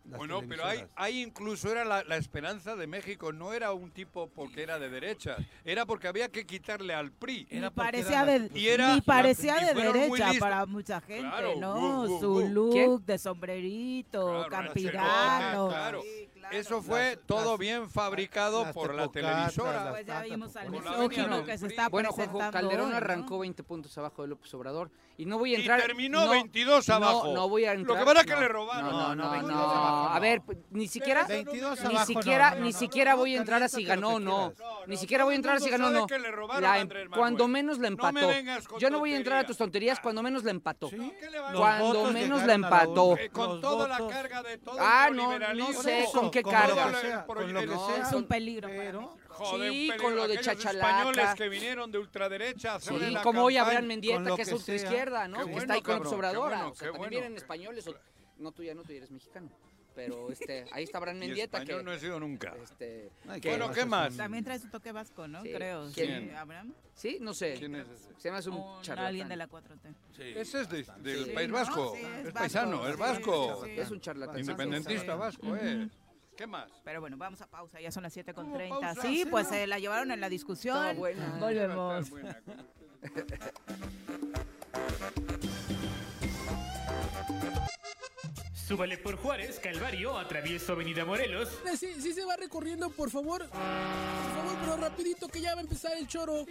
Speaker 4: las
Speaker 3: Bueno, pero ahí,
Speaker 4: televisoras.
Speaker 3: ahí incluso era la, la esperanza de México, no era un tipo porque era de derechas, era porque había que quitarle al PRI.
Speaker 4: Era
Speaker 2: Ni
Speaker 4: porque
Speaker 2: parecía
Speaker 4: era
Speaker 2: de,
Speaker 4: la- Pues
Speaker 3: Y era-
Speaker 2: ni parecía
Speaker 3: y
Speaker 2: de
Speaker 3: fueron muy
Speaker 2: derecha
Speaker 3: listos.
Speaker 2: para mucha gente,
Speaker 3: Claro,
Speaker 2: ¿no?
Speaker 3: gu, gu,
Speaker 2: Su
Speaker 3: gu.
Speaker 2: look
Speaker 6: ¿Quién?
Speaker 2: de sombrerito,
Speaker 3: Claro,
Speaker 2: campirano.
Speaker 3: Nacho, claro.
Speaker 2: Sí, Ah, claro.
Speaker 3: Eso fue
Speaker 4: Las-
Speaker 3: todo
Speaker 4: las-
Speaker 3: bien fabricado
Speaker 4: las
Speaker 3: por la
Speaker 4: tepocatas,
Speaker 3: televisora.
Speaker 4: las-
Speaker 2: Pues ya vimos al
Speaker 3: Con la avenida
Speaker 2: misógino
Speaker 3: del
Speaker 2: que se
Speaker 3: PRI.
Speaker 2: está
Speaker 6: Bueno,
Speaker 2: presentando.
Speaker 6: Juanjo, Calderón
Speaker 2: hoy, ¿no?
Speaker 6: arrancó 20 puntos abajo de López Obrador. Y no voy a
Speaker 3: Y
Speaker 6: entrar.
Speaker 3: terminó
Speaker 6: no,
Speaker 3: 22
Speaker 6: no,
Speaker 3: abajo.
Speaker 6: No, voy a
Speaker 3: Lo
Speaker 6: entrar.
Speaker 3: que pasa es que
Speaker 6: no,
Speaker 3: le robaron.
Speaker 6: No, no,
Speaker 4: No,
Speaker 6: no.
Speaker 4: no,
Speaker 3: 22
Speaker 6: no.
Speaker 4: abajo,
Speaker 6: A
Speaker 4: no.
Speaker 6: ver, p- ni siquiera.
Speaker 4: 22
Speaker 6: Ni
Speaker 4: abajo, no,
Speaker 6: siquiera,
Speaker 4: no,
Speaker 6: ni
Speaker 4: no,
Speaker 6: siquiera
Speaker 4: no,
Speaker 6: voy a entrar a si
Speaker 4: calítate lo
Speaker 6: ganó o
Speaker 4: que
Speaker 6: no.
Speaker 4: quieras.
Speaker 3: No,
Speaker 6: Ni
Speaker 3: no,
Speaker 6: siquiera
Speaker 3: todo
Speaker 6: voy a
Speaker 3: el
Speaker 6: entrar a si
Speaker 3: mundo
Speaker 6: ganó o
Speaker 3: sabe
Speaker 6: no.
Speaker 3: que le robaron
Speaker 6: La
Speaker 3: a
Speaker 6: em-
Speaker 3: Andrés Manuel.
Speaker 6: cuando menos la
Speaker 3: No
Speaker 6: empató.
Speaker 3: me vengas con
Speaker 6: Yo no voy a entrar a tus
Speaker 3: tonterías.
Speaker 6: tonterías cuando menos la empató.
Speaker 4: Sí.
Speaker 3: ¿Qué le va a
Speaker 4: Los
Speaker 6: Cuando
Speaker 4: votos
Speaker 6: menos
Speaker 4: llegaron
Speaker 6: la
Speaker 4: a urna.
Speaker 6: empató.
Speaker 3: Eh, con
Speaker 4: Los
Speaker 3: toda la
Speaker 4: votos-
Speaker 3: carga de todo
Speaker 6: Ah,
Speaker 3: el
Speaker 6: no, no
Speaker 3: neoliberalismo.
Speaker 6: sé
Speaker 4: Eso,
Speaker 6: con qué
Speaker 4: con
Speaker 6: carga.
Speaker 4: lo que sea, con lo que
Speaker 6: No,
Speaker 4: sea,
Speaker 2: Es un peligro para
Speaker 4: pero-
Speaker 2: México.
Speaker 3: Joder,
Speaker 6: Sí,
Speaker 3: un
Speaker 6: con lo de
Speaker 3: aquellos
Speaker 6: Chachalaca.
Speaker 3: españoles que vinieron de ultraderecha a hacerle
Speaker 6: Sí,
Speaker 3: la
Speaker 6: como hoy
Speaker 3: campaña.
Speaker 6: Abraham Mendieta,
Speaker 4: con lo
Speaker 6: que es
Speaker 4: que
Speaker 6: ultra
Speaker 4: sea.
Speaker 6: izquierda, ¿no?
Speaker 3: Qué
Speaker 6: que
Speaker 3: bueno,
Speaker 6: está ahí con
Speaker 3: cabrón,
Speaker 6: López
Speaker 3: qué
Speaker 6: Obrador.
Speaker 3: bueno,
Speaker 6: o sea,
Speaker 3: qué
Speaker 6: también
Speaker 3: bueno,
Speaker 6: vienen
Speaker 3: qué-
Speaker 6: españoles. o- No, tú ya no, tú ya eres mexicano. Pero este, ahí está Abraham
Speaker 3: Y
Speaker 6: Mendieta que...
Speaker 3: español no he sido nunca.
Speaker 6: este,
Speaker 4: Ay,
Speaker 6: que-
Speaker 3: Bueno, ¿qué
Speaker 4: es
Speaker 3: más?
Speaker 4: un-
Speaker 2: También trae su toque vasco, ¿no?
Speaker 6: Sí.
Speaker 2: Creo.
Speaker 6: ¿Quién?
Speaker 2: sí, Abraham.
Speaker 6: sí, no sé.
Speaker 3: ¿Quién es ese?
Speaker 6: Se me hace un
Speaker 2: O
Speaker 6: charlatán.
Speaker 2: alguien de la 4T.
Speaker 3: Ese es de- del
Speaker 6: Sí,
Speaker 3: País
Speaker 2: ¿no?
Speaker 3: Vasco.
Speaker 2: Sí,
Speaker 3: es,
Speaker 2: es
Speaker 3: paisano,
Speaker 2: vasco,
Speaker 3: es
Speaker 2: sí,
Speaker 3: vasco.
Speaker 2: sí, sí.
Speaker 6: Es un charlatán.
Speaker 3: Independentista
Speaker 2: Sí.
Speaker 3: vasco, eh. es. ¿Qué más?
Speaker 2: Pero bueno, vamos a pausa, ya son las 7 con
Speaker 3: ¿Cómo
Speaker 2: 30.
Speaker 3: pausa?
Speaker 2: Sí,
Speaker 3: Sí,
Speaker 2: pues
Speaker 3: no.
Speaker 2: se la llevaron en la discusión. Ah.
Speaker 6: Estaba buena.
Speaker 3: Va a
Speaker 2: Volvemos.
Speaker 3: estar buena con ustedes.
Speaker 8: Súbale por Juárez, Calvario, atravieso Avenida Morelos.
Speaker 7: eh, Sí, sí se va recorriendo, por favor. Por favor, pero rapidito que ya va a empezar el choro.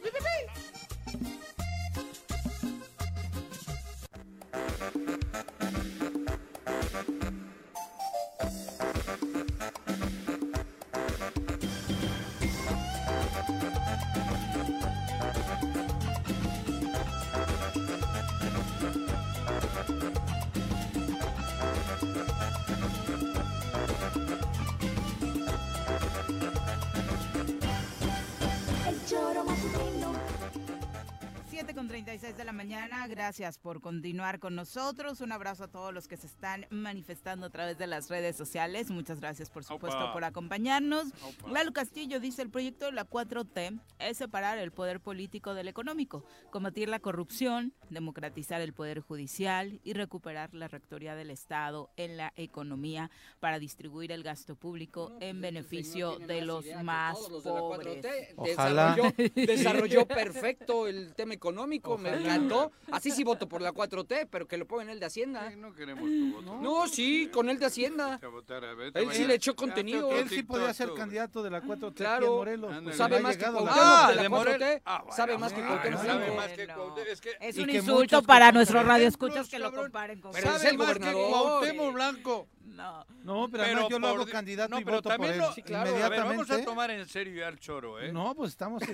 Speaker 2: mañana. Gracias por continuar con nosotros. Un abrazo a todos los que se están manifestando a través de las redes sociales. Muchas gracias, por supuesto,
Speaker 9: Opa.
Speaker 2: por acompañarnos.
Speaker 9: Opa.
Speaker 2: Lalo Castillo dice, el proyecto de la 4T es separar el poder político del económico, combatir la corrupción, democratizar el poder judicial y recuperar la rectoría del Estado en la economía para distribuir el gasto público
Speaker 6: pues
Speaker 2: en beneficio de los más
Speaker 6: todos los de la
Speaker 2: pobres.
Speaker 6: 4T.
Speaker 4: Ojalá.
Speaker 6: Desarrolló, desarrolló perfecto el tema económico, me
Speaker 3: Ojalá.
Speaker 6: encantó. Así sí voto por la 4T, pero que lo pongan el de Hacienda.
Speaker 3: No queremos tu voto.
Speaker 6: No, sí, con el de Hacienda.
Speaker 3: Vete a votar, eh, vete a
Speaker 6: Él sí
Speaker 3: bañar.
Speaker 6: le
Speaker 3: Hazte
Speaker 6: echó
Speaker 3: otro
Speaker 6: contenido.
Speaker 4: Pues, Él sí
Speaker 3: TikTok,
Speaker 4: podía ser
Speaker 3: tú,
Speaker 4: candidato de la 4T aquí
Speaker 6: Claro.
Speaker 4: en Morelos.
Speaker 6: Ándale.
Speaker 4: pues
Speaker 6: Sabe
Speaker 4: le ha
Speaker 6: más que
Speaker 4: llegado la
Speaker 6: Cuauhtémoc.
Speaker 4: mano.
Speaker 6: Ah, de la 4T. Sabe más que Cuauhtémoc
Speaker 3: Sabe
Speaker 6: Blanco.
Speaker 3: más que Cuauhtémoc. Es, que-
Speaker 2: Es
Speaker 6: Y
Speaker 2: un
Speaker 6: que
Speaker 2: insulto
Speaker 6: muchos
Speaker 2: para
Speaker 6: con-
Speaker 2: nuestros
Speaker 6: Ejemplos,
Speaker 2: radioescuchas que lo comparen con...
Speaker 6: Pero es
Speaker 3: sabe
Speaker 6: el
Speaker 3: más que
Speaker 6: gobernador.
Speaker 3: Cuauhtémoc Blanco.
Speaker 2: No.
Speaker 4: No, pero, además yo lo hago
Speaker 3: por di-
Speaker 4: candidato
Speaker 3: no,
Speaker 4: y
Speaker 3: pero
Speaker 4: voto por
Speaker 3: también
Speaker 4: él.
Speaker 3: lo- claro, a ver, vamos a
Speaker 4: Inmediatamente.
Speaker 3: tomar en serio ya al choro, ¿eh? Ah,
Speaker 4: No, pues estamos.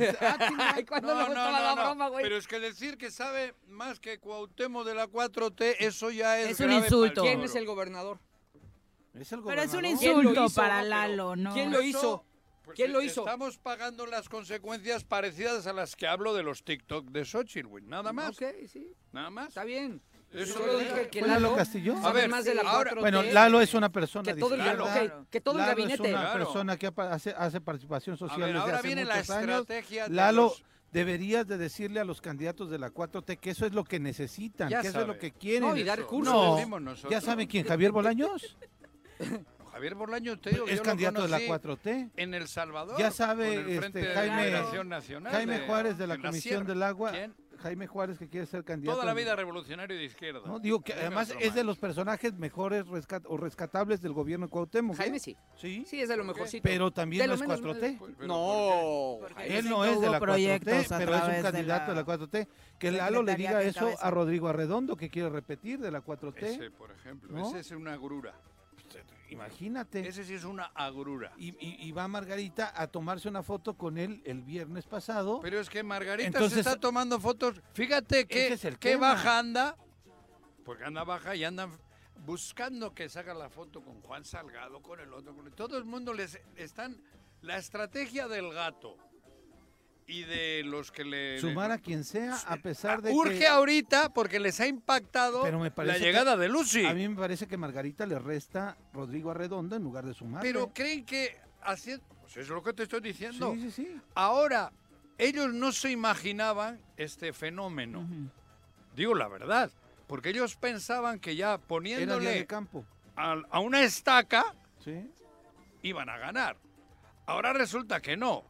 Speaker 6: Ay, ¿cuándo le gustaba la broma, güey?
Speaker 3: Pero es que decir que sabe más que Cuauhtémoc de la 4T, eso ya es,
Speaker 2: Es un
Speaker 3: grave
Speaker 2: insulto.
Speaker 3: pa'l
Speaker 6: ¿Quién es
Speaker 3: choro.
Speaker 6: el gobernador?
Speaker 4: Es el
Speaker 2: Pero es un
Speaker 4: gobernador.
Speaker 6: ¿Quién lo
Speaker 2: insulto
Speaker 6: hizo?
Speaker 2: para
Speaker 6: Pero-
Speaker 2: Lalo, ¿no?
Speaker 6: ¿Quién lo
Speaker 3: Eso,
Speaker 6: hizo?
Speaker 3: pues,
Speaker 6: ¿Quién lo
Speaker 3: e-
Speaker 6: hizo?
Speaker 3: Estamos pagando las consecuencias parecidas a las que hablo de los TikTok de Xochitl, güey. Nada más,
Speaker 6: Ok, sí,
Speaker 3: nada más.
Speaker 6: está bien.
Speaker 3: Eso
Speaker 6: Yo
Speaker 3: es.
Speaker 6: lo dije que
Speaker 4: ¿Fue Lalo
Speaker 6: Lalo
Speaker 4: Castillo?
Speaker 6: sabe
Speaker 3: A ver,
Speaker 6: más de la
Speaker 3: ahora-
Speaker 6: 4T.
Speaker 4: Bueno, Lalo es una persona
Speaker 6: Que todo el,
Speaker 4: de
Speaker 3: Lalo.
Speaker 4: izquierda.
Speaker 6: ok, que todo el
Speaker 4: Lalo
Speaker 6: gabinete.
Speaker 4: es una
Speaker 3: Claro.
Speaker 4: persona que apa- hace, hace participación social
Speaker 3: A ver,
Speaker 4: desde
Speaker 3: ahora
Speaker 4: hace
Speaker 3: viene la
Speaker 4: muchos años.
Speaker 3: estrategia de
Speaker 4: Lalo,
Speaker 3: los-
Speaker 4: deberías de decirle a los candidatos de la 4T que eso es lo que necesitan,
Speaker 3: Ya
Speaker 4: que eso es
Speaker 3: sabe.
Speaker 4: lo que quieren.
Speaker 6: No, y dar
Speaker 3: Eso,
Speaker 6: cursos.
Speaker 3: lo
Speaker 4: No,
Speaker 3: decimos nosotros.
Speaker 4: ¿Ya saben quién? ¿Javier Bolaños?
Speaker 3: Javier Bolaño, te digo, yo
Speaker 4: es
Speaker 3: lo
Speaker 4: candidato de la
Speaker 3: conocí
Speaker 4: 4T.
Speaker 3: En El Salvador.
Speaker 4: Ya sabe,
Speaker 3: con el Frente
Speaker 4: este,
Speaker 3: de
Speaker 4: Jaime-
Speaker 3: Liberación Nacional
Speaker 4: Jaime Juárez de la
Speaker 3: en
Speaker 4: Comisión
Speaker 3: Sierra.
Speaker 4: del Agua.
Speaker 3: ¿Quién?
Speaker 4: Jaime Juárez que quiere ser candidato.
Speaker 3: Toda la vida revolucionario de izquierda.
Speaker 4: No, digo que
Speaker 3: Jaime
Speaker 4: además
Speaker 3: otro
Speaker 4: es de
Speaker 3: más.
Speaker 4: los personajes mejores rescat- o rescatables del gobierno de Cuauhtémoc. ¿eh?
Speaker 6: Jaime sí.
Speaker 4: Sí.
Speaker 6: Sí, es de lo mejorcito.
Speaker 4: Pero también
Speaker 6: De
Speaker 4: no
Speaker 6: lo
Speaker 4: es
Speaker 6: menos-
Speaker 4: 4T.
Speaker 3: Pues, pero
Speaker 6: No.
Speaker 2: Porque
Speaker 4: Él
Speaker 2: dicen
Speaker 4: no
Speaker 2: que
Speaker 4: es de
Speaker 2: hubo
Speaker 4: la 4T,
Speaker 2: proyectos a
Speaker 4: pero es
Speaker 2: través
Speaker 4: un
Speaker 2: de
Speaker 4: candidato de la, 4T. Que Lalo le
Speaker 2: secretaría
Speaker 4: diga
Speaker 2: que
Speaker 4: eso
Speaker 2: encabeza.
Speaker 4: a Rodrigo Arredondo, que quiere repetir de la
Speaker 3: ¿por
Speaker 4: 4T.
Speaker 3: qué? Ese, por ejemplo.
Speaker 4: ¿No?
Speaker 3: Ese es una agrura.
Speaker 4: Imagínate.
Speaker 3: Ese sí es una agrura.
Speaker 4: Y, y- y va Margarita a tomarse una foto con él el viernes pasado.
Speaker 3: Pero es que Margarita
Speaker 4: Entonces-
Speaker 3: se está tomando fotos. Fíjate que,
Speaker 4: Ese es el
Speaker 3: que
Speaker 4: tema.
Speaker 3: baja anda. Porque anda baja y andan buscando que se haga la foto con Juan Salgado, con el otro. Con Todo el mundo les están. La estrategia del gato y de los que le.
Speaker 4: sumar a quien sea, a pesar de
Speaker 3: Urge
Speaker 4: que...
Speaker 3: ahorita porque les ha impactado
Speaker 4: Pero me
Speaker 3: la
Speaker 4: parece que-
Speaker 3: llegada de Lucy.
Speaker 4: A mí me parece que Margarita le resta Rodrigo Arredondo en lugar de sumar.
Speaker 3: Pero creen que haciendo. Pues es lo que te estoy diciendo.
Speaker 4: Sí, sí, sí.
Speaker 3: Ahora, ellos no se imaginaban este fenómeno. Digo la verdad. Porque ellos pensaban que ya
Speaker 4: Era día de
Speaker 3: poniéndole
Speaker 4: campo.
Speaker 3: al- a, una estaca
Speaker 4: Sí.
Speaker 3: iban a ganar. Ahora resulta que no.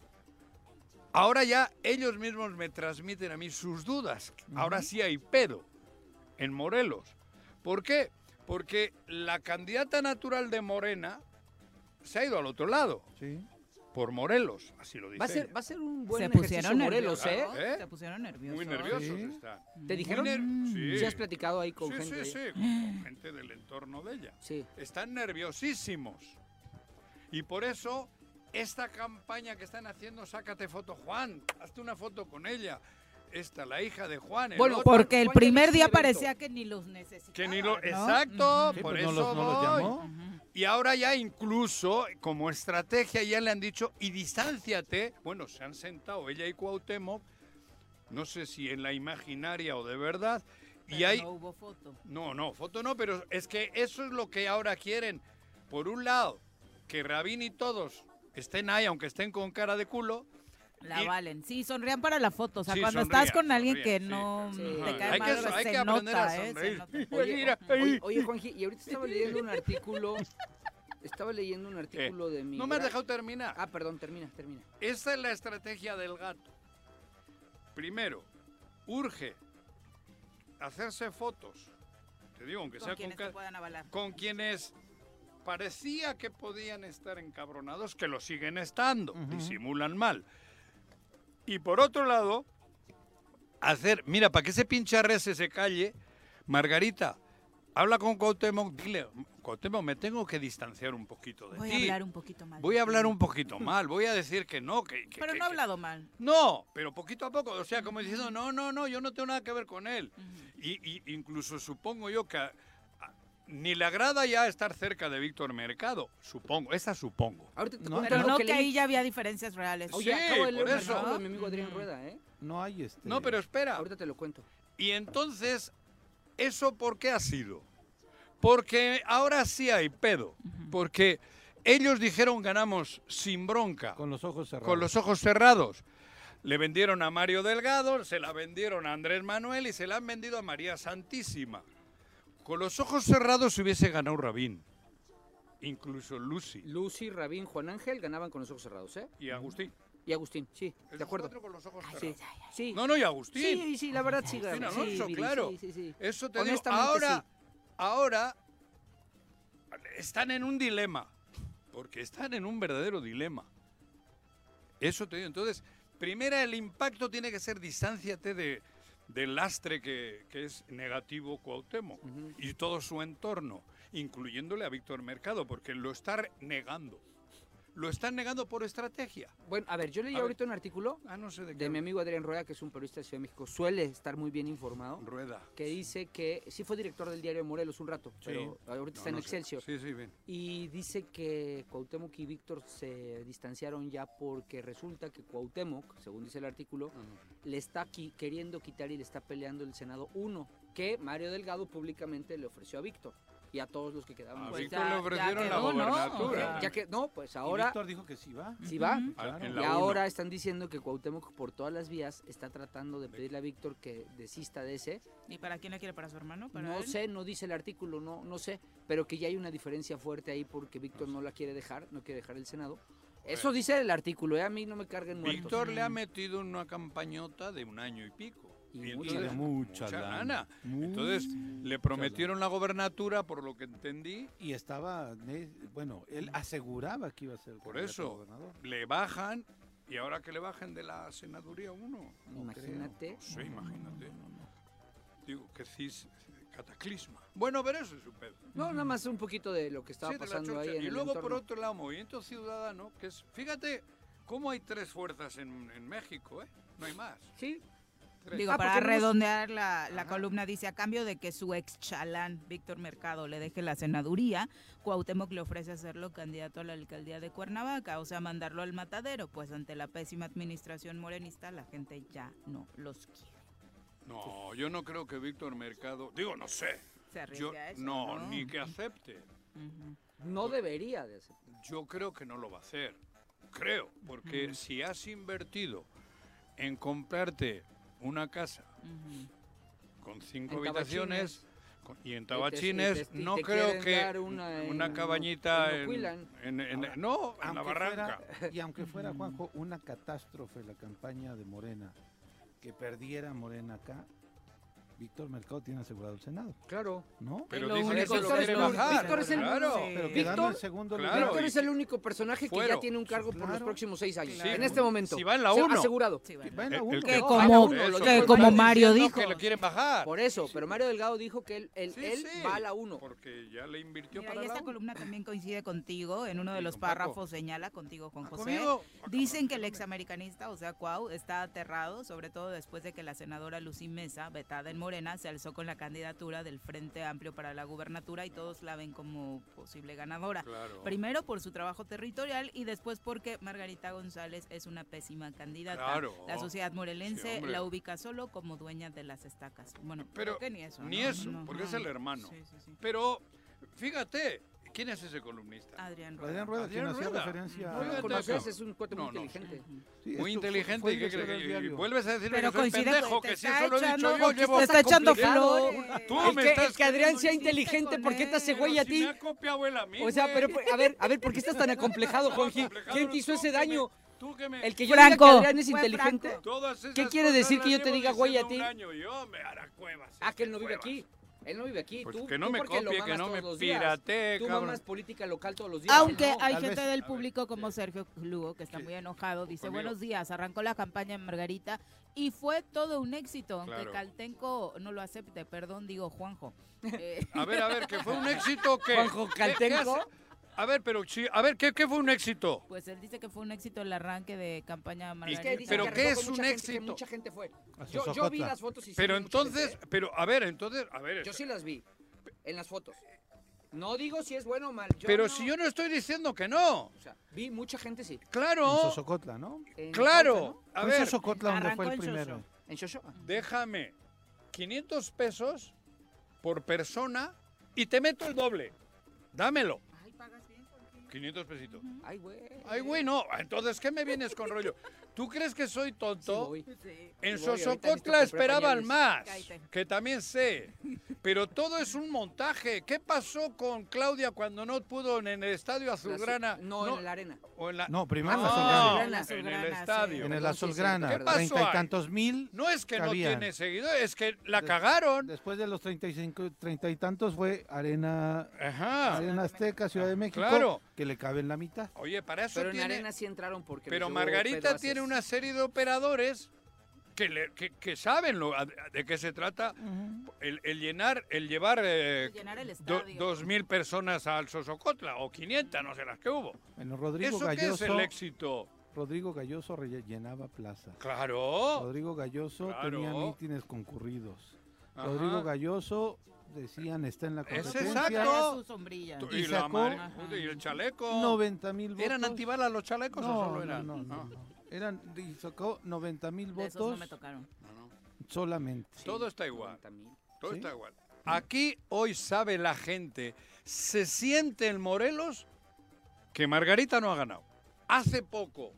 Speaker 3: Ahora ya ellos mismos me transmiten a mí sus dudas. Ahora sí hay pedo en Morelos. ¿Por qué? Porque la candidata natural de Morena se ha ido al otro lado,
Speaker 4: Sí.
Speaker 3: por Morelos, así lo dice.
Speaker 6: Va a ser,
Speaker 3: ella.
Speaker 6: va a ser un
Speaker 2: Se
Speaker 6: buen ejercicio
Speaker 2: pusieron
Speaker 6: Morelos, ¿eh?
Speaker 2: nerviosos.
Speaker 3: ¿eh?
Speaker 2: Se pusieron nerviosos.
Speaker 3: Muy nerviosos
Speaker 4: Sí.
Speaker 3: están.
Speaker 6: ¿Te
Speaker 3: Muy
Speaker 6: dijeron?
Speaker 3: ner-
Speaker 6: Si
Speaker 3: sí.
Speaker 6: has platicado ahí con
Speaker 3: sí,
Speaker 6: gente.
Speaker 3: sí,
Speaker 6: ahí?
Speaker 3: sí, con gente del entorno de ella.
Speaker 6: Sí.
Speaker 3: Están nerviosísimos. Y por eso esta campaña que están haciendo, sácate foto Juan, hazte una foto con ella. Esta, la hija de Juan. el
Speaker 6: Bueno,
Speaker 3: otro,
Speaker 2: Porque el
Speaker 6: Juan ya
Speaker 2: primer
Speaker 6: hizo
Speaker 2: día
Speaker 6: un evento.
Speaker 2: parecía que ni los necesitaba.
Speaker 3: que ni
Speaker 2: ¿no?
Speaker 3: lo... Exacto,
Speaker 4: Sí,
Speaker 3: por
Speaker 4: pues no
Speaker 3: eso
Speaker 4: los, no los
Speaker 3: voy.
Speaker 4: llamó.
Speaker 3: Y ahora ya incluso como estrategia ya le han dicho y distánciate. Bueno, se han sentado ella y Cuauhtémoc, no sé si en la imaginaria o de verdad. y
Speaker 2: Pero
Speaker 3: hay
Speaker 2: No hubo foto.
Speaker 3: no, no, foto no, pero es que eso es lo que ahora quieren. Por un lado, que Rabín y todos estén ahí, aunque estén con cara de culo.
Speaker 2: La
Speaker 3: Y-
Speaker 2: valen. Sí, sonrían para la foto. O sea,
Speaker 3: Sí,
Speaker 2: cuando
Speaker 3: sonrían,
Speaker 2: estás con alguien
Speaker 3: sonrían,
Speaker 2: que
Speaker 3: sí.
Speaker 2: no
Speaker 6: Sí.
Speaker 2: mm, te
Speaker 6: Ajá.
Speaker 2: cae
Speaker 6: Hay
Speaker 2: mal,
Speaker 6: que-
Speaker 2: pues
Speaker 3: hay
Speaker 2: se
Speaker 3: que aprender a
Speaker 2: nota, ¿eh? Se
Speaker 3: sonreír.
Speaker 2: nota.
Speaker 3: Pues
Speaker 6: Oye,
Speaker 3: mira,
Speaker 6: o- oye,
Speaker 3: ahí.
Speaker 6: oye, Juanji, y ahorita estaba leyendo un artículo. Estaba leyendo un artículo de mi.
Speaker 3: No me has
Speaker 6: gra-
Speaker 3: dejado terminar.
Speaker 6: Ah, perdón, termina, termina.
Speaker 3: Esa es la estrategia del gato. Primero, urge hacerse fotos. Te digo, aunque
Speaker 2: Con
Speaker 3: sea con,
Speaker 2: quienes te
Speaker 3: ca-
Speaker 2: puedan avalar.
Speaker 3: con quienes parecía que podían estar encabronados, que lo siguen estando, disimulan mal. Y por otro lado, hacer, mira, para que ese pinche RS se calle, Margarita, habla con Cuauhtémoc, dile, Cuauhtémoc, me tengo que distanciar un poquito de
Speaker 2: Voy a
Speaker 3: ti.
Speaker 2: hablar un poquito mal.
Speaker 3: Voy a hablar un poquito mal, voy a decir que no, que... que-
Speaker 2: Pero
Speaker 3: que-
Speaker 2: no he
Speaker 3: que-
Speaker 2: hablado mal.
Speaker 3: no, pero poquito a poco, o sea, como diciendo, no, no, no, yo no tengo nada que ver con él. y, y incluso supongo yo que a- a- ni le agrada ya estar cerca de Víctor Mercado, supongo, esa supongo.
Speaker 6: Ahorita te
Speaker 4: No,
Speaker 6: cuento
Speaker 2: Pero
Speaker 6: algo
Speaker 2: no
Speaker 6: que
Speaker 2: que ahí
Speaker 6: leí.
Speaker 2: ya había diferencias reales.
Speaker 3: Sí,
Speaker 6: Oye, acabo de leer
Speaker 3: por
Speaker 6: un
Speaker 3: eso.
Speaker 6: artículo de mi amigo Adrián Rueda, ¿eh?
Speaker 4: No hay este.
Speaker 3: No, pero espera,
Speaker 6: Ahorita te lo cuento.
Speaker 3: Y entonces, ¿eso por qué ha sido? Porque ahora sí hay pedo. Porque ellos dijeron ganamos sin bronca. Con los ojos cerrados. Con los ojos cerrados. Le vendieron a Mario Delgado, se la vendieron a Andrés Manuel y se la han vendido a María Santísima. Con los ojos cerrados hubiese ganado Rabín. Incluso Lucy.
Speaker 6: Lucy, Rabín, Juan Ángel ganaban con los ojos cerrados, ¿eh?
Speaker 3: Y Agustín.
Speaker 6: Y Agustín, sí, de acuerdo.
Speaker 3: cerrados.
Speaker 6: Sí, sí.
Speaker 3: No, no, y Agustín.
Speaker 6: Sí, sí, la verdad sí.
Speaker 3: Agustín
Speaker 6: ganaba. Sí,
Speaker 3: Alonso,
Speaker 6: Viri,
Speaker 3: claro. Eh,
Speaker 6: sí, sí, sí.
Speaker 3: Eso te digo.
Speaker 6: Honestamente,
Speaker 3: Ahora,
Speaker 6: sí.
Speaker 3: ahora están en un dilema. Porque están en un verdadero dilema. Eso te digo. Entonces, primera, el impacto tiene que ser distánciate de, del lastre que, que es negativo Cuauhtémoc y todo su entorno, incluyéndole a Víctor Mercado, porque lo está re- negando. Lo están negando por estrategia.
Speaker 6: Bueno, a ver, yo leí
Speaker 3: A ver. Ah,
Speaker 6: ahorita un artículo de, mi amigo Adrián Rueda, que es un periodista de Ciudad de México, suele estar muy bien informado.
Speaker 3: Rueda.
Speaker 6: Que dice que sí fue director del diario de Morelos un rato, pero ahorita está en Excelsior.
Speaker 3: Sí, sí, bien.
Speaker 6: Y dice que Cuauhtémoc y Víctor se distanciaron ya porque resulta que Cuauhtémoc, según dice el artículo, le está qui- queriendo quitar y le está peleando el Senado 1, que Mario Delgado públicamente le ofreció a Víctor y a todos los que quedaban.
Speaker 3: A
Speaker 6: Pues
Speaker 3: Víctor
Speaker 6: ya-
Speaker 3: le
Speaker 6: ya
Speaker 3: ofrecieron la
Speaker 6: quedó, ¿no?
Speaker 3: gobernatura.
Speaker 6: Ya que, no, pues
Speaker 4: Y
Speaker 6: ahora...
Speaker 4: Víctor dijo que sí va.
Speaker 6: Sí va.
Speaker 4: Ujú. Claro.
Speaker 6: Y
Speaker 4: En la
Speaker 6: ahora están diciendo que Cuauhtémoc por todas las vías está tratando de pedirle a Víctor que desista de ese.
Speaker 2: ¿Y para quién la quiere? ¿Para su hermano? ¿Para
Speaker 6: No
Speaker 2: él?
Speaker 6: sé, no dice el artículo, no, no sé, pero que ya hay una diferencia fuerte ahí porque Víctor no la quiere dejar, no quiere dejar el Senado. Eso dice el artículo, ¿eh? a mí no me carguen muertos. Mm.
Speaker 3: Víctor le ha metido una campañota de un año y pico. Y
Speaker 6: mucha
Speaker 3: entonces-
Speaker 6: lana.
Speaker 4: Mucha lana.
Speaker 3: lana. Entonces le prometieron la gobernatura, por lo que entendí.
Speaker 4: Y estaba, ne- bueno, él aseguraba que iba a ser
Speaker 3: Por
Speaker 4: candidato a
Speaker 3: eso
Speaker 4: gobernador.
Speaker 3: le bajan y ahora que le bajen de la senaduría uno.
Speaker 6: Imagínate.
Speaker 3: No sé, imagínate. Digo, que cis cataclisma. Bueno, pero eso es un pedo.
Speaker 6: No, nada más un poquito de lo que estaba
Speaker 3: Sí, de la
Speaker 6: pasando ahí
Speaker 3: chorcha.
Speaker 6: en
Speaker 3: y
Speaker 6: el
Speaker 3: luego por
Speaker 6: entorno.
Speaker 3: otro lado movimiento ciudadano que es fíjate cómo hay tres fuerzas en, en México eh no hay más
Speaker 6: sí
Speaker 3: Ah,
Speaker 2: Digo, para redondear la, la columna, dice, a cambio de que su ex chalán, Víctor Mercado, le deje la senaduría, Cuauhtémoc le ofrece hacerlo candidato a la alcaldía de Cuernavaca, o sea, mandarlo al matadero, pues ante la pésima administración morenista, la gente ya no los quiere.
Speaker 3: no yo no creo que Víctor Mercado digo no sé
Speaker 2: Se arriesga
Speaker 3: yo,
Speaker 2: a eso,
Speaker 3: no,
Speaker 2: ¿no?
Speaker 3: ni que acepte
Speaker 6: No debería de ser.
Speaker 3: yo creo que no lo va a hacer creo porque
Speaker 6: Ujú.
Speaker 3: si has invertido en comprarte una casa con cinco
Speaker 6: En
Speaker 3: habitaciones con- y en Tabachines,
Speaker 6: y te- y te
Speaker 3: no creo
Speaker 6: quieren
Speaker 3: que
Speaker 6: dar una en-
Speaker 3: cabañita
Speaker 6: en
Speaker 3: en,
Speaker 6: Ocuilan.
Speaker 3: en- en- no, en la
Speaker 4: Aunque
Speaker 3: barranca.
Speaker 4: fuera- y aunque fuera, Juanjo, una catástrofe la campaña de Morena, que perdiera Morena acá, Víctor Mercado tiene asegurado el Senado.
Speaker 6: Claro.
Speaker 4: ¿no?
Speaker 3: Pero Es lo dice que único se lo que quiere
Speaker 6: Víctor-
Speaker 3: bajar,
Speaker 6: Víctor es el,
Speaker 3: claro.
Speaker 4: Pero
Speaker 6: Víctor-
Speaker 4: quedando en segundo lugar.
Speaker 6: Víctor
Speaker 3: y-
Speaker 6: es el único personaje que
Speaker 3: Fuero.
Speaker 6: ya tiene un cargo por los próximos seis años.
Speaker 3: Sí,
Speaker 6: en este momento.
Speaker 3: Si va en la
Speaker 6: O sea,
Speaker 3: 1.
Speaker 6: Asegurado.
Speaker 3: El- el
Speaker 6: Que
Speaker 3: va
Speaker 6: como-
Speaker 3: en la uno,
Speaker 6: que
Speaker 3: lo
Speaker 6: como
Speaker 3: quieren bajar.
Speaker 6: Mario
Speaker 3: Diciendo
Speaker 6: dijo.
Speaker 3: Que lo quieren bajar.
Speaker 6: Por eso, pero Mario Delgado dijo que él, él,
Speaker 3: Sí,
Speaker 6: él
Speaker 3: sí,
Speaker 6: va a la 1.
Speaker 3: Porque ya le invirtió
Speaker 2: Mira,
Speaker 3: para
Speaker 2: y
Speaker 3: la
Speaker 2: esta columna también coincide contigo, en uno de los
Speaker 3: con Paco. Ah,
Speaker 2: párrafos señala contigo, Juan José.
Speaker 3: conmigo.
Speaker 2: Dicen que el examericanista, o sea, Cuau, está aterrado, sobre todo después de que la senadora Lucy Mesa, vetada en Morena, se alzó con la candidatura del Frente Amplio para la gubernatura y todos la ven como posible ganadora.
Speaker 3: Claro.
Speaker 2: Primero por su trabajo territorial y después porque Margarita González es una pésima candidata.
Speaker 3: Claro.
Speaker 2: La sociedad morelense
Speaker 3: Sí, hombre.
Speaker 2: la ubica solo como dueña de las estacas. Bueno,
Speaker 3: Pero
Speaker 2: creo que ni eso.
Speaker 3: Ni
Speaker 2: ¿no?
Speaker 3: eso,
Speaker 2: No,
Speaker 3: porque es
Speaker 2: no.
Speaker 3: el hermano.
Speaker 2: Sí, sí, sí.
Speaker 3: Pero fíjate, ¿quién es ese columnista?
Speaker 2: Adrián Rueda.
Speaker 4: Adrián Rueda, quien
Speaker 3: Adrián
Speaker 4: hacía
Speaker 3: Rueda.
Speaker 4: referencia
Speaker 3: No lo
Speaker 4: a-
Speaker 3: conoces,
Speaker 4: Paco.
Speaker 3: es un cuate muy No, no. inteligente.
Speaker 4: Sí,
Speaker 3: Muy
Speaker 4: esto fue-
Speaker 3: inteligente,
Speaker 4: fue
Speaker 3: ¿y qué
Speaker 4: director
Speaker 3: crees?
Speaker 4: del
Speaker 3: Y- y
Speaker 4: diario.
Speaker 3: vuelves a decirme Pero que soy coincide pendejo, con- te que si está eso lo he dicho echando- yo,
Speaker 2: te llevo
Speaker 6: está echando
Speaker 2: completando.
Speaker 6: flores.
Speaker 3: Tú
Speaker 6: Ay,
Speaker 3: me
Speaker 6: que-
Speaker 3: estás-
Speaker 6: es que Adrián sea inteligente, ¿por qué te hace güey a
Speaker 3: si
Speaker 6: ti?
Speaker 3: me ha copiado él a mí,
Speaker 6: O sea,
Speaker 3: güey.
Speaker 6: pero a ver, a ver, ¿por qué estás tan acomplejado, Juanji? ¿Quién te hizo ese daño?
Speaker 3: Tú que me-
Speaker 6: El que yo diga que Adrián es inteligente.
Speaker 3: Todas esas
Speaker 6: ¿Qué quiere
Speaker 3: cosas
Speaker 6: decir
Speaker 3: las
Speaker 6: que yo te
Speaker 3: llevo
Speaker 6: diga güey a
Speaker 3: diciendo
Speaker 6: ti?
Speaker 3: un año, yo me hará cuevas.
Speaker 6: Ah, que él no vive aquí. Él no vive aquí.
Speaker 3: Pues
Speaker 6: tú,
Speaker 3: que no
Speaker 6: tú
Speaker 3: me
Speaker 6: porque lo
Speaker 3: copie, que
Speaker 6: mamas
Speaker 3: no
Speaker 6: todos
Speaker 3: me
Speaker 6: los días.
Speaker 3: piratee,
Speaker 6: Tú
Speaker 3: cabrón.
Speaker 6: mamas política local todos los días.
Speaker 2: Aunque
Speaker 6: él no.
Speaker 2: hay gente del público como Sergio Lugo, que está muy enojado, dice,
Speaker 6: conmigo.
Speaker 2: buenos días, arrancó la campaña en Margarita y fue todo un éxito, aunque
Speaker 3: Claro.
Speaker 2: Caltenco no lo acepte, perdón, digo Juanjo. Eh,
Speaker 3: A ver, a ver, que fue un éxito que.
Speaker 2: Juanjo
Speaker 3: ¿qué- qué
Speaker 2: Caltenco.
Speaker 3: hace? A ver, pero sí, a ver, ¿qué, qué fue un éxito?
Speaker 2: pues él dice que fue un éxito el arranque de campaña Margarita.
Speaker 3: qué? Pero ¿qué es un éxito?
Speaker 6: mucha gente fue.
Speaker 3: Hasta
Speaker 6: Yo, yo vi
Speaker 3: Zocotla.
Speaker 6: las fotos y sí
Speaker 3: Pero
Speaker 6: vi mucha gente,
Speaker 3: entonces, pero a ver, entonces, a ver.
Speaker 6: ¿eh? Yo sí las vi. En las fotos. No digo si es bueno o mal. yo
Speaker 3: pero
Speaker 6: no.
Speaker 3: si yo no estoy diciendo que no.
Speaker 6: O sea, vi mucha gente sí.
Speaker 4: En
Speaker 3: Claro,
Speaker 4: Sosocotla, ¿no?
Speaker 6: En
Speaker 3: claro.
Speaker 6: Xochotl, ¿no?
Speaker 3: A
Speaker 4: Pues Fue
Speaker 3: ver.
Speaker 4: Sosocotla donde fue el primero.
Speaker 6: ¿En Xochotl?
Speaker 3: Déjame. 500 pesos por persona y te meto el doble. Dámelo. 500 pesitos.
Speaker 6: Ay, güey.
Speaker 3: Ay, güey, no. Entonces, ¿qué me vienes con rollo? ¿Tú crees que soy tonto? En
Speaker 6: Sí voy, ahorita necesito
Speaker 3: Sosocotla
Speaker 6: comprar
Speaker 3: esperaban
Speaker 6: pañales.
Speaker 3: más,
Speaker 6: Cállate.
Speaker 3: que también sé. Pero todo es un montaje. ¿Qué pasó con Claudia cuando no pudo en el Estadio Azulgrana?
Speaker 6: No, en la arena.
Speaker 3: O en la-
Speaker 4: Ah, No, primero en la
Speaker 3: No,
Speaker 4: Azulgrana.
Speaker 3: en
Speaker 4: Azulgrana,
Speaker 3: el
Speaker 4: sí.
Speaker 3: estadio.
Speaker 4: En el Azulgrana,
Speaker 3: ¿Qué pasó
Speaker 4: treinta y
Speaker 3: ahí?
Speaker 4: tantos mil
Speaker 3: No es que no
Speaker 4: cabían.
Speaker 3: tiene seguidores, es que la
Speaker 4: Des-
Speaker 3: cagaron.
Speaker 4: Después de los 35, 30 y tantos fue Arena,
Speaker 3: Ajá. Ah,
Speaker 4: Arena Azteca, Ciudad de México,
Speaker 3: Claro.
Speaker 4: que le cabe en la mitad.
Speaker 3: Oye, para eso
Speaker 6: Pero en
Speaker 3: tiene...
Speaker 6: arena sí entraron porque.
Speaker 3: Pero
Speaker 6: yo,
Speaker 3: Margarita
Speaker 6: Pedro
Speaker 3: tiene
Speaker 6: Aces.
Speaker 3: una serie de operadores que, le- que, que saben lo, a- de qué se trata. el, el llenar, el llevar eh,
Speaker 10: Llenar el
Speaker 3: do-
Speaker 10: estadio.
Speaker 3: dos mil personas al Sosocotla o 500, no sé las que hubo.
Speaker 4: Bueno, Rodrigo
Speaker 3: ¿Eso qué es
Speaker 4: Galloso.
Speaker 3: el éxito?
Speaker 4: Rodrigo Galloso relle- llenaba plazas.
Speaker 3: Claro.
Speaker 4: Rodrigo Galloso
Speaker 3: Claro.
Speaker 4: tenía mítines concurridos.
Speaker 3: Ajá.
Speaker 4: Rodrigo Galloso decían está en la
Speaker 3: Es
Speaker 4: competencia.
Speaker 3: exacto.
Speaker 10: Su sombrilla.
Speaker 3: Tú-
Speaker 4: Y
Speaker 3: Y, la
Speaker 4: sacó
Speaker 3: madre- puta, y el chaleco.
Speaker 4: 90 mil votos.
Speaker 3: ¿Eran antibalas los chalecos
Speaker 4: No,
Speaker 3: o solo
Speaker 4: no,
Speaker 3: eran?
Speaker 4: no, no,
Speaker 3: Ah.
Speaker 4: Eran, y sacó 90 mil
Speaker 10: De
Speaker 4: votos
Speaker 10: esos no me tocaron.
Speaker 4: solamente.
Speaker 3: Todo está igual. Todo
Speaker 4: ¿Sí?
Speaker 3: está igual. Aquí hoy sabe la gente, se siente en Morelos que Margarita no ha ganado. Hace poco,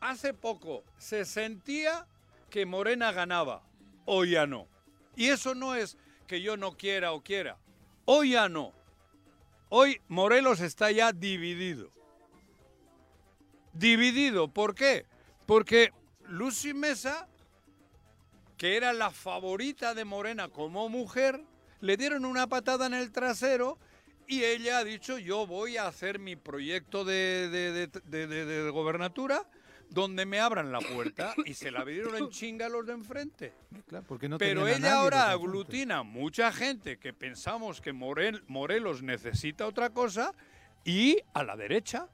Speaker 3: hace poco se sentía que Morena ganaba, hoy ya no. Y eso no es que yo no quiera o quiera, hoy ya no. Hoy Morelos está ya dividido. Dividido, ¿por qué? Porque Lucy Mesa que era la favorita de Morena como mujer, le dieron una patada en el trasero y ella ha dicho, yo voy a hacer mi proyecto de, de- de- de- de- de gobernatura donde me abran la puerta y se la dieron en chinga a los de enfrente.
Speaker 4: Claro, porque no
Speaker 3: Pero
Speaker 4: tenían a
Speaker 3: ella
Speaker 4: nadie
Speaker 3: ahora
Speaker 4: los enfrente.
Speaker 3: aglutina mucha gente que pensamos que Morel- Morelos necesita otra cosa y a la derecha.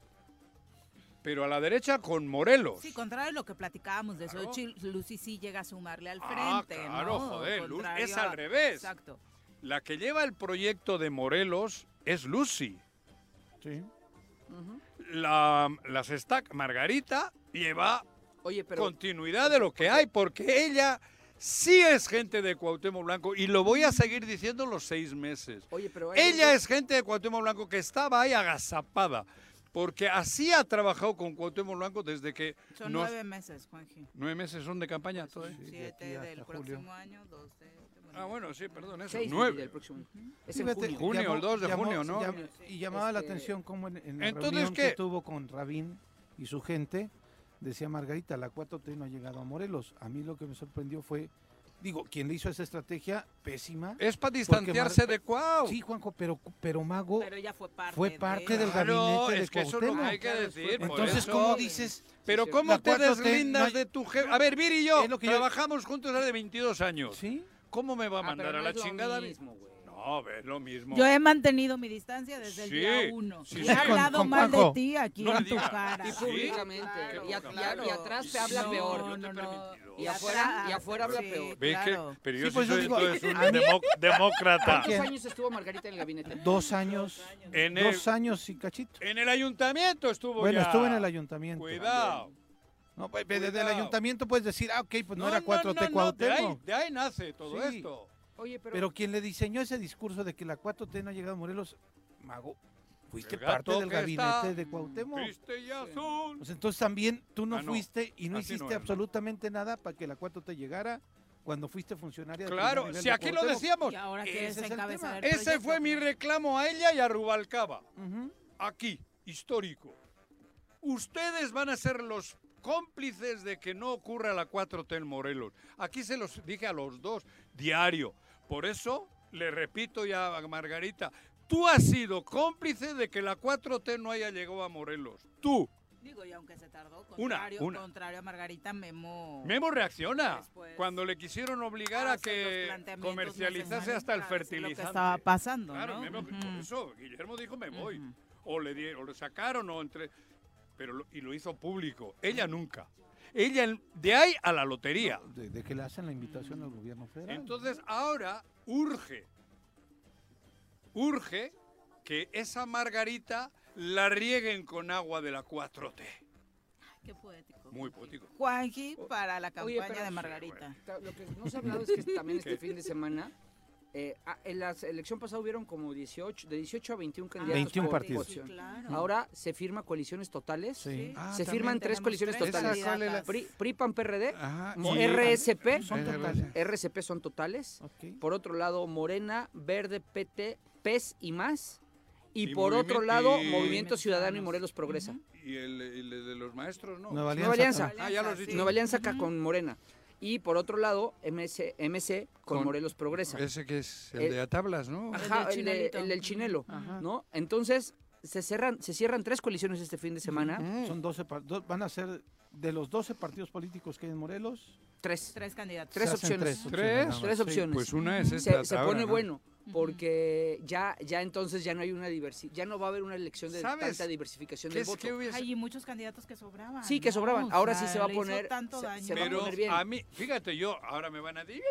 Speaker 3: Pero a la derecha con Morelos.
Speaker 10: Sí, contrario a lo que platicábamos de eso, Chi- Lucy sí llega a sumarle al
Speaker 3: Ah,
Speaker 10: frente.
Speaker 3: claro,
Speaker 10: ¿no?
Speaker 3: joder, Lu-
Speaker 10: Contrario
Speaker 3: es
Speaker 10: a-
Speaker 3: al revés.
Speaker 10: Exacto.
Speaker 3: La que lleva el proyecto de Morelos es Lucy.
Speaker 4: Sí.
Speaker 3: La, las estacas, Margarita lleva
Speaker 6: Oye, pero.
Speaker 3: continuidad de lo que hay, porque ella sí es gente de Cuauhtémoc Blanco y lo voy a seguir diciendo los seis meses.
Speaker 6: Oye, pero. hay
Speaker 3: Ella
Speaker 6: algo-
Speaker 3: es gente de Cuauhtémoc Blanco que estaba ahí agazapada, porque así ha trabajado con Cuauhtémoc Blanco desde que...
Speaker 10: Son
Speaker 3: nos-
Speaker 10: nueve meses, Juanji.
Speaker 3: nueve meses son de campaña, todo, ¿eh?
Speaker 10: Siete del próximo año, dos de...
Speaker 3: Ah, bueno, sí, perdón, eso.
Speaker 6: este Seis
Speaker 3: nueve.
Speaker 6: del próximo. Es en
Speaker 4: Fíjate,
Speaker 6: junio.
Speaker 3: Junio, el 2 de junio, ¿no?
Speaker 4: llam- y llamaba la
Speaker 6: Este-
Speaker 4: atención cómo en, en la
Speaker 3: Entonces,
Speaker 4: reunión
Speaker 3: ¿qué?
Speaker 4: que tuvo con Rabín y su gente, decía Margarita, la 4T no ha llegado a Morelos. A mí lo que me sorprendió fue, digo, quien le hizo esa estrategia pésima.
Speaker 3: Es para
Speaker 4: porque Mar-
Speaker 3: distanciarse de Cuau.
Speaker 4: Sí, Juanjo, pero, pero Mago
Speaker 10: Pero ella fue parte
Speaker 4: fue parte
Speaker 10: de...
Speaker 4: del
Speaker 3: Claro,
Speaker 4: gabinete de
Speaker 3: es que eso es lo que
Speaker 4: Cuauhtémoc.
Speaker 3: hay que decir. por
Speaker 4: Entonces,
Speaker 3: eso.
Speaker 4: ¿cómo dices?
Speaker 3: Pero
Speaker 6: Sí, sí.
Speaker 3: ¿cómo
Speaker 4: La
Speaker 3: te
Speaker 4: 4T no
Speaker 3: deslindas
Speaker 4: hay-
Speaker 3: de tu jefe? A ver, Viri y yo
Speaker 4: Es lo que yo-
Speaker 3: trabajamos juntos desde 22 años.
Speaker 4: ¿Sí?
Speaker 3: ¿Cómo me va a
Speaker 6: Ah,
Speaker 3: mandar
Speaker 6: pero
Speaker 3: a
Speaker 6: no
Speaker 3: la
Speaker 6: es lo
Speaker 3: chingada? mi-
Speaker 6: mismo, güey.
Speaker 3: No, es lo mismo.
Speaker 2: Yo he mantenido mi distancia desde
Speaker 3: Sí,
Speaker 2: el día uno.
Speaker 3: sí,
Speaker 2: y
Speaker 3: sí.
Speaker 2: he
Speaker 3: Con-
Speaker 2: hablado
Speaker 4: con
Speaker 2: mal de
Speaker 4: Juanjo.
Speaker 2: ti aquí
Speaker 3: No
Speaker 2: en
Speaker 3: le
Speaker 2: tu
Speaker 3: diga.
Speaker 2: cara.
Speaker 6: Y
Speaker 3: ¿Sí?
Speaker 6: públicamente.
Speaker 3: Claro,
Speaker 6: y, a- y a-
Speaker 10: claro.
Speaker 6: y atrás te habla
Speaker 10: No,
Speaker 6: peor.
Speaker 10: no,
Speaker 3: Yo te he
Speaker 10: no.
Speaker 3: permitido.
Speaker 6: Y afuera, y
Speaker 10: Atrás.
Speaker 6: afuera habla
Speaker 2: Sí,
Speaker 6: peor.
Speaker 3: ¿Ves que-
Speaker 2: claro.
Speaker 3: pero
Speaker 4: Sí,
Speaker 3: yo sí,
Speaker 4: pues yo
Speaker 3: soy
Speaker 4: digo,
Speaker 3: entonces, un
Speaker 4: a mí-
Speaker 3: democ- demócrata.
Speaker 6: ¿Cuántos
Speaker 4: ¿Quién?
Speaker 6: años estuvo Margarita en el gabinete?
Speaker 4: Dos años.
Speaker 3: En el,
Speaker 4: Dos años y cachito.
Speaker 3: en el ayuntamiento estuvo
Speaker 4: Bueno,
Speaker 3: ya.
Speaker 4: estuvo en el ayuntamiento.
Speaker 3: Cuidado.
Speaker 4: No, pues, desde el
Speaker 3: Cuidado.
Speaker 4: ayuntamiento puedes decir, ah, ok, pues no, era
Speaker 3: no,
Speaker 4: 4T
Speaker 3: no, de, ahí,
Speaker 4: Cuauhtémoc.
Speaker 3: de ahí nace todo
Speaker 4: Sí.
Speaker 3: esto.
Speaker 6: Oye, pero.
Speaker 4: Pero quien le diseñó ese discurso de que la 4T no ha llegado a Morelos, Mago, fuiste
Speaker 3: El gato
Speaker 4: parte del
Speaker 3: que está
Speaker 4: gabinete de Cuauhtémoc.
Speaker 3: Triste y azul.
Speaker 4: Pues entonces también tú no
Speaker 3: Ah, no.
Speaker 4: fuiste y no
Speaker 3: Así no
Speaker 4: hiciste
Speaker 3: era.
Speaker 4: absolutamente nada para que la 4T llegara cuando fuiste funcionaria. del primer
Speaker 3: Claro,
Speaker 4: nivel
Speaker 3: si
Speaker 4: de
Speaker 3: aquí lo
Speaker 4: Cuauhtémoc.
Speaker 3: decíamos.
Speaker 10: Y ahora que
Speaker 4: Ese
Speaker 10: es
Speaker 4: es el
Speaker 10: encabezar el
Speaker 3: Ese
Speaker 10: proyecto.
Speaker 3: fue mi reclamo a ella y a Rubalcaba.
Speaker 4: Ujú.
Speaker 3: aquí, histórico. Ustedes van a ser los cómplices de que no ocurra la 4T en Morelos. Aquí se los dije a los dos, diario. Por eso, le repito ya a Margarita, tú has sido cómplice de que la 4T no haya llegado a Morelos. Tú.
Speaker 10: Digo, y aunque se tardó,
Speaker 3: Una,
Speaker 10: contrario,
Speaker 3: una.
Speaker 10: contrario a Margarita, Memo...
Speaker 3: Memo reacciona
Speaker 10: Oh. Después.
Speaker 3: cuando le quisieron obligar a
Speaker 10: Hace los
Speaker 3: que
Speaker 10: planteamientos
Speaker 3: comercializase
Speaker 10: necesarios
Speaker 3: hasta el
Speaker 10: para decir lo que
Speaker 3: fertilizante.
Speaker 2: Estaba pasando,
Speaker 3: Claro,
Speaker 2: ¿no?
Speaker 3: me- me- por
Speaker 10: Ujú.
Speaker 3: eso Guillermo dijo me voy.
Speaker 10: Ujú.
Speaker 3: O le di- o lo sacaron o entre pero lo- y lo hizo público. Ella nunca. Ella en- de ahí a la lotería.
Speaker 4: De, de que le hacen la invitación al gobierno federal.
Speaker 3: Entonces ahora urge urge que esa margarita la rieguen con agua de la 4T.
Speaker 10: Qué poético.
Speaker 3: Muy poético.
Speaker 2: Juanji para la
Speaker 6: Oye,
Speaker 2: campaña
Speaker 6: pero-
Speaker 2: de Margarita.
Speaker 6: Ta- Lo que no se ha hablado es que también este fin de semana, eh, ah, en la elección pasada hubieron como 18, de 18 a 21 candidatos.
Speaker 4: 21
Speaker 6: por
Speaker 4: Ah, partidos.
Speaker 6: opción.
Speaker 4: Sí, claro.
Speaker 6: Ahora se firma coaliciones totales.
Speaker 4: Sí. Ah,
Speaker 6: se
Speaker 4: también
Speaker 6: firman tres
Speaker 4: tenemos
Speaker 6: coaliciones
Speaker 4: tres
Speaker 6: totales.
Speaker 4: ¿Esa cuál es la-
Speaker 6: PRI, PRI, PAN, PRD,
Speaker 4: Ajá,
Speaker 6: mo-
Speaker 4: sí.
Speaker 6: RSP.
Speaker 4: Son totales.
Speaker 6: RSP son totales. Por otro lado, Morena, Verde, PT, PES y más. Y,
Speaker 3: Y
Speaker 6: por otro
Speaker 3: Movimiento-
Speaker 6: lado,
Speaker 3: y-
Speaker 6: Movimiento Ciudadano y Morelos Progresa.
Speaker 3: Y el, el de los maestros, ¿no?
Speaker 4: Nueva
Speaker 6: Nueva Alianza.
Speaker 3: Ah, ya lo has dicho.
Speaker 6: Nueva Alianza acá con Morena. Y por otro lado, MC, MC con,
Speaker 3: Con-
Speaker 6: Morelos Progresa.
Speaker 3: Ese que es el,
Speaker 6: El-
Speaker 3: de a tablas, ¿no?
Speaker 6: Ajá, el, de-
Speaker 10: chinelito.
Speaker 6: el del chinelo, ¿no? Entonces, se cierran, se cierran tres coaliciones este fin de semana.
Speaker 4: Son 12 par- do- van a ser de los 12 partidos políticos que hay en Morelos.
Speaker 6: Tres.
Speaker 10: Tres candidatos.
Speaker 6: Tres
Speaker 4: Se hacen
Speaker 6: opciones.
Speaker 4: tres opciones nada más.
Speaker 6: Tres
Speaker 4: Sí,
Speaker 6: opciones.
Speaker 4: pues una es
Speaker 6: Se-
Speaker 4: esta
Speaker 6: Se,
Speaker 4: ahora,
Speaker 6: pone
Speaker 4: ¿no?
Speaker 6: bueno, porque ya, ya entonces ya no hay una diversidad, ya no va a haber una elección de
Speaker 10: ¿Sabes
Speaker 6: tanta diversificación
Speaker 10: ¿Qué
Speaker 6: del
Speaker 10: es
Speaker 6: voto.
Speaker 10: que hubiese- Hay muchos candidatos que sobraban.
Speaker 6: Sí, que
Speaker 10: ¿no?
Speaker 6: sobraban.
Speaker 10: O
Speaker 6: Ahora
Speaker 10: sea,
Speaker 6: sí se va a
Speaker 10: le hizo
Speaker 6: poner-
Speaker 10: tanto
Speaker 6: se-
Speaker 10: daño.
Speaker 6: se va a
Speaker 3: Pero
Speaker 6: poner bien.
Speaker 3: a mí, fíjate, yo ahora me van a decir...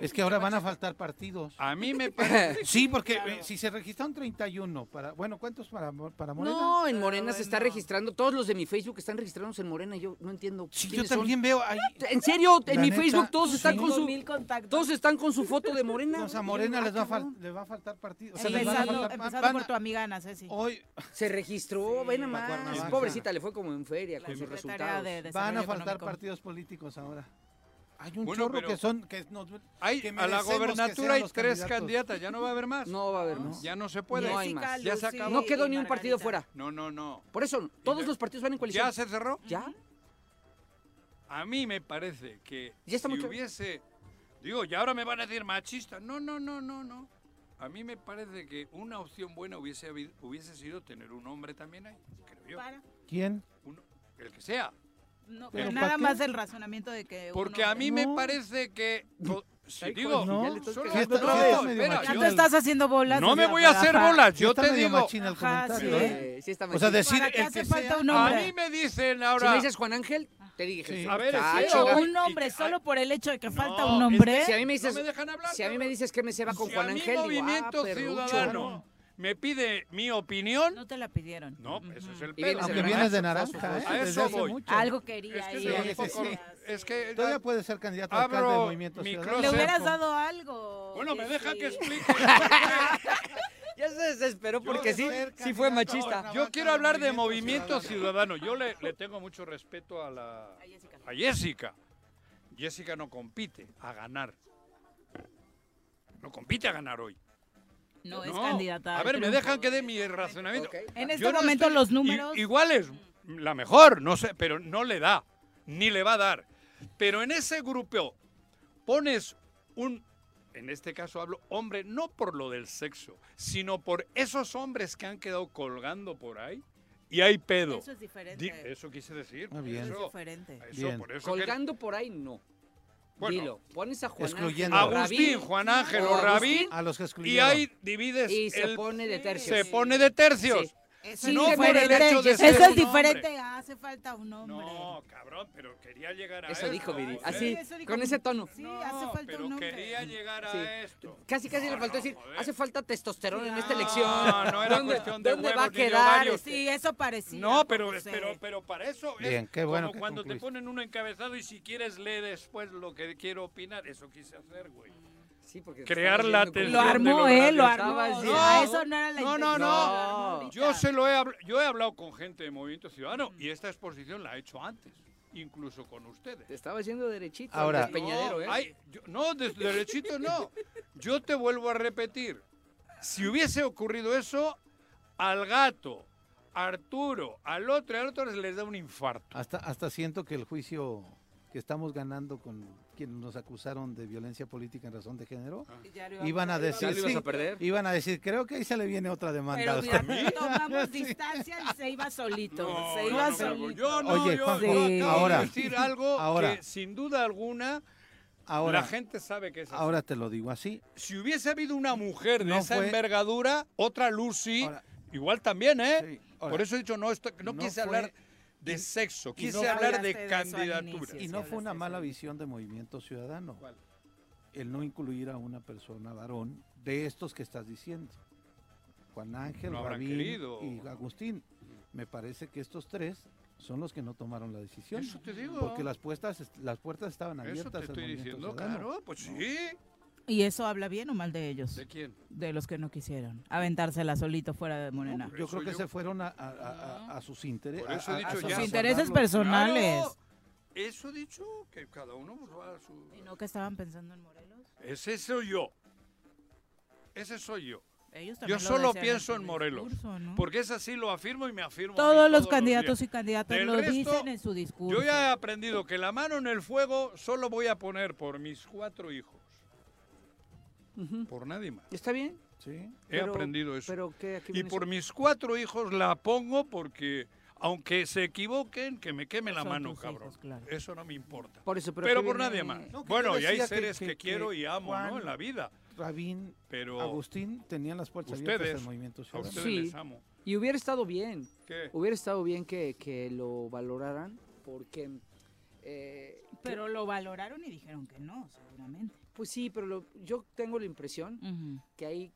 Speaker 4: Es que ahora van a faltar partidos.
Speaker 3: A mí me parece...
Speaker 4: Sí, porque eh, si se registraron 31 para, bueno, ¿cuántos para Mo- para Morena?
Speaker 6: No, en Morena se está registrando. Todos los de mi Facebook están registrándose en Morena. Yo no entiendo. Sí,
Speaker 4: yo también veo ahí-
Speaker 6: En serio, en
Speaker 4: La
Speaker 6: mi
Speaker 4: neta,
Speaker 6: Facebook todos están con
Speaker 4: sí.
Speaker 6: su. Ah, Todos están con su foto de Morena.
Speaker 4: O sea, Morena les va a fal- les va a faltar partidos. O sea, les van a
Speaker 2: empezando
Speaker 4: faltar-
Speaker 2: empezando
Speaker 4: van
Speaker 2: por
Speaker 4: a-
Speaker 2: tu amiga Ana Ceci.
Speaker 4: Hoy
Speaker 6: Se registró, ven a
Speaker 4: para
Speaker 6: más.
Speaker 4: Cuernavaca.
Speaker 6: Pobrecita, le fue como en feria con
Speaker 4: Sí.
Speaker 6: sus
Speaker 4: Secretaría
Speaker 6: resultados.
Speaker 4: de Van a faltar partidos políticos ahora. Hay un
Speaker 6: Bueno,
Speaker 4: chorro
Speaker 6: pero-
Speaker 4: que son que nos-
Speaker 3: Hay,
Speaker 4: que
Speaker 3: a la
Speaker 4: merecemos que sean
Speaker 3: gobernatura hay
Speaker 4: los
Speaker 3: tres
Speaker 4: candidatos.
Speaker 3: candidatas, ya no va a haber más.
Speaker 6: No va a haber más.
Speaker 3: Ya no se puede.
Speaker 6: No hay más.
Speaker 3: Ya se acabó.
Speaker 6: No quedó ni un partido fuera.
Speaker 3: No, no, no.
Speaker 6: Por eso, todos los partidos van en coalición.
Speaker 3: ¿Ya se cerró?
Speaker 6: ¿Ya?
Speaker 3: A mí me parece que
Speaker 6: Ya está
Speaker 3: si
Speaker 6: mucho-
Speaker 3: hubiese... Digo, y ahora me van a decir machista. No, no, no, no, no. A mí me parece que una opción buena hubiese, habido- hubiese sido tener un hombre también ahí, creo yo.
Speaker 4: ¿Quién?
Speaker 3: El que sea.
Speaker 2: No,
Speaker 3: Pero ¿para
Speaker 2: nada
Speaker 3: qué?
Speaker 2: más el razonamiento de que.
Speaker 3: Porque
Speaker 2: uno-
Speaker 3: a mí me parece que... co- Si digo,
Speaker 2: No.
Speaker 3: son las
Speaker 2: Ya está-
Speaker 3: dos,
Speaker 2: ya está medio
Speaker 3: espera,
Speaker 2: machín. Ya
Speaker 3: yo-
Speaker 2: te estás haciendo bolas,
Speaker 3: No
Speaker 2: o
Speaker 3: me
Speaker 2: sea,
Speaker 3: voy a
Speaker 2: para-
Speaker 3: hacer
Speaker 2: Ajá.
Speaker 3: bolas,
Speaker 2: Sí
Speaker 3: yo
Speaker 2: está
Speaker 3: te
Speaker 2: medio
Speaker 3: digo.
Speaker 2: machín el Ajá, comentario, sí, ¿eh? ¿eh? Sí está
Speaker 3: o sea,
Speaker 6: machín.
Speaker 3: decir
Speaker 6: ¿Para qué
Speaker 3: el
Speaker 6: hace
Speaker 3: que
Speaker 6: falta
Speaker 3: sea.
Speaker 6: un
Speaker 3: A
Speaker 6: hombre?
Speaker 3: mí me dicen
Speaker 6: Si
Speaker 3: ahora.
Speaker 6: me dices Juan Ángel, te dije.
Speaker 3: Sí.
Speaker 6: Jesús.
Speaker 3: A ver,
Speaker 6: Ah,
Speaker 3: sí,
Speaker 6: chinga.
Speaker 3: o
Speaker 2: Un hombre, solo por el hecho de que falta un
Speaker 6: es que
Speaker 2: hombre.
Speaker 6: Si a mí me dices,
Speaker 2: No me
Speaker 6: si a mí me dices que me se va con
Speaker 3: Si
Speaker 6: Juan
Speaker 3: a mí
Speaker 6: Ángel, digo, ah,
Speaker 3: Movimiento
Speaker 6: perrucho.
Speaker 3: Ciudadano me pide mi opinión.
Speaker 10: No te la pidieron.
Speaker 3: No, eso es el
Speaker 4: vienes
Speaker 3: pedo.
Speaker 4: de Aunque naranja. vienes de naranja, ¿eh?
Speaker 3: A
Speaker 4: Desde
Speaker 3: eso
Speaker 4: hace
Speaker 3: voy.
Speaker 4: mucho. Algo
Speaker 10: quería
Speaker 3: Es que
Speaker 4: ahí.
Speaker 3: soy un
Speaker 4: Sí,
Speaker 3: poco-
Speaker 4: sí, sí.
Speaker 3: Es que
Speaker 4: Todavía puede ser candidato a alcalde del
Speaker 3: abro
Speaker 4: Movimiento
Speaker 3: mi
Speaker 4: Ciudadano.
Speaker 2: Le
Speaker 3: closet.
Speaker 2: hubieras dado algo.
Speaker 3: Bueno, me deja que explique.
Speaker 6: Ya se desesperó
Speaker 3: porque sí, sí fue machista. Yo quiero hablar de Movimiento Ciudadano. Yo le, le tengo mucho respeto a la a Jessica. Jessica no compite a ganar. No compite a ganar hoy.
Speaker 10: No, es candidata.
Speaker 3: A ver,
Speaker 10: al
Speaker 3: me
Speaker 10: triunfo.
Speaker 3: dejan que dé mi razonamiento.
Speaker 10: En
Speaker 3: Yo
Speaker 10: este momento
Speaker 3: estoy-
Speaker 10: los
Speaker 3: i-
Speaker 10: números-
Speaker 3: Igual es la mejor, no sé, pero no le da, ni le va a dar. Pero en ese grupo pones un, en este caso hablo hombre, no por lo del sexo, sino por esos hombres que han quedado colgando por ahí y hay pedo.
Speaker 10: Eso es diferente.
Speaker 3: Di- eso quise decir.
Speaker 4: Muy Ah, bien.
Speaker 3: Eso,
Speaker 4: Eso es
Speaker 10: diferente.
Speaker 3: eso,
Speaker 4: Bien.
Speaker 3: por eso que-
Speaker 6: Colgando por ahí, no.
Speaker 3: Bueno,
Speaker 6: Dilo, pones a Juan
Speaker 4: excluyendo.
Speaker 6: Ángel.
Speaker 3: Agustín, Juan Ángel o Rabín,
Speaker 4: a los que
Speaker 3: y
Speaker 4: excluyeron.
Speaker 3: ahí divides.
Speaker 6: Y se
Speaker 3: el-
Speaker 6: pone de tercios.
Speaker 3: Se pone de tercios.
Speaker 2: Eso es
Speaker 3: no por el
Speaker 2: diferente,
Speaker 3: hecho de
Speaker 2: eso
Speaker 3: ser
Speaker 2: es
Speaker 3: un
Speaker 2: diferente.
Speaker 3: hombre.
Speaker 2: Hace falta un hombre.
Speaker 3: No, cabrón, pero quería llegar a
Speaker 6: Eso dijo Viri.
Speaker 3: joder.
Speaker 6: Así, con ese tono.
Speaker 2: Sí, hace falta
Speaker 3: pero
Speaker 2: un hombre.
Speaker 3: quería llegar a
Speaker 6: Sí.
Speaker 3: esto.
Speaker 6: Casi, casi le faltó decir, hace falta testosterona en esta
Speaker 3: No,
Speaker 6: elección.
Speaker 3: no era
Speaker 6: ¿Dónde,
Speaker 3: cuestión de
Speaker 6: dónde va a
Speaker 3: huevos ni de
Speaker 6: quedar?
Speaker 3: ovarios.
Speaker 6: este?
Speaker 2: Sí, eso parecía.
Speaker 3: No, pero,
Speaker 2: no sé.
Speaker 3: pero, pero para eso es
Speaker 4: Bien, qué bueno
Speaker 3: como
Speaker 4: que
Speaker 3: cuando te
Speaker 4: concluiste.
Speaker 3: ponen un encabezado y si quieres lee después lo que quiero opinar. Eso quise hacer, güey.
Speaker 6: Sí, porque
Speaker 3: Crear
Speaker 6: estaba
Speaker 3: la
Speaker 6: yendo con-
Speaker 3: atención.
Speaker 2: Lo
Speaker 3: de
Speaker 2: armó,
Speaker 3: los
Speaker 2: ¿eh? Lo
Speaker 3: radioescuchas.
Speaker 2: armó.
Speaker 3: No,
Speaker 2: Ah, eso no era la
Speaker 3: no, no,
Speaker 2: intención.
Speaker 3: no.
Speaker 2: No.
Speaker 3: Yo, se lo he habl- yo he hablado con gente de Movimiento Ciudadano y esta exposición la he hecho antes, incluso con ustedes.
Speaker 6: Te estaba yendo derechito.
Speaker 4: Ahora-
Speaker 6: Ahora. Peñadero, ¿eh?
Speaker 3: No, ay, yo- no, de- derechito no. Yo te vuelvo a repetir. Si hubiese ocurrido eso, al gato, a Arturo, al otro, al otro les da un infarto.
Speaker 4: Hasta, hasta siento que el juicio que estamos ganando con quienes nos acusaron de violencia política en razón de género,
Speaker 2: Ya lo
Speaker 4: iban a
Speaker 2: íbamos-
Speaker 4: decir,
Speaker 6: Ah. Ya lo ibas
Speaker 4: sí,
Speaker 6: a perder.
Speaker 4: iban a decir, creo que ahí se le viene otra demanda.
Speaker 2: Pero mira, tomamos distancia y se iba solito. se iba
Speaker 3: no,
Speaker 2: solito.
Speaker 3: yo no,
Speaker 4: Oye,
Speaker 3: yo,
Speaker 4: Juanjo,
Speaker 3: yo acabo
Speaker 4: ahora,
Speaker 3: de decir algo
Speaker 4: ahora.
Speaker 3: que sin duda alguna
Speaker 4: ahora,
Speaker 3: la gente sabe que es así.
Speaker 4: ahora te lo digo así,
Speaker 3: Si hubiese habido una mujer de
Speaker 4: No
Speaker 3: esa
Speaker 4: fue-
Speaker 3: envergadura, otra Lucy, igual también, ¿eh?
Speaker 4: ahora.
Speaker 3: Por eso he dicho, no, esto- no,
Speaker 4: No
Speaker 3: quise
Speaker 4: fue-
Speaker 3: hablar de sexo, quise
Speaker 4: no-
Speaker 3: hablar de,
Speaker 2: Hablaste de eso al
Speaker 3: candidatura.
Speaker 2: inicio.
Speaker 4: y
Speaker 2: sí,
Speaker 4: no
Speaker 2: hablaste
Speaker 4: fue una
Speaker 2: de
Speaker 4: mala
Speaker 2: eso.
Speaker 4: visión de Movimiento Ciudadano. El no incluir a una persona varón de estos que estás diciendo. Juan Ángel,
Speaker 3: No habrán
Speaker 4: Rabín
Speaker 3: querido.
Speaker 4: y Agustín. Me parece que estos tres son los que no tomaron la decisión.
Speaker 3: Eso te digo.
Speaker 4: Porque las, puestas, est- las puertas estaban abiertas.
Speaker 3: Eso te
Speaker 4: al
Speaker 3: estoy
Speaker 4: movimiento
Speaker 3: diciendo,
Speaker 4: ciudadano.
Speaker 3: claro, pues sí.
Speaker 10: ¿Y eso habla bien o mal de ellos?
Speaker 3: ¿De quién?
Speaker 10: De los que no quisieron. Aventársela solito fuera de Morena.
Speaker 4: Yo creo que se fueron a, a- a- a- a sus intereses.
Speaker 10: Por eso he
Speaker 4: a- a- a
Speaker 10: dicho ya.
Speaker 4: sus
Speaker 10: Sus
Speaker 4: guardarlos.
Speaker 10: intereses personales.
Speaker 3: Claro, Eso dicho, que cada uno pues, va a su...
Speaker 10: ¿Y no que estaban pensando en Morelos?
Speaker 3: Ese soy yo. Ese soy yo.
Speaker 10: Ellos
Speaker 3: Yo
Speaker 10: también lo
Speaker 3: solo
Speaker 10: desean
Speaker 3: pienso
Speaker 10: en
Speaker 3: en
Speaker 10: su
Speaker 3: Morelos.
Speaker 10: discurso, ¿no?
Speaker 3: Porque es así, lo afirmo y me afirmo. a mí
Speaker 10: Todos los
Speaker 3: días.
Speaker 10: candidatos y candidatas
Speaker 3: Del
Speaker 10: lo
Speaker 3: resto,
Speaker 10: dicen en su discurso.
Speaker 3: Yo ya he aprendido que la mano en el fuego solo voy a poner por mis cuatro hijos. Por nadie más.
Speaker 6: ¿Está bien?
Speaker 4: Sí.
Speaker 3: He aprendido eso.
Speaker 6: Pero que aquí
Speaker 3: Y
Speaker 6: viene
Speaker 3: por
Speaker 6: eso.
Speaker 3: mis cuatro hijos la pongo porque, aunque se equivoquen, que me queme la
Speaker 6: Son
Speaker 3: mano,
Speaker 6: tus
Speaker 3: cabrón. Eso no me importa.
Speaker 6: Por eso, pero
Speaker 3: pero
Speaker 6: que
Speaker 3: por
Speaker 6: viene-
Speaker 3: nadie más.
Speaker 6: No, que
Speaker 3: bueno,
Speaker 4: yo
Speaker 3: y hay
Speaker 4: decía que-
Speaker 3: seres que,
Speaker 4: que-
Speaker 3: quiero
Speaker 4: que
Speaker 3: y amo, ¿no?
Speaker 4: Juan-
Speaker 3: En la vida.
Speaker 4: Rabín,
Speaker 3: Pero
Speaker 4: Agustín tenían las puertas
Speaker 3: Oh.
Speaker 4: abiertas
Speaker 3: ustedes,
Speaker 4: al movimiento
Speaker 3: a
Speaker 4: ciudadano.
Speaker 3: ustedes les amo.
Speaker 6: Y hubiera estado bien.
Speaker 3: ¿Qué?
Speaker 6: Hubiera estado bien que, que lo valoraran porque... eh,
Speaker 10: Pero lo valoraron y dijeron que no, seguramente.
Speaker 6: Pues sí, pero lo- yo tengo la impresión que ahí,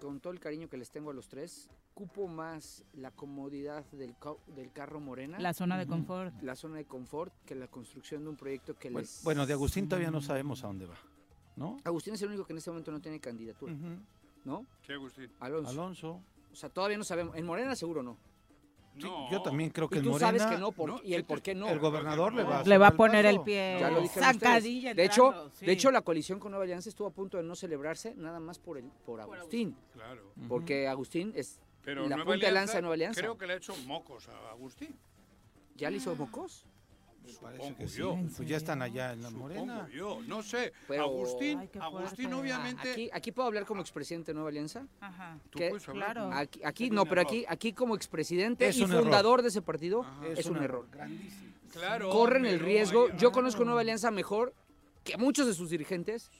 Speaker 6: con todo el cariño que les tengo a los tres, cupo más la comodidad del, ca- del carro morena.
Speaker 10: La zona de Ujú. confort.
Speaker 6: La zona de confort que la construcción de un proyecto que
Speaker 4: Bueno, pues,
Speaker 6: les... Mm.
Speaker 4: bueno, de Agustín todavía no sabemos a dónde va. ¿no?
Speaker 6: Agustín es el único que en este momento no tiene candidatura, ¿no?
Speaker 3: ¿Qué, Agustín?
Speaker 6: Alonso.
Speaker 4: Alonso.
Speaker 6: O sea, todavía no sabemos. En Morena seguro no.
Speaker 4: yo también creo que
Speaker 6: y
Speaker 4: en
Speaker 6: tú sabes
Speaker 4: Morena-
Speaker 6: que no, por-
Speaker 4: No,
Speaker 6: y el por qué no.
Speaker 4: el gobernador le va a
Speaker 10: Le va a poner el pie.
Speaker 6: Ya lo dijeron
Speaker 10: Zancadilla
Speaker 6: ustedes. de
Speaker 10: entrando,
Speaker 6: hecho,
Speaker 10: sí.
Speaker 6: de hecho la coalición con Nueva Alianza estuvo a punto de no celebrarse nada más por el por Agustín.
Speaker 3: Claro.
Speaker 6: Porque Agustín es
Speaker 3: Pero
Speaker 6: la
Speaker 3: Nueva
Speaker 6: punta de lanza de Nueva Alianza.
Speaker 3: Creo que le ha hecho mocos a Agustín.
Speaker 6: Ya le hizo mocos.
Speaker 3: Supongo
Speaker 4: que sí.
Speaker 3: yo.
Speaker 4: Pues ya están allá en la Morena.
Speaker 3: Supongo yo. No sé. Agustín, Agustín obviamente...
Speaker 6: Aquí, aquí puedo hablar como expresidente de Nueva Alianza.
Speaker 10: Ajá.
Speaker 3: Tú
Speaker 6: Que-
Speaker 3: puedes hablar como-
Speaker 6: Aquí, aquí
Speaker 3: Es
Speaker 6: no,
Speaker 3: un
Speaker 6: pero
Speaker 3: error.
Speaker 6: aquí, aquí como expresidente
Speaker 3: Es
Speaker 6: y
Speaker 3: un error.
Speaker 6: fundador de ese partido
Speaker 3: Ah,
Speaker 6: es, un, error.
Speaker 3: Claro,
Speaker 6: corren el
Speaker 3: pero
Speaker 6: riesgo.
Speaker 3: vaya.
Speaker 6: Yo conozco Nueva Alianza mejor que muchos de sus dirigentes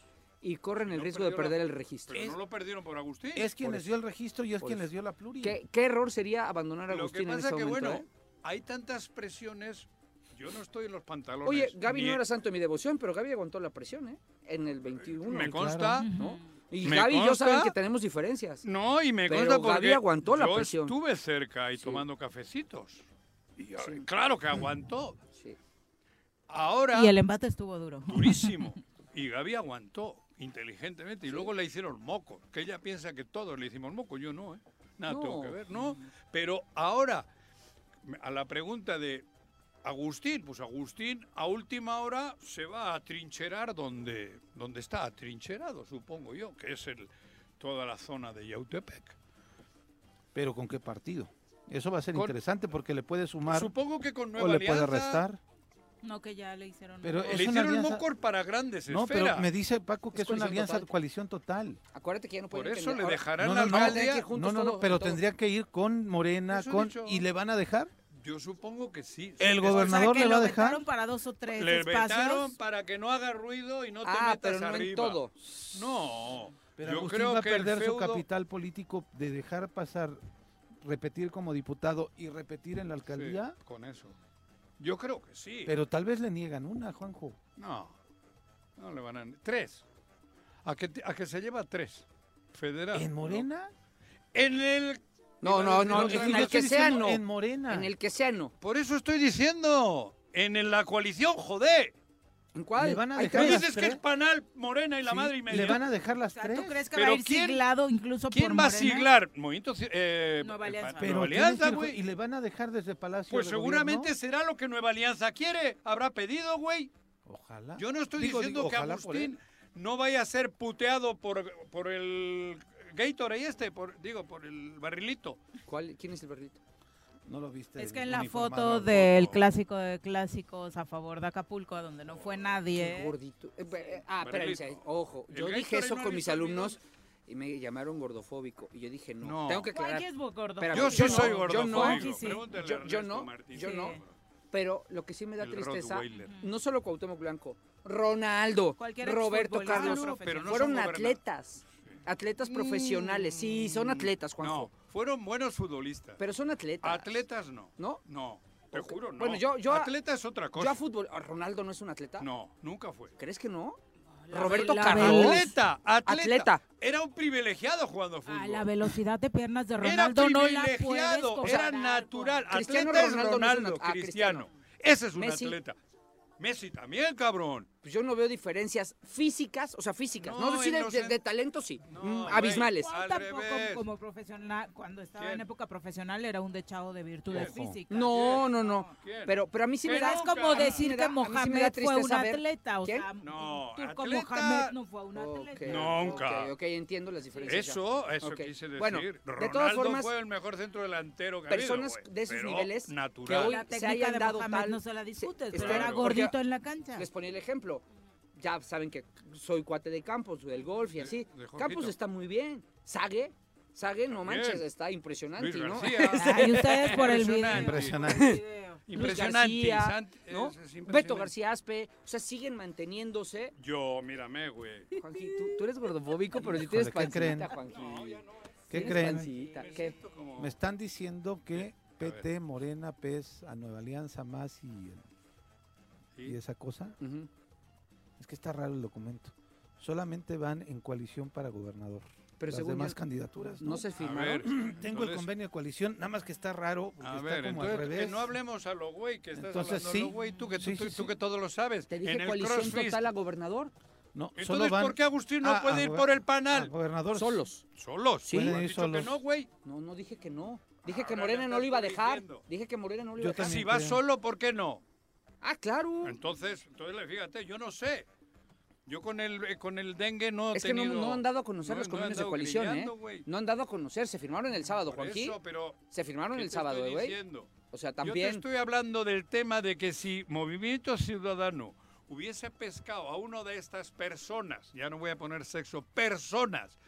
Speaker 6: y corren el riesgo de
Speaker 3: perdió la-
Speaker 6: perder el registro.
Speaker 3: Pero no lo perdieron por Agustín.
Speaker 4: Es quien
Speaker 3: Por
Speaker 4: les
Speaker 3: eso.
Speaker 4: dio el registro y es
Speaker 6: Por
Speaker 4: quien
Speaker 6: eso.
Speaker 4: les dio la pluria.
Speaker 6: ¿Qué, qué error sería abandonar a
Speaker 3: Lo que
Speaker 6: Agustín en
Speaker 3: pasa
Speaker 6: este
Speaker 3: que,
Speaker 6: momento?
Speaker 3: bueno,
Speaker 6: eh?
Speaker 3: hay tantas presiones. Yo no estoy en los pantalones.
Speaker 6: Oye, Gaby
Speaker 3: ni-
Speaker 6: no era santo de mi devoción, pero Gaby aguantó la presión, ¿eh? En el 21.
Speaker 3: Me consta.
Speaker 6: ¿no? Y
Speaker 3: Me
Speaker 6: Gaby y yo
Speaker 3: consta.
Speaker 6: saben que tenemos diferencias.
Speaker 3: No, y me
Speaker 6: Pero
Speaker 3: consta porque
Speaker 6: Gaby aguantó la
Speaker 3: yo
Speaker 6: presión.
Speaker 3: estuve cerca y tomando cafecitos. Y, Claro que aguantó. Ahora.
Speaker 10: Y el embate estuvo duro.
Speaker 3: Durísimo. Y Gaby aguantó inteligentemente. Y luego le hicieron moco. Que ella piensa que todos le hicimos moco. Yo no, ¿eh? Nada
Speaker 6: No.
Speaker 3: tengo que ver, ¿no? Pero ahora, a la pregunta de Agustín, pues Agustín a última hora se va a trincherar donde, donde está atrincherado, supongo yo, que es el, toda la zona de Yautepec.
Speaker 4: Pero con qué partido. Eso va a ser
Speaker 3: Con-
Speaker 4: interesante porque le puede sumar
Speaker 3: Supongo que con
Speaker 4: o
Speaker 3: Nueva
Speaker 4: le puede
Speaker 3: Alianza,
Speaker 4: restar.
Speaker 10: No, que ya le hicieron.
Speaker 4: Pero
Speaker 3: Le
Speaker 4: es una
Speaker 3: hicieron
Speaker 4: alianza-
Speaker 3: mocor para grandes
Speaker 4: No, pero
Speaker 3: esferas.
Speaker 4: me dice Paco que
Speaker 3: Es
Speaker 4: es, una
Speaker 3: coalición
Speaker 4: alianza
Speaker 3: total.
Speaker 4: de coalición total.
Speaker 6: Acuérdate que ya no
Speaker 3: Por
Speaker 6: pueden
Speaker 3: eso
Speaker 6: tener-
Speaker 3: le
Speaker 6: ahora-
Speaker 3: dejarán
Speaker 4: no,
Speaker 3: la
Speaker 4: no, no,
Speaker 3: alcaldía.
Speaker 4: no, no, no, pero tendría que ir con Morena,
Speaker 3: Eso he
Speaker 4: con
Speaker 3: dicho.
Speaker 4: y le van a dejar.
Speaker 3: Yo supongo que sí.
Speaker 4: El
Speaker 3: Es-
Speaker 4: gobernador le va a dejar.
Speaker 10: para dos o tres
Speaker 3: Le
Speaker 10: espacios.
Speaker 3: vetaron para que no haga ruido y no te
Speaker 6: Ah,
Speaker 3: metas
Speaker 6: pero no en
Speaker 3: arriba.
Speaker 6: todo.
Speaker 3: No.
Speaker 4: Pero
Speaker 3: yo
Speaker 4: Agustín
Speaker 3: creo
Speaker 4: va a
Speaker 3: que el
Speaker 4: perder su
Speaker 3: feudo-
Speaker 4: capital político de dejar pasar, repetir como diputado y repetir en la alcaldía.
Speaker 3: Sí, con eso. Yo creo que sí.
Speaker 4: Pero tal vez le niegan una, Juanjo.
Speaker 3: No. No le van a... Tres. A que, te- a que se lleva tres. Federal.
Speaker 4: ¿En Morena?
Speaker 3: En el...
Speaker 6: No, no, no,
Speaker 3: Iba a decir
Speaker 6: en el
Speaker 3: otra
Speaker 6: que
Speaker 3: cosa.
Speaker 6: sea no.
Speaker 4: Morena.
Speaker 6: En el que sea no.
Speaker 3: Por eso estoy diciendo. En el- la coalición, joder.
Speaker 6: ¿En cuál?
Speaker 4: Le van a
Speaker 3: Ahí
Speaker 4: dejar
Speaker 3: te-
Speaker 4: las
Speaker 3: dices que
Speaker 4: tres.
Speaker 3: es panal, morena y la
Speaker 4: Sí,
Speaker 3: madre y media.
Speaker 4: Le van a dejar las tres.
Speaker 10: ¿Tú crees que
Speaker 3: Pero
Speaker 10: va a ir
Speaker 3: ¿quién-
Speaker 10: siglado incluso por
Speaker 3: ¿Quién va a
Speaker 10: Morena?
Speaker 3: siglar? Movimiento, ci- eh,
Speaker 10: Nueva
Speaker 3: el
Speaker 10: Alianza.
Speaker 3: pan-
Speaker 4: Pero
Speaker 3: Nueva
Speaker 4: tiene
Speaker 3: Alianza,
Speaker 4: que ir-
Speaker 3: güey.
Speaker 4: Y le van a dejar desde Palacio.
Speaker 3: Pues
Speaker 4: de
Speaker 3: seguramente
Speaker 4: Gobierno.
Speaker 3: será lo que Nueva Alianza quiere. Habrá pedido, güey.
Speaker 4: Ojalá.
Speaker 3: Yo no estoy
Speaker 4: Digo,
Speaker 3: diciendo
Speaker 4: digo,
Speaker 3: que
Speaker 4: ojalá por
Speaker 3: Agustín no vaya a ser puteado por, por el Gatorade este, por, digo, por el barrilito.
Speaker 6: ¿Cuál? ¿Quién es el barrilito?
Speaker 4: No lo
Speaker 3: este,
Speaker 4: viste.
Speaker 10: Es que en la
Speaker 4: uniformado
Speaker 10: foto
Speaker 4: al
Speaker 10: del
Speaker 4: voto.
Speaker 10: clásico de clásicos a favor de Acapulco, a donde no fue nadie.
Speaker 6: Qué gordito. Eh, pe- eh, ah, espérame,
Speaker 10: Barrilito.
Speaker 6: o sea, ojo.
Speaker 10: El
Speaker 6: Yo
Speaker 10: Gatorade
Speaker 6: dije eso
Speaker 10: no
Speaker 6: con
Speaker 10: le
Speaker 6: mis
Speaker 10: hizo
Speaker 6: alumnos y me llamaron gordofóbico. Y yo dije, no,
Speaker 3: No.
Speaker 6: tengo que aclarar.
Speaker 10: Juanqui es bo- gordofóbico.
Speaker 6: Espérame,
Speaker 3: Yo sí
Speaker 6: no,
Speaker 3: soy
Speaker 6: Yo no,
Speaker 3: gordofóbico.
Speaker 6: yo-
Speaker 3: Pregúntale a
Speaker 6: yo,
Speaker 3: Ernesto
Speaker 6: no,
Speaker 3: Martínez.
Speaker 6: yo no.
Speaker 3: Sí.
Speaker 6: Pero lo que sí me da
Speaker 3: El
Speaker 6: tristeza,
Speaker 3: Rottweiler.
Speaker 6: no solo Cuauhtémoc Blanco, Ronaldo,
Speaker 10: Cualquier
Speaker 6: Roberto
Speaker 10: exfutbolista
Speaker 6: Carlos,
Speaker 10: profesional. Pero no
Speaker 6: fueron
Speaker 3: son goberna-
Speaker 6: atletas, atletas profesionales, sí, son atletas, Juanjo.
Speaker 3: Mm. Fueron buenos futbolistas.
Speaker 6: Pero son atletas.
Speaker 3: Atletas no.
Speaker 6: ¿No?
Speaker 3: No, te juro, no.
Speaker 6: Bueno, yo, yo a-
Speaker 3: Atleta es otra
Speaker 6: Yo
Speaker 3: cosa.
Speaker 6: a fútbol, ¿a Ronaldo no es un atleta.
Speaker 3: No, nunca fue.
Speaker 6: ¿Crees que no? Roberto
Speaker 10: la
Speaker 6: Carlos.
Speaker 10: veloz.
Speaker 3: Atleta, atleta,
Speaker 6: Atleta.
Speaker 3: Era un privilegiado jugando fútbol.
Speaker 10: A Ah, la velocidad de piernas de
Speaker 3: Era
Speaker 10: Ronaldo no la puedes
Speaker 3: privilegiado, era
Speaker 10: comparar con-
Speaker 3: natural.
Speaker 6: Cristiano
Speaker 3: atleta
Speaker 6: Ronaldo no es
Speaker 3: es
Speaker 6: un
Speaker 3: Ronaldo,
Speaker 6: at- ah,
Speaker 3: Cristiano.
Speaker 6: Cristiano.
Speaker 3: Ese es un
Speaker 6: Messi.
Speaker 3: atleta. Messi también, cabrón.
Speaker 6: Pues yo no veo diferencias físicas, o sea, físicas. No,
Speaker 3: No,
Speaker 6: sí,
Speaker 3: en
Speaker 6: de,
Speaker 3: los
Speaker 6: de-
Speaker 3: en-
Speaker 6: de talento sí. Mm,
Speaker 3: güey,
Speaker 6: abismales.
Speaker 3: ¿cuál Al
Speaker 10: Tampoco
Speaker 3: revés.
Speaker 10: como profesional, cuando estaba
Speaker 6: ¿Quién?
Speaker 10: en época profesional era un dechado de virtudes
Speaker 6: Ojo.
Speaker 10: físicas.
Speaker 6: No, no, no. Pero, pero a mí sí me da.
Speaker 10: Es como decir que
Speaker 6: a mí sí me da
Speaker 10: Mohamed fue un
Speaker 6: tristeza ver-
Speaker 10: atleta, o
Speaker 6: ¿Quién?
Speaker 10: sea,
Speaker 3: No,
Speaker 10: Turco
Speaker 3: atleta-
Speaker 10: Mohamed no fue un atleta.
Speaker 6: Ok,
Speaker 3: Nunca.
Speaker 6: Ok, ok, entiendo las diferencias. ya.
Speaker 3: Eso, eso
Speaker 6: Ok.
Speaker 3: quise decir.
Speaker 6: Bueno,
Speaker 3: Ronaldo
Speaker 6: de todas formas,
Speaker 3: fue el mejor centro delantero que ha habido,
Speaker 6: personas
Speaker 3: güey,
Speaker 6: de esos
Speaker 3: pero
Speaker 6: niveles
Speaker 3: natural.
Speaker 6: que hoy
Speaker 10: La
Speaker 6: se
Speaker 10: técnica
Speaker 6: hayan
Speaker 10: de
Speaker 6: dado
Speaker 10: Mohamed
Speaker 6: tal
Speaker 10: no se la discutes,
Speaker 6: Este,
Speaker 10: pero era
Speaker 6: porque
Speaker 10: gordito en la cancha.
Speaker 6: Les ponía el ejemplo. Ya saben que soy cuate de Campos, del golf y así.
Speaker 10: de Jorgito.
Speaker 6: Campos está muy bien. Sague, Sague, no
Speaker 10: También.
Speaker 6: manches, está impresionante,
Speaker 10: Luis
Speaker 6: ¿no?
Speaker 10: García. Ay, ustedes por el video.
Speaker 3: Impresionante.
Speaker 6: Luis
Speaker 3: Impresionante,
Speaker 6: García,
Speaker 3: sant-
Speaker 6: ¿no?
Speaker 3: es- es
Speaker 6: Beto
Speaker 3: impresionante.
Speaker 6: García Aspe, o sea, siguen manteniéndose.
Speaker 3: Yo, Oh, mírame, güey.
Speaker 6: Juanji, tú, tú eres gordofóbico, pero si
Speaker 4: Híjole,
Speaker 6: tienes
Speaker 4: ¿qué
Speaker 6: pancita,
Speaker 4: creen?
Speaker 6: Juanji.
Speaker 4: ¿Qué
Speaker 6: Tienes
Speaker 4: creen?
Speaker 6: pancita, ¿qué?
Speaker 4: Me están diciendo que
Speaker 6: ver.
Speaker 4: PT, Morena, PES, a Nueva Alianza más y, y esa cosa. Es que está raro el documento. Solamente van en coalición para gobernador.
Speaker 6: Pero
Speaker 4: Las
Speaker 6: según
Speaker 4: demás
Speaker 6: yo-
Speaker 4: candidaturas.
Speaker 6: no
Speaker 4: No,
Speaker 6: se A firmaron. ver,
Speaker 4: Tengo el
Speaker 3: entonces-
Speaker 4: convenio de coalición, nada más que está raro. porque
Speaker 3: A
Speaker 4: está
Speaker 3: ver,
Speaker 4: como al
Speaker 3: entonces, que
Speaker 4: revés.
Speaker 3: no hablemos a lo güey, que estás
Speaker 4: Entonces,
Speaker 3: hablando a
Speaker 4: sí.
Speaker 3: lo güey, tú que, tú,
Speaker 4: Sí,
Speaker 3: tú-
Speaker 4: sí,
Speaker 3: tú que todo lo sabes.
Speaker 6: Te dije
Speaker 3: en el
Speaker 6: coalición
Speaker 3: CrossFit.
Speaker 6: total a gobernador.
Speaker 4: No,
Speaker 3: Entonces,
Speaker 4: solo van Ah,
Speaker 3: ¿por qué Agustín no
Speaker 4: a-
Speaker 3: puede
Speaker 4: a
Speaker 3: ir
Speaker 4: gober-
Speaker 3: por el panal?
Speaker 4: a Ah, gobernador.
Speaker 6: Solos.
Speaker 3: Solos.
Speaker 6: Sí.
Speaker 3: Has
Speaker 4: Pueden ir
Speaker 3: dicho que
Speaker 4: solos.
Speaker 3: no, güey.
Speaker 6: No, no dije que no. Dije que
Speaker 3: Ahora
Speaker 6: Morena
Speaker 3: me
Speaker 6: no lo
Speaker 3: estás
Speaker 6: iba a dejar.
Speaker 3: corrigiendo.
Speaker 6: Dije que Morena no lo
Speaker 3: Yo
Speaker 6: iba a dejar.
Speaker 3: también Ah, Si vas creo. solo, ¿por qué no?
Speaker 6: Ah, claro.
Speaker 3: Entonces, entonces, fíjate, yo no sé. Yo con el, eh, con el dengue no he
Speaker 6: es que no,
Speaker 3: tenido-
Speaker 6: no han dado a conocer
Speaker 3: no-
Speaker 6: los
Speaker 3: no he
Speaker 6: convenios de
Speaker 3: andado
Speaker 6: coalición,
Speaker 3: grillando,
Speaker 6: ¿eh?
Speaker 3: güey.
Speaker 6: No han dado a conocer. Se firmaron el sábado,
Speaker 3: Por
Speaker 6: Juanji.
Speaker 3: eso, pero
Speaker 6: Se firmaron
Speaker 3: ¿qué
Speaker 6: el
Speaker 3: te
Speaker 6: sábado,
Speaker 3: estoy
Speaker 6: eh, güey.
Speaker 3: diciendo?
Speaker 6: O sea,
Speaker 3: Yo te
Speaker 6: también.
Speaker 3: estoy hablando del tema de que si Movimiento Ciudadano hubiese pescado a uno de estas personas, ya no voy a poner sexo, personas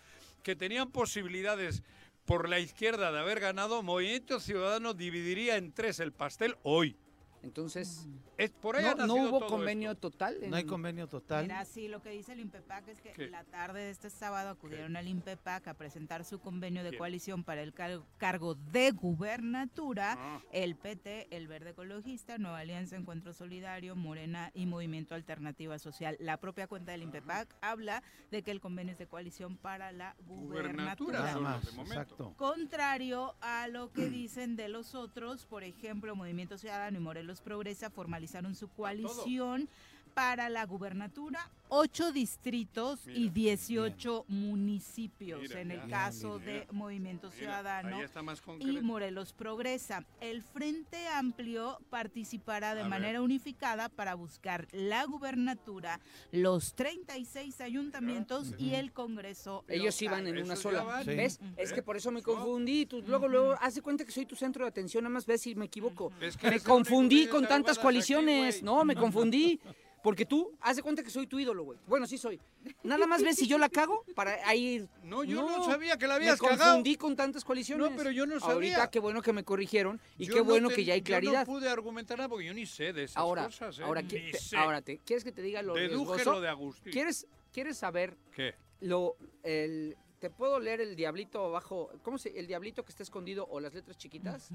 Speaker 3: que tenían posibilidades por la izquierda de haber ganado, Movimiento Ciudadano dividiría en tres el pastel hoy.
Speaker 6: Entonces,
Speaker 3: es por ahí ha
Speaker 6: no, no
Speaker 3: nacido
Speaker 6: hubo
Speaker 3: todo
Speaker 6: convenio total.
Speaker 4: No hay convenio total.
Speaker 2: Mira, sí, lo que dice el INPEPAC es que
Speaker 4: ¿Qué?
Speaker 2: la tarde de este sábado acudieron al INPEPAC a presentar su convenio de
Speaker 10: Bien.
Speaker 2: coalición para el car- cargo de gubernatura.
Speaker 10: Ah.
Speaker 2: El PT, el Verde Ecologista, Nueva Alianza, Encuentro Solidario, Morena y Movimiento Alternativa Social. La propia cuenta
Speaker 3: Ah.
Speaker 2: del INPEPAC habla de que el convenio es de coalición para la gubernatura.
Speaker 4: Nada
Speaker 3: solo,
Speaker 4: más,
Speaker 3: de momento.
Speaker 4: Ah, exacto.
Speaker 2: Contrario a lo que dicen de los otros, por ejemplo, Movimiento Ciudadano y Morelos Progresa formalizaron su coalición para la gubernatura, ocho distritos y 18 municipios
Speaker 10: Mira,
Speaker 2: en el
Speaker 10: ya.
Speaker 2: caso
Speaker 10: Bien,
Speaker 2: de Movimiento Ciudadano
Speaker 3: ahí está más
Speaker 2: y
Speaker 3: concreto.
Speaker 2: Morelos Progresa. El Frente Amplio participará de
Speaker 10: A ver.
Speaker 2: manera unificada para buscar la gubernatura, los 36 ayuntamientos y el Congreso.
Speaker 6: Ellos iban
Speaker 2: local.
Speaker 6: en una sola.
Speaker 2: van.
Speaker 6: ¿Ves?
Speaker 2: Sí.
Speaker 6: Es que por eso me confundí. Tú, luego, luego, haz de cuenta que soy tu centro de atención. Nada más ves si me equivoco.
Speaker 3: que
Speaker 6: me
Speaker 3: eres el único que
Speaker 6: confundí
Speaker 3: dice
Speaker 6: con
Speaker 3: tarugadas
Speaker 6: tantas
Speaker 3: aquí,
Speaker 6: coaliciones.
Speaker 3: güey.
Speaker 6: no, me confundí. Porque tú, haz de cuenta que soy tu ídolo, güey. Bueno, sí soy. Nada más ves si yo la cago para ahí.
Speaker 3: No, yo no sabía que la habías cagado.
Speaker 6: Me confundí con tantas coaliciones.
Speaker 3: No, pero yo no sabía.
Speaker 6: Ahorita qué bueno que me corrigieron y
Speaker 3: Yo
Speaker 6: qué
Speaker 3: no
Speaker 6: bueno
Speaker 3: te-
Speaker 6: que ya hay
Speaker 3: Yo
Speaker 6: claridad.
Speaker 3: no pude argumentar nada porque yo ni sé de esas
Speaker 6: ahora,
Speaker 3: cosas. ¿eh?
Speaker 6: ahora,
Speaker 3: Ni
Speaker 6: ¿qué- te-
Speaker 3: sé.
Speaker 6: ahora te- ¿quieres que te diga lo
Speaker 3: Deduje
Speaker 6: riesgoso?
Speaker 3: lo de Agustín.
Speaker 6: ¿Quieres, ¿Quieres saber
Speaker 3: ¿Qué?
Speaker 6: lo el te puedo leer el diablito abajo, ¿cómo se el diablito que está escondido o las letras chiquitas?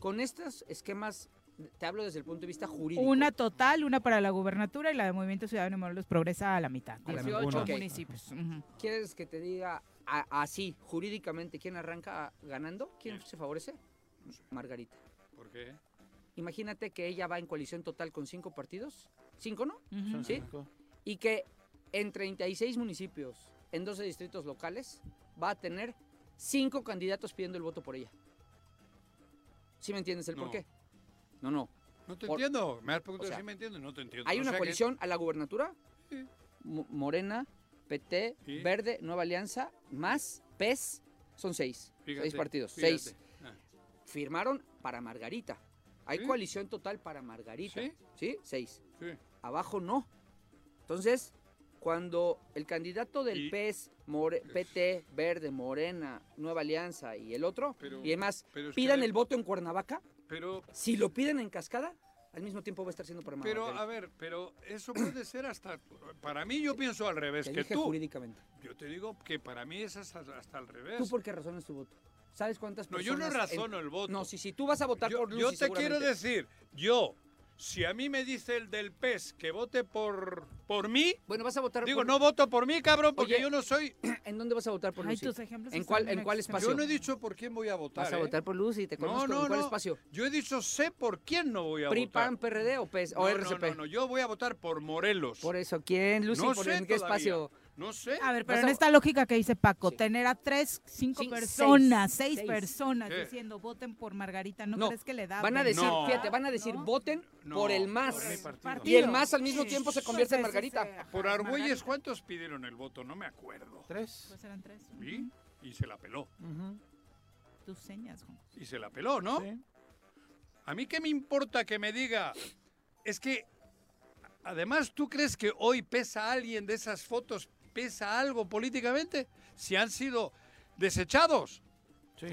Speaker 6: Con estos esquemas te hablo desde el punto de vista jurídico.
Speaker 2: Una total, una para la gubernatura y la de Movimiento Ciudadano y Morelos Progresa a la mitad.
Speaker 6: A la
Speaker 2: 18
Speaker 6: mitad. Ok.
Speaker 2: municipios. Ujú.
Speaker 6: ¿Quieres que te diga a- así jurídicamente quién arranca ganando? ¿Quién se favorece? Margarita.
Speaker 3: ¿Por qué?
Speaker 6: Imagínate que ella va en coalición total con cinco partidos. ¿Cinco, no?
Speaker 3: Son
Speaker 6: ¿Sí?
Speaker 3: cinco.
Speaker 6: Y que en 36 municipios, en 12 distritos locales, va a tener cinco candidatos pidiendo el voto por ella. ¿Sí me entiendes el
Speaker 3: No.
Speaker 6: por qué? No, no.
Speaker 3: No te
Speaker 6: Por-
Speaker 3: entiendo. Me has preguntado
Speaker 6: o sea,
Speaker 3: si me entiendo. No te entiendo.
Speaker 6: Hay
Speaker 3: O
Speaker 6: una
Speaker 3: sea que-
Speaker 6: coalición a la gubernatura. Mo- Morena, PT,
Speaker 3: Sí.
Speaker 6: Verde, Nueva Alianza, más PES. Son seis.
Speaker 3: Fíjate,
Speaker 6: seis partidos.
Speaker 3: fíjate.
Speaker 6: Seis.
Speaker 3: Ah.
Speaker 6: Firmaron para Margarita. Hay
Speaker 3: Sí.
Speaker 6: coalición total para Margarita.
Speaker 3: Sí.
Speaker 6: ¿Sí? Seis.
Speaker 3: Sí.
Speaker 6: Abajo no. Entonces, cuando el candidato del
Speaker 3: Y-
Speaker 6: PES, More- PT, Verde, Morena, Nueva Alianza y el otro,
Speaker 3: Pero-
Speaker 6: y demás,
Speaker 3: pero es que
Speaker 6: pidan
Speaker 3: hay-
Speaker 6: el voto en Cuernavaca,
Speaker 3: Pero,
Speaker 6: si lo piden en cascada, al mismo tiempo va a estar siendo para
Speaker 3: pero,
Speaker 6: Margarita.
Speaker 3: a ver, pero eso puede ser hasta. Para mí, yo pienso al revés
Speaker 6: Te
Speaker 3: que
Speaker 6: dije
Speaker 3: tú.
Speaker 6: jurídicamente.
Speaker 3: Yo te digo que para mí es hasta, hasta al revés.
Speaker 6: ¿Tú por qué razonas tu voto? ¿Sabes cuántas
Speaker 3: No, yo
Speaker 6: personas?
Speaker 3: no
Speaker 6: en-
Speaker 3: razono el voto.
Speaker 6: No, si, si tú vas a votar por Lucy
Speaker 3: Yo te quiero
Speaker 6: seguramente.
Speaker 3: decir, yo, Si a mí me dice el del PES que vote por, por mí.
Speaker 6: Bueno, vas a votar
Speaker 3: Digo,
Speaker 6: por-
Speaker 3: no voto por mí, cabrón, porque
Speaker 6: Oye,
Speaker 3: yo no soy.
Speaker 6: ¿En dónde vas a votar por
Speaker 3: Ay,
Speaker 6: Lucy?
Speaker 3: tus ejemplos
Speaker 6: ¿En
Speaker 3: están
Speaker 6: cuál,
Speaker 3: bien
Speaker 6: en cuál
Speaker 3: extremos.
Speaker 6: espacio?
Speaker 3: Yo no he dicho por quién voy a votar.
Speaker 6: Vas a
Speaker 3: ¿eh?
Speaker 6: votar por Lucy, te conozco.
Speaker 3: No, no,
Speaker 6: ¿En cuál
Speaker 3: no.
Speaker 6: espacio?
Speaker 3: Yo he dicho sé por quién no voy a
Speaker 6: PRI,
Speaker 3: votar.
Speaker 6: PAN, PRD o PES o
Speaker 3: No, no,
Speaker 6: RCP.
Speaker 3: No, no, yo voy a votar por Morelos.
Speaker 6: Por eso, ¿quién, Lucy?
Speaker 3: No
Speaker 6: ¿Por-
Speaker 3: sé
Speaker 6: ¿En qué
Speaker 3: todavía.
Speaker 6: espacio?
Speaker 3: No sé.
Speaker 10: A ver, pero en esta lógica que dice Paco, tener a tres, cinco
Speaker 6: Pues Sí,
Speaker 10: personas,
Speaker 6: seis,
Speaker 10: seis,
Speaker 6: seis.
Speaker 10: personas
Speaker 6: ¿Qué?
Speaker 10: diciendo voten por Margarita, ¿no,
Speaker 6: No,
Speaker 10: crees que le da?
Speaker 6: Van a decir,
Speaker 10: vergüenza?
Speaker 6: fíjate, van a decir, voten
Speaker 3: No,
Speaker 6: por el
Speaker 3: por mi
Speaker 6: MAS.
Speaker 3: partido.
Speaker 6: Y el MAS al mismo
Speaker 3: Sí,
Speaker 6: tiempo se
Speaker 3: sí,
Speaker 6: convierte en
Speaker 3: sí, sí,
Speaker 6: Margarita.
Speaker 3: sí. Por Argüelles, ¿cuántos pidieron el voto? No me acuerdo.
Speaker 4: Tres.
Speaker 10: Pues eran tres.
Speaker 3: ¿Sí? Y se la peló.
Speaker 10: Tus señas, Juan.
Speaker 3: Y se la peló, ¿no? A mí qué me importa que me diga. Es que, además, ¿tú crees que hoy pesa alguien de esas fotos? ¿Pesa algo políticamente? Si han sido desechados.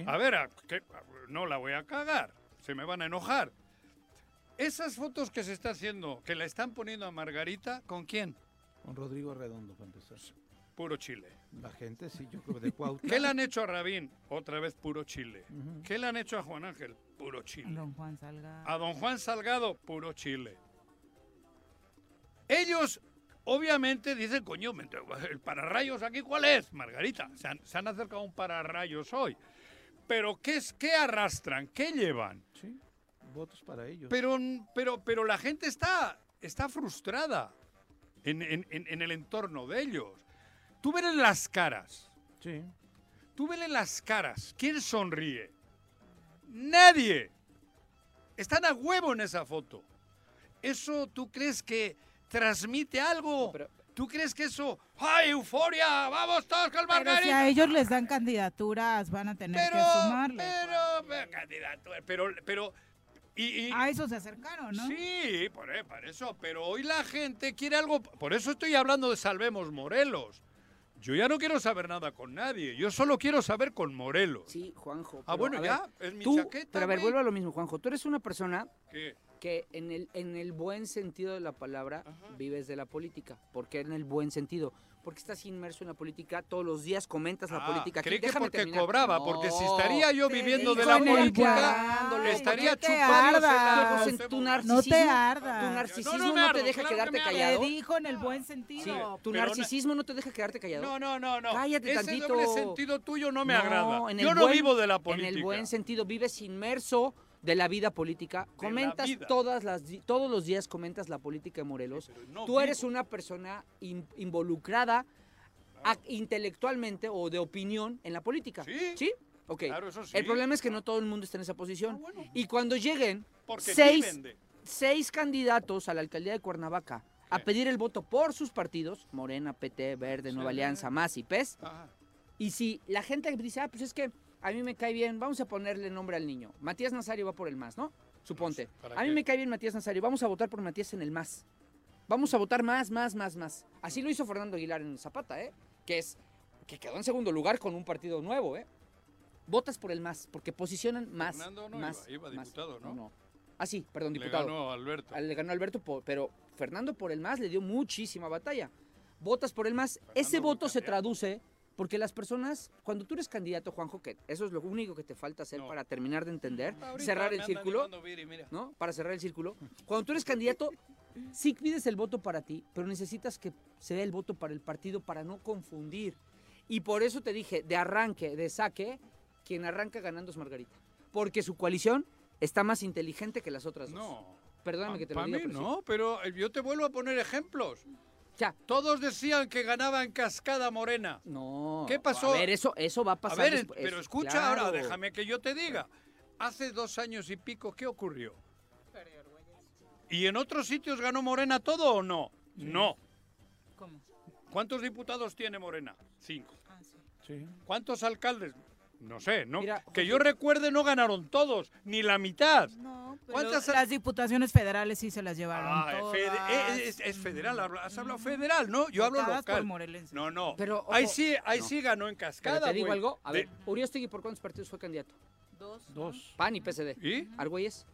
Speaker 3: A ver, a- que- no la voy a cagar. Se me van a enojar. Esas fotos que se está haciendo, que la están poniendo a Margarita, ¿con quién?
Speaker 4: Con Rodrigo Redondo, para empezar.
Speaker 3: Puro Chile.
Speaker 4: La gente, sí, yo creo, de Cuautla.
Speaker 3: ¿Qué le han hecho a Rabín? Otra vez puro Chile.
Speaker 4: Ujú.
Speaker 3: ¿Qué le han hecho a Juan Ángel? Puro Chile.
Speaker 10: Don Juan Salga.
Speaker 3: A don Juan Salgado, puro Chile. Ellos, obviamente, dicen, coño, me- el pararrayos aquí, ¿cuál es? Margarita, se han, se han acercado a un pararrayos hoy. Pero, ¿qué, es, qué arrastran? ¿Qué llevan?
Speaker 4: Votos para ellos.
Speaker 3: Pero, pero, pero la gente está, está frustrada en, en- en- en el entorno de ellos. Tú ves las caras.
Speaker 4: Sí.
Speaker 3: Tú vele las caras. ¿Quién sonríe? Nadie. Están a huevo en esa foto. ¿Eso tú crees que transmite algo? ¿Tú crees que eso... ¡Ay, euforia! ¡Vamos todos con
Speaker 10: Pero si
Speaker 3: Margarita!
Speaker 10: a ellos les dan candidaturas, van a tener que sumarle. pues.
Speaker 3: Pero, pero, candidato, pero, pero, y, y-
Speaker 10: A eso se acercaron, ¿no?
Speaker 3: Sí, por, e- por eso, pero hoy la gente quiere algo, por eso estoy hablando de Salvemos Morelos. Yo ya no quiero saber nada con nadie, yo solo quiero saber con Morelos.
Speaker 6: Sí, Juanjo.
Speaker 3: Ah,
Speaker 6: pero,
Speaker 3: bueno,
Speaker 6: a
Speaker 3: ya,
Speaker 6: ver,
Speaker 3: es mi
Speaker 6: tú-
Speaker 3: chaqueta,
Speaker 6: Pero a ver,
Speaker 3: güey.
Speaker 6: vuelvo a lo mismo, Juanjo. Tú eres una persona
Speaker 3: ¿Qué?
Speaker 6: que en el, en el buen sentido de la palabra vives de la política. ¿Por qué en el buen sentido? Porque estás inmerso en la política, todos los días comentas la
Speaker 3: Ah,
Speaker 6: política. aquí.
Speaker 3: creí que
Speaker 6: Déjame
Speaker 3: porque
Speaker 6: terminar.
Speaker 3: cobraba, porque si estaría yo
Speaker 6: te
Speaker 3: viviendo de
Speaker 6: dijo
Speaker 3: la
Speaker 6: en el
Speaker 3: política,
Speaker 6: guándole,
Speaker 3: estaría
Speaker 6: no te
Speaker 3: chupándose la-
Speaker 6: ardas. José, tu narcisismo-
Speaker 10: No te ardas.
Speaker 6: Tu narcisismo no, te deja quedarte callado.
Speaker 10: Te dijo en el buen sentido.
Speaker 6: Sí, tu
Speaker 10: Pero
Speaker 6: narcisismo no te deja quedarte callado.
Speaker 3: No, no, no, no.
Speaker 6: Cállate
Speaker 3: Ese
Speaker 6: tantito.
Speaker 3: doble sentido tuyo no me agrada.
Speaker 6: en
Speaker 3: Yo
Speaker 6: el
Speaker 3: no vivo de la
Speaker 6: En el
Speaker 3: política.
Speaker 6: buen sentido, vives inmerso de la vida política. Comentas
Speaker 3: vida.
Speaker 6: todas las di- todos los días comentas la política de Morelos.
Speaker 3: no
Speaker 6: Tú eres una persona in- involucrada a- intelectualmente o de opinión en la política. Sí. ¿Sí? Ok. El problema es que no todo el mundo está en esa posición.
Speaker 3: Ah,
Speaker 6: Y cuando lleguen
Speaker 3: Porque
Speaker 6: seis,
Speaker 3: viven de-
Speaker 6: seis candidatos a la alcaldía de Cuernavaca a pedir el voto por sus partidos, Morena, PT, Verde, Nueva Alianza, MAS y PES, y si la gente dice, ah, pues es que a mí me cae bien, vamos a ponerle nombre al niño. Matías Nazario va por el MAS, ¿no? Suponte.
Speaker 3: Pues, ¿para
Speaker 6: a mí
Speaker 3: qué?
Speaker 6: me cae bien Matías Nazario, vamos a votar por Matías en el MAS. Vamos a votar más, más, más, más. Así lo hizo Fernando Aguilar en Zapata, ¿eh? Que es que quedó en segundo lugar con un partido nuevo, ¿eh? Votas por el MAS, porque posicionan más,
Speaker 3: Fernando no
Speaker 6: más,
Speaker 3: iba, iba
Speaker 6: más.
Speaker 3: diputado, ¿no?
Speaker 6: Ah, sí, perdón,
Speaker 3: Le
Speaker 6: diputado.
Speaker 3: ganó a Alberto.
Speaker 6: Ah, Le ganó Alberto, po- pero Fernando por el MAS le dio muchísima batalla. Votas por el MAS. Ese voto se traduce porque las personas, cuando tú eres candidato, Juanjo, que eso es lo único que te falta hacer para terminar de entender,
Speaker 3: Ahorita
Speaker 6: cerrar
Speaker 3: me
Speaker 6: el
Speaker 3: andan
Speaker 6: círculo,
Speaker 3: llevando Viri, mira.
Speaker 6: ¿no? Para cerrar el círculo. Cuando tú eres candidato, sí pides el voto para ti, pero necesitas que se dé el voto para el partido para no confundir. Y por eso te dije, de arranque, de saque, quien arranca ganando es Margarita. Porque su coalición está más inteligente que las otras dos.
Speaker 3: No.
Speaker 6: Perdóname que te lo
Speaker 3: Para
Speaker 6: diga.
Speaker 3: mí
Speaker 6: pero sí.
Speaker 3: no, pero eh, yo te vuelvo a poner ejemplos. Todos decían que ganaba en cascada morena.
Speaker 6: No.
Speaker 3: ¿Qué pasó?
Speaker 6: A ver, eso, eso va a pasar.
Speaker 3: ver,
Speaker 6: despu-
Speaker 3: pero
Speaker 6: eso,
Speaker 3: escucha
Speaker 6: claro.
Speaker 3: ahora, déjame que yo te diga. Hace dos años y pico, ¿qué ocurrió? ¿Y en otros sitios ganó Morena todo o no? No.
Speaker 10: ¿Cómo?
Speaker 3: ¿Cuántos diputados tiene Morena? Cinco.
Speaker 10: Ah, sí.
Speaker 3: ¿Cuántos alcaldes? No sé, no.
Speaker 10: Mira,
Speaker 3: que yo recuerde no ganaron todos, ni la mitad.
Speaker 10: Pero
Speaker 3: ¿Cuántas
Speaker 10: Las diputaciones federales sí se las llevaron
Speaker 3: Ah, es
Speaker 10: todas.
Speaker 3: fede- es, es- es
Speaker 6: mm,
Speaker 3: federal, habla- has hablado federal, ¿no? Yo hablo
Speaker 10: Votadas por
Speaker 3: local.
Speaker 10: morelenses.
Speaker 3: No, no.
Speaker 6: Pero,
Speaker 3: ahí
Speaker 6: ojo,
Speaker 3: sí, ahí
Speaker 6: no.
Speaker 3: sí ganó en
Speaker 6: Pero
Speaker 3: cascada.
Speaker 6: te digo
Speaker 3: güey.
Speaker 6: algo. A
Speaker 3: De-
Speaker 6: ver, Uriostegui, ¿por cuántos partidos fue candidato?
Speaker 10: Dos.
Speaker 4: Dos.
Speaker 6: PAN y PSD.
Speaker 3: ¿Y?
Speaker 6: Argüelles.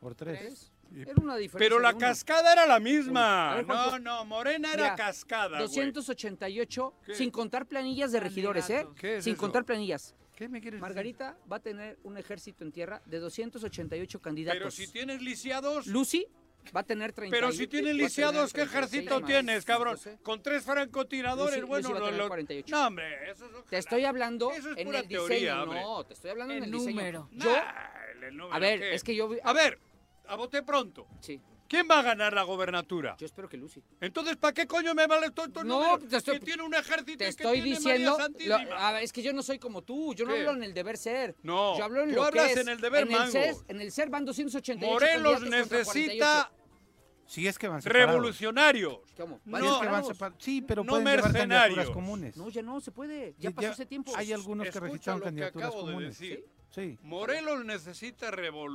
Speaker 4: Por
Speaker 6: tres.
Speaker 3: Y-
Speaker 6: Era una diferencia.
Speaker 3: Pero la
Speaker 6: de uno.
Speaker 3: cascada era la
Speaker 6: A
Speaker 3: misma.
Speaker 6: ver,
Speaker 3: no,
Speaker 6: Juanjo.
Speaker 3: no, Morena era
Speaker 6: Mira,
Speaker 3: cascada. güey.
Speaker 6: 288, sin contar planillas de regidores, ¿eh?
Speaker 3: Candidatos. ¿Qué es
Speaker 6: sin
Speaker 3: eso?
Speaker 6: contar planillas.
Speaker 3: ¿Qué me quieres decir?
Speaker 6: Margarita va a tener un ejército en tierra de 288 candidatos.
Speaker 3: Pero si tienes lisiados.
Speaker 6: Lucy Va a tener 30.
Speaker 3: Pero si tiene lisiados, ¿qué ejército tienes, cabrón? Con tres francotiradores,
Speaker 6: Lucy-
Speaker 3: bueno,
Speaker 6: Lucy va a
Speaker 3: lo-
Speaker 6: tener
Speaker 3: lo-
Speaker 6: 48.
Speaker 3: No, hombre, eso es
Speaker 6: Te estoy hablando en
Speaker 3: pura
Speaker 6: el
Speaker 3: teoría,
Speaker 6: diseño,
Speaker 3: hombre.
Speaker 6: no, te estoy hablando en
Speaker 3: El
Speaker 6: el
Speaker 3: número.
Speaker 6: diseño. Yo,
Speaker 3: número,
Speaker 6: a ver,
Speaker 3: ¿qué?
Speaker 6: es que yo... vi-
Speaker 3: A ver, a bote pronto.
Speaker 6: Sí.
Speaker 3: ¿Quién va a ganar la gobernatura? Yo
Speaker 6: espero que Lucy.
Speaker 3: Entonces, ¿para qué coño me vale todo
Speaker 6: No, te estoy-
Speaker 3: que tiene un ejército
Speaker 6: Te
Speaker 3: y que
Speaker 6: estoy
Speaker 3: tiene María
Speaker 6: diciendo, lo-
Speaker 3: Santísima?
Speaker 6: a ver, es que yo no soy como tú, yo no
Speaker 3: ¿Qué?
Speaker 6: hablo en el deber ser.
Speaker 3: No,
Speaker 6: yo hablo en
Speaker 3: tú
Speaker 6: lo que
Speaker 3: hablas
Speaker 6: es.
Speaker 3: en el deber mango.
Speaker 6: ser- en el ser van 288
Speaker 3: Morelos
Speaker 6: candidatos contra
Speaker 3: necesita
Speaker 6: 48.
Speaker 4: Si es que van separados.
Speaker 3: revolucionarios.
Speaker 6: ¿Cómo?
Speaker 4: Si
Speaker 6: Van
Speaker 4: es que van
Speaker 6: separados.
Speaker 4: separados. Sí, pero
Speaker 3: No
Speaker 4: pueden llevar candidaturas
Speaker 3: mercenarios.
Speaker 4: comunes.
Speaker 6: No, ya no se puede, ya
Speaker 4: Ya-
Speaker 6: pasó ese tiempo.
Speaker 4: Hay algunos que
Speaker 3: Escucha
Speaker 4: registraron
Speaker 3: lo que
Speaker 4: candidaturas
Speaker 3: acabo de
Speaker 4: comunes.
Speaker 3: decir.
Speaker 4: Sí.
Speaker 3: Morelos necesita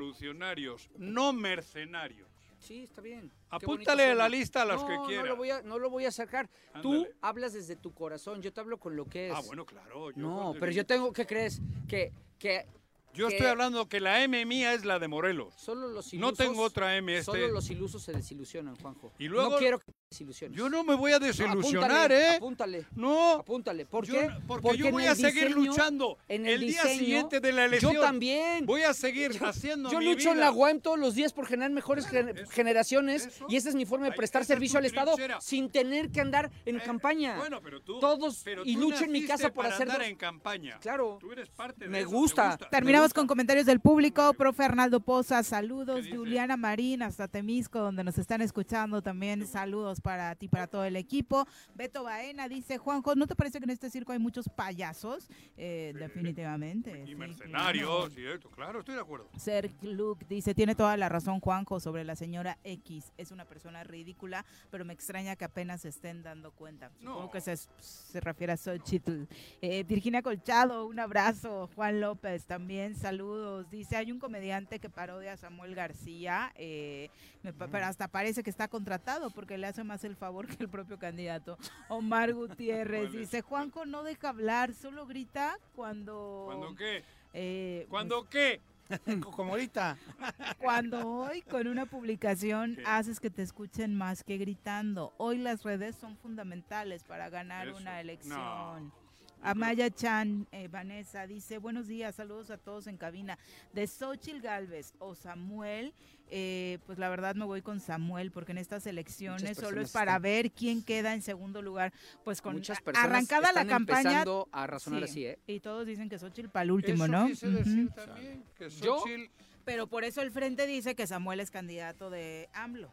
Speaker 3: revolucionarios, no mercenarios.
Speaker 6: Sí, está bien. Qué bonito
Speaker 3: Apúntale a la
Speaker 6: suena.
Speaker 3: lista a los
Speaker 6: no,
Speaker 3: que
Speaker 6: No
Speaker 3: quieras.
Speaker 6: lo voy a, no lo voy a sacar. Tú
Speaker 3: Ándale.
Speaker 6: hablas desde tu corazón, yo te hablo con lo que es.
Speaker 3: Ah, bueno, claro. yo
Speaker 6: No,
Speaker 3: desde
Speaker 6: pero
Speaker 3: mi-
Speaker 6: yo tengo, ¿qué crees? Que, que
Speaker 3: Yo
Speaker 6: que
Speaker 3: estoy hablando que la M mía es la de Morelos.
Speaker 6: solo los
Speaker 3: No
Speaker 6: ilusos.
Speaker 3: tengo otra M este.
Speaker 6: Solo los ilusos se desilusionan, Juanjo.
Speaker 3: Y luego-
Speaker 6: no quiero que te desilusiones.
Speaker 3: Yo no me voy a desilusionar,
Speaker 6: apúntale,
Speaker 3: ¿eh?
Speaker 6: Apúntale.
Speaker 3: No.
Speaker 6: Apúntale. ¿Por
Speaker 3: Yo
Speaker 6: qué?
Speaker 3: no- porque, yo
Speaker 6: en
Speaker 3: voy
Speaker 6: el
Speaker 3: a seguir
Speaker 6: diseño-
Speaker 3: luchando.
Speaker 6: en el
Speaker 3: día
Speaker 6: diseño,
Speaker 3: siguiente de la
Speaker 6: yo
Speaker 3: elección.
Speaker 6: también.
Speaker 3: Voy a seguir haciendo
Speaker 6: Yo
Speaker 3: mi
Speaker 6: lucho en
Speaker 3: vida.
Speaker 6: la UAM todos los días por generar mejores gener- generaciones y esa es mi forma de prestar servicio al Estado sin tener que andar en campaña.
Speaker 3: Eh, bueno, pero tú-
Speaker 6: Todos
Speaker 3: pero
Speaker 6: y
Speaker 3: tú
Speaker 6: lucho en mi
Speaker 3: naciste
Speaker 6: casa por
Speaker 3: para
Speaker 6: hacer
Speaker 3: andar
Speaker 6: dos-
Speaker 3: en campaña.
Speaker 6: Claro.
Speaker 3: Tú eres parte de
Speaker 6: Me
Speaker 3: eso,
Speaker 6: gusta.
Speaker 2: Terminamos con comentarios del público. Profe Arnaldo Poza, saludos. Juliana Marín, hasta Temisco, donde nos están escuchando también. Saludos para ti, para todo el equipo. Beto Baena dice, Juanjo, ¿no te parece que en este circo hay muchos payasos? Eh, definitivamente. sí,
Speaker 3: Escenarios y esto, claro, estoy de acuerdo.
Speaker 2: Ser Luke dice, tiene toda la razón Juanjo sobre la señora X. Es una persona ridícula, pero me extraña que apenas se estén dando cuenta. Supongo que se, se refiere a Xochitl. Eh, Virginia Colchado, un abrazo. Juan López también, saludos. Dice, hay un comediante que parodia a Samuel García, eh, me pa- pero hasta parece que está contratado porque le hace más el favor que el propio candidato. Omar Gutiérrez
Speaker 3: ¿Cuál es?
Speaker 2: dice, Juanjo no deja hablar, solo grita cuando...
Speaker 3: ¿Cuándo qué?
Speaker 2: eh,
Speaker 3: ¿Cuándo
Speaker 6: pues,
Speaker 3: qué?
Speaker 4: Como ahorita.
Speaker 2: cuando hoy con una publicación haces que te escuchen más que gritando. Hoy las redes son fundamentales para ganar
Speaker 10: Eso.
Speaker 2: una elección.
Speaker 10: No.
Speaker 2: Amaya Chan, eh, Vanessa, dice, buenos días, saludos a todos en cabina. De Xochil Galvez o Samuel, eh, pues la verdad me voy con Samuel, porque en estas elecciones solo
Speaker 6: personas
Speaker 2: es para
Speaker 6: están-
Speaker 2: ver quién queda en segundo lugar. Pues con
Speaker 6: Muchas
Speaker 2: a-
Speaker 6: personas
Speaker 2: arrancada
Speaker 6: están
Speaker 2: la campaña...
Speaker 6: empezando a razonar así, ¿eh?
Speaker 2: Y todos dicen que Xochil para el último, ¿no? Ujú.
Speaker 3: Yo-
Speaker 2: Pero por eso el frente dice que Samuel es candidato de AMLO.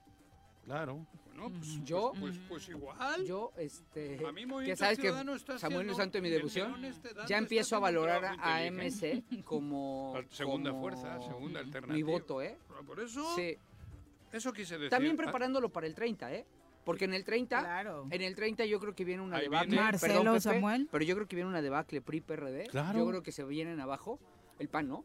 Speaker 4: Claro.
Speaker 3: Bueno, pues,
Speaker 6: Mm, Yo-
Speaker 3: pues, pues, pues igual.
Speaker 6: Yo, este.
Speaker 3: A mí
Speaker 6: que
Speaker 3: Movimiento
Speaker 6: sabes que
Speaker 3: Ciudadano está
Speaker 6: Samuel
Speaker 3: haciendo
Speaker 6: es santo de mi
Speaker 3: el
Speaker 6: devoción,
Speaker 3: melón este, dando-
Speaker 6: ya
Speaker 3: está
Speaker 6: empiezo a
Speaker 3: haciendo un
Speaker 6: valorar
Speaker 3: trabajo
Speaker 6: a
Speaker 3: inteligente.
Speaker 6: AMC como...
Speaker 3: segunda
Speaker 6: como
Speaker 3: fuerza, segunda
Speaker 6: Mi
Speaker 3: alternativa. Ah,
Speaker 6: voto, ¿eh?
Speaker 3: Por eso.
Speaker 6: Sí.
Speaker 3: Eso quise decir.
Speaker 6: También
Speaker 3: Ah,
Speaker 6: preparándolo para el 30, ¿eh? Porque en el 30, en el 30 yo creo que viene una
Speaker 3: Ahí
Speaker 6: debacle.
Speaker 3: viene.
Speaker 6: perdón,
Speaker 3: Marcelo,
Speaker 6: Pepe,
Speaker 3: Samuel.
Speaker 6: Pero yo creo que viene una debacle PRI-PRD.
Speaker 3: Claro.
Speaker 6: Yo creo que se vienen abajo. El PAN, ¿no?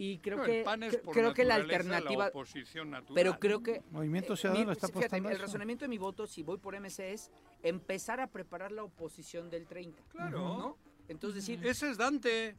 Speaker 6: Y creo
Speaker 3: no, el
Speaker 6: que,
Speaker 3: PAN es
Speaker 6: cre-
Speaker 3: por
Speaker 6: creo que la
Speaker 3: naturaleza
Speaker 6: alternativa...
Speaker 3: oposición natural.
Speaker 6: pero creo que...
Speaker 4: Movimiento
Speaker 6: eh,
Speaker 4: Ciudadano
Speaker 6: mi-
Speaker 4: está
Speaker 6: fíjate,
Speaker 4: apostando a
Speaker 6: El
Speaker 4: eso.
Speaker 6: razonamiento de mi voto, si voy por MC, es empezar a preparar la oposición del 30.
Speaker 3: Claro.
Speaker 6: ¿No? Entonces decir...
Speaker 3: Ese es Dante.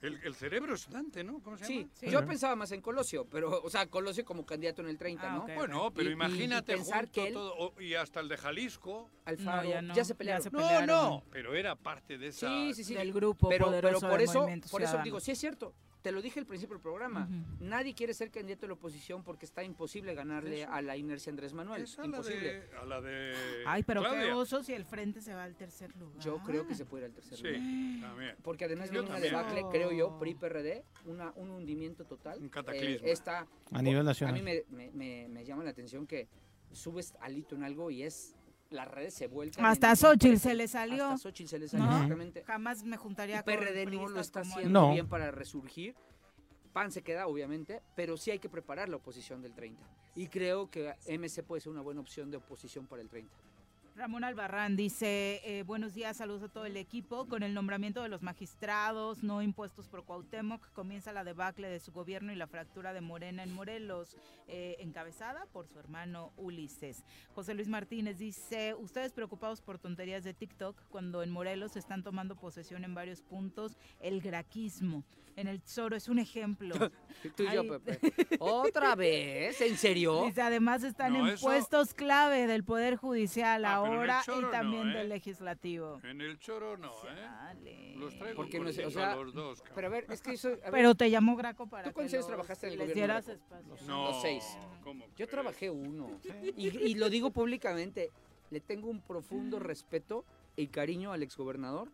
Speaker 3: El, el cerebro es Dante, ¿no? ¿Cómo se
Speaker 6: Sí,
Speaker 3: llama?
Speaker 6: yo pensaba más en Colosio, pero, o sea, Colosio como candidato en el 30, ¿no?
Speaker 3: Ah, Bueno, pero
Speaker 6: Ah, Y- y-
Speaker 3: imagínate
Speaker 6: y pensar
Speaker 3: junto
Speaker 6: que él,
Speaker 3: todo, o- y hasta el de Jalisco.
Speaker 6: Alfaro,
Speaker 2: No, ya
Speaker 6: ya,
Speaker 2: no,
Speaker 6: se
Speaker 2: ya
Speaker 6: pelearon.
Speaker 2: se
Speaker 3: No,
Speaker 2: pelearon.
Speaker 3: no, pero era parte de esa...
Speaker 6: Sí, sí, sí.
Speaker 2: Del grupo
Speaker 6: pero,
Speaker 2: poderoso
Speaker 6: pero por
Speaker 2: del
Speaker 6: eso,
Speaker 2: Movimiento
Speaker 6: por eso
Speaker 2: Ciudadano.
Speaker 6: digo, sí es cierto. Te lo dije al principio del programa.
Speaker 2: Ujú.
Speaker 6: Nadie quiere ser candidato de la oposición porque está imposible ganarle
Speaker 3: Eso.
Speaker 6: a la inercia Andrés Manuel.
Speaker 3: Esa la
Speaker 6: Imposible.
Speaker 3: de, a la de
Speaker 2: Ay, pero qué
Speaker 3: Claudia.
Speaker 2: oso si el frente se va al tercer lugar.
Speaker 6: Yo creo que se puede ir al tercer
Speaker 3: Sí,
Speaker 6: lugar.
Speaker 3: también.
Speaker 6: Porque además
Speaker 3: Yo
Speaker 6: viene una
Speaker 3: también.
Speaker 6: debacle,
Speaker 3: No.
Speaker 6: creo yo, PRI-PRD, una- un hundimiento total. Un
Speaker 3: cataclismo.
Speaker 6: esta,
Speaker 4: A nivel nacional.
Speaker 6: A mí me, me- me- me llama la atención que subes alito en algo y es... Las redes se vuelcan.
Speaker 2: Hasta
Speaker 6: en-
Speaker 2: Xochitl se le salió.
Speaker 6: Hasta Xochitl se le salió,
Speaker 2: ¿No?
Speaker 6: exactamente.
Speaker 2: Jamás me juntaría
Speaker 6: El
Speaker 2: con
Speaker 6: PRD no lo
Speaker 2: priistas
Speaker 6: está
Speaker 2: como
Speaker 6: haciendo
Speaker 4: No.
Speaker 6: bien para resurgir. PAN se queda, obviamente, pero sí hay que preparar la oposición del 30. Y creo que MC puede ser una buena opción de oposición para el 30.
Speaker 2: Ramón Albarrán dice, eh, buenos días, saludos a todo el equipo. Con el nombramiento de los magistrados, no impuestos por Cuauhtémoc, comienza la debacle de su gobierno y la fractura de Morena en Morelos, eh, encabezada por su hermano Ulises. José Luis Martínez dice, ustedes preocupados por tonterías de TikTok, cuando en Morelos están tomando posesión en varios puntos el graquismo. En el Tesoro es un ejemplo.
Speaker 6: Tú y yo,
Speaker 2: Ay,
Speaker 6: Pepe. ¿Otra vez? ¿En serio?
Speaker 2: Dice, además están
Speaker 6: No,
Speaker 2: en
Speaker 6: eso-
Speaker 3: Ah,
Speaker 2: puestos clave del Poder Judicial ahora. ahora
Speaker 3: Choro
Speaker 2: y
Speaker 3: no,
Speaker 2: también del
Speaker 3: ¿eh?
Speaker 2: legislativo.
Speaker 3: En el choro no, ¿eh? Los traigo
Speaker 6: Porque no sé, o
Speaker 3: corriendo
Speaker 6: sea,
Speaker 3: a los dos.
Speaker 6: pero a ver, es que eso... a ver,
Speaker 2: Pero te llamó Graco para
Speaker 6: ¿Tú
Speaker 2: que
Speaker 6: cuántos años
Speaker 2: los-
Speaker 6: trabajaste en el
Speaker 2: les
Speaker 6: gobierno?
Speaker 2: dieras
Speaker 6: Graco?
Speaker 2: espacio.
Speaker 6: Los-
Speaker 3: No,
Speaker 6: los seis.
Speaker 3: ¿cómo
Speaker 6: Yo trabajé uno. Y, y lo digo públicamente, le tengo un profundo respeto y cariño al exgobernador,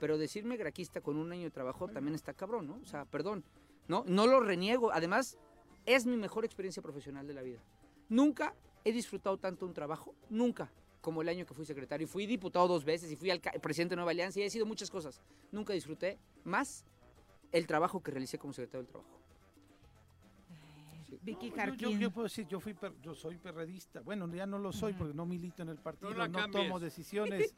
Speaker 6: pero decirme graquista con un año de trabajo también está cabrón, ¿no? O sea, perdón, no, no lo reniego. Además, es mi mejor experiencia profesional de la vida. Nunca he disfrutado tanto un trabajo, nunca, como el año que fui secretario. Y Fui diputado dos veces y fui alca- presidente de Nueva Alianza y he sido muchas cosas. Nunca disfruté más el trabajo que realicé como secretario del trabajo.
Speaker 2: Vicky
Speaker 4: No, yo- yo-
Speaker 2: Jarquín.
Speaker 4: Yo, puedo decir, yo, fui per- yo soy perredista. Bueno, ya no lo soy porque no milito en el partido,
Speaker 3: No la
Speaker 4: no,
Speaker 3: cambies.
Speaker 4: tomo decisiones,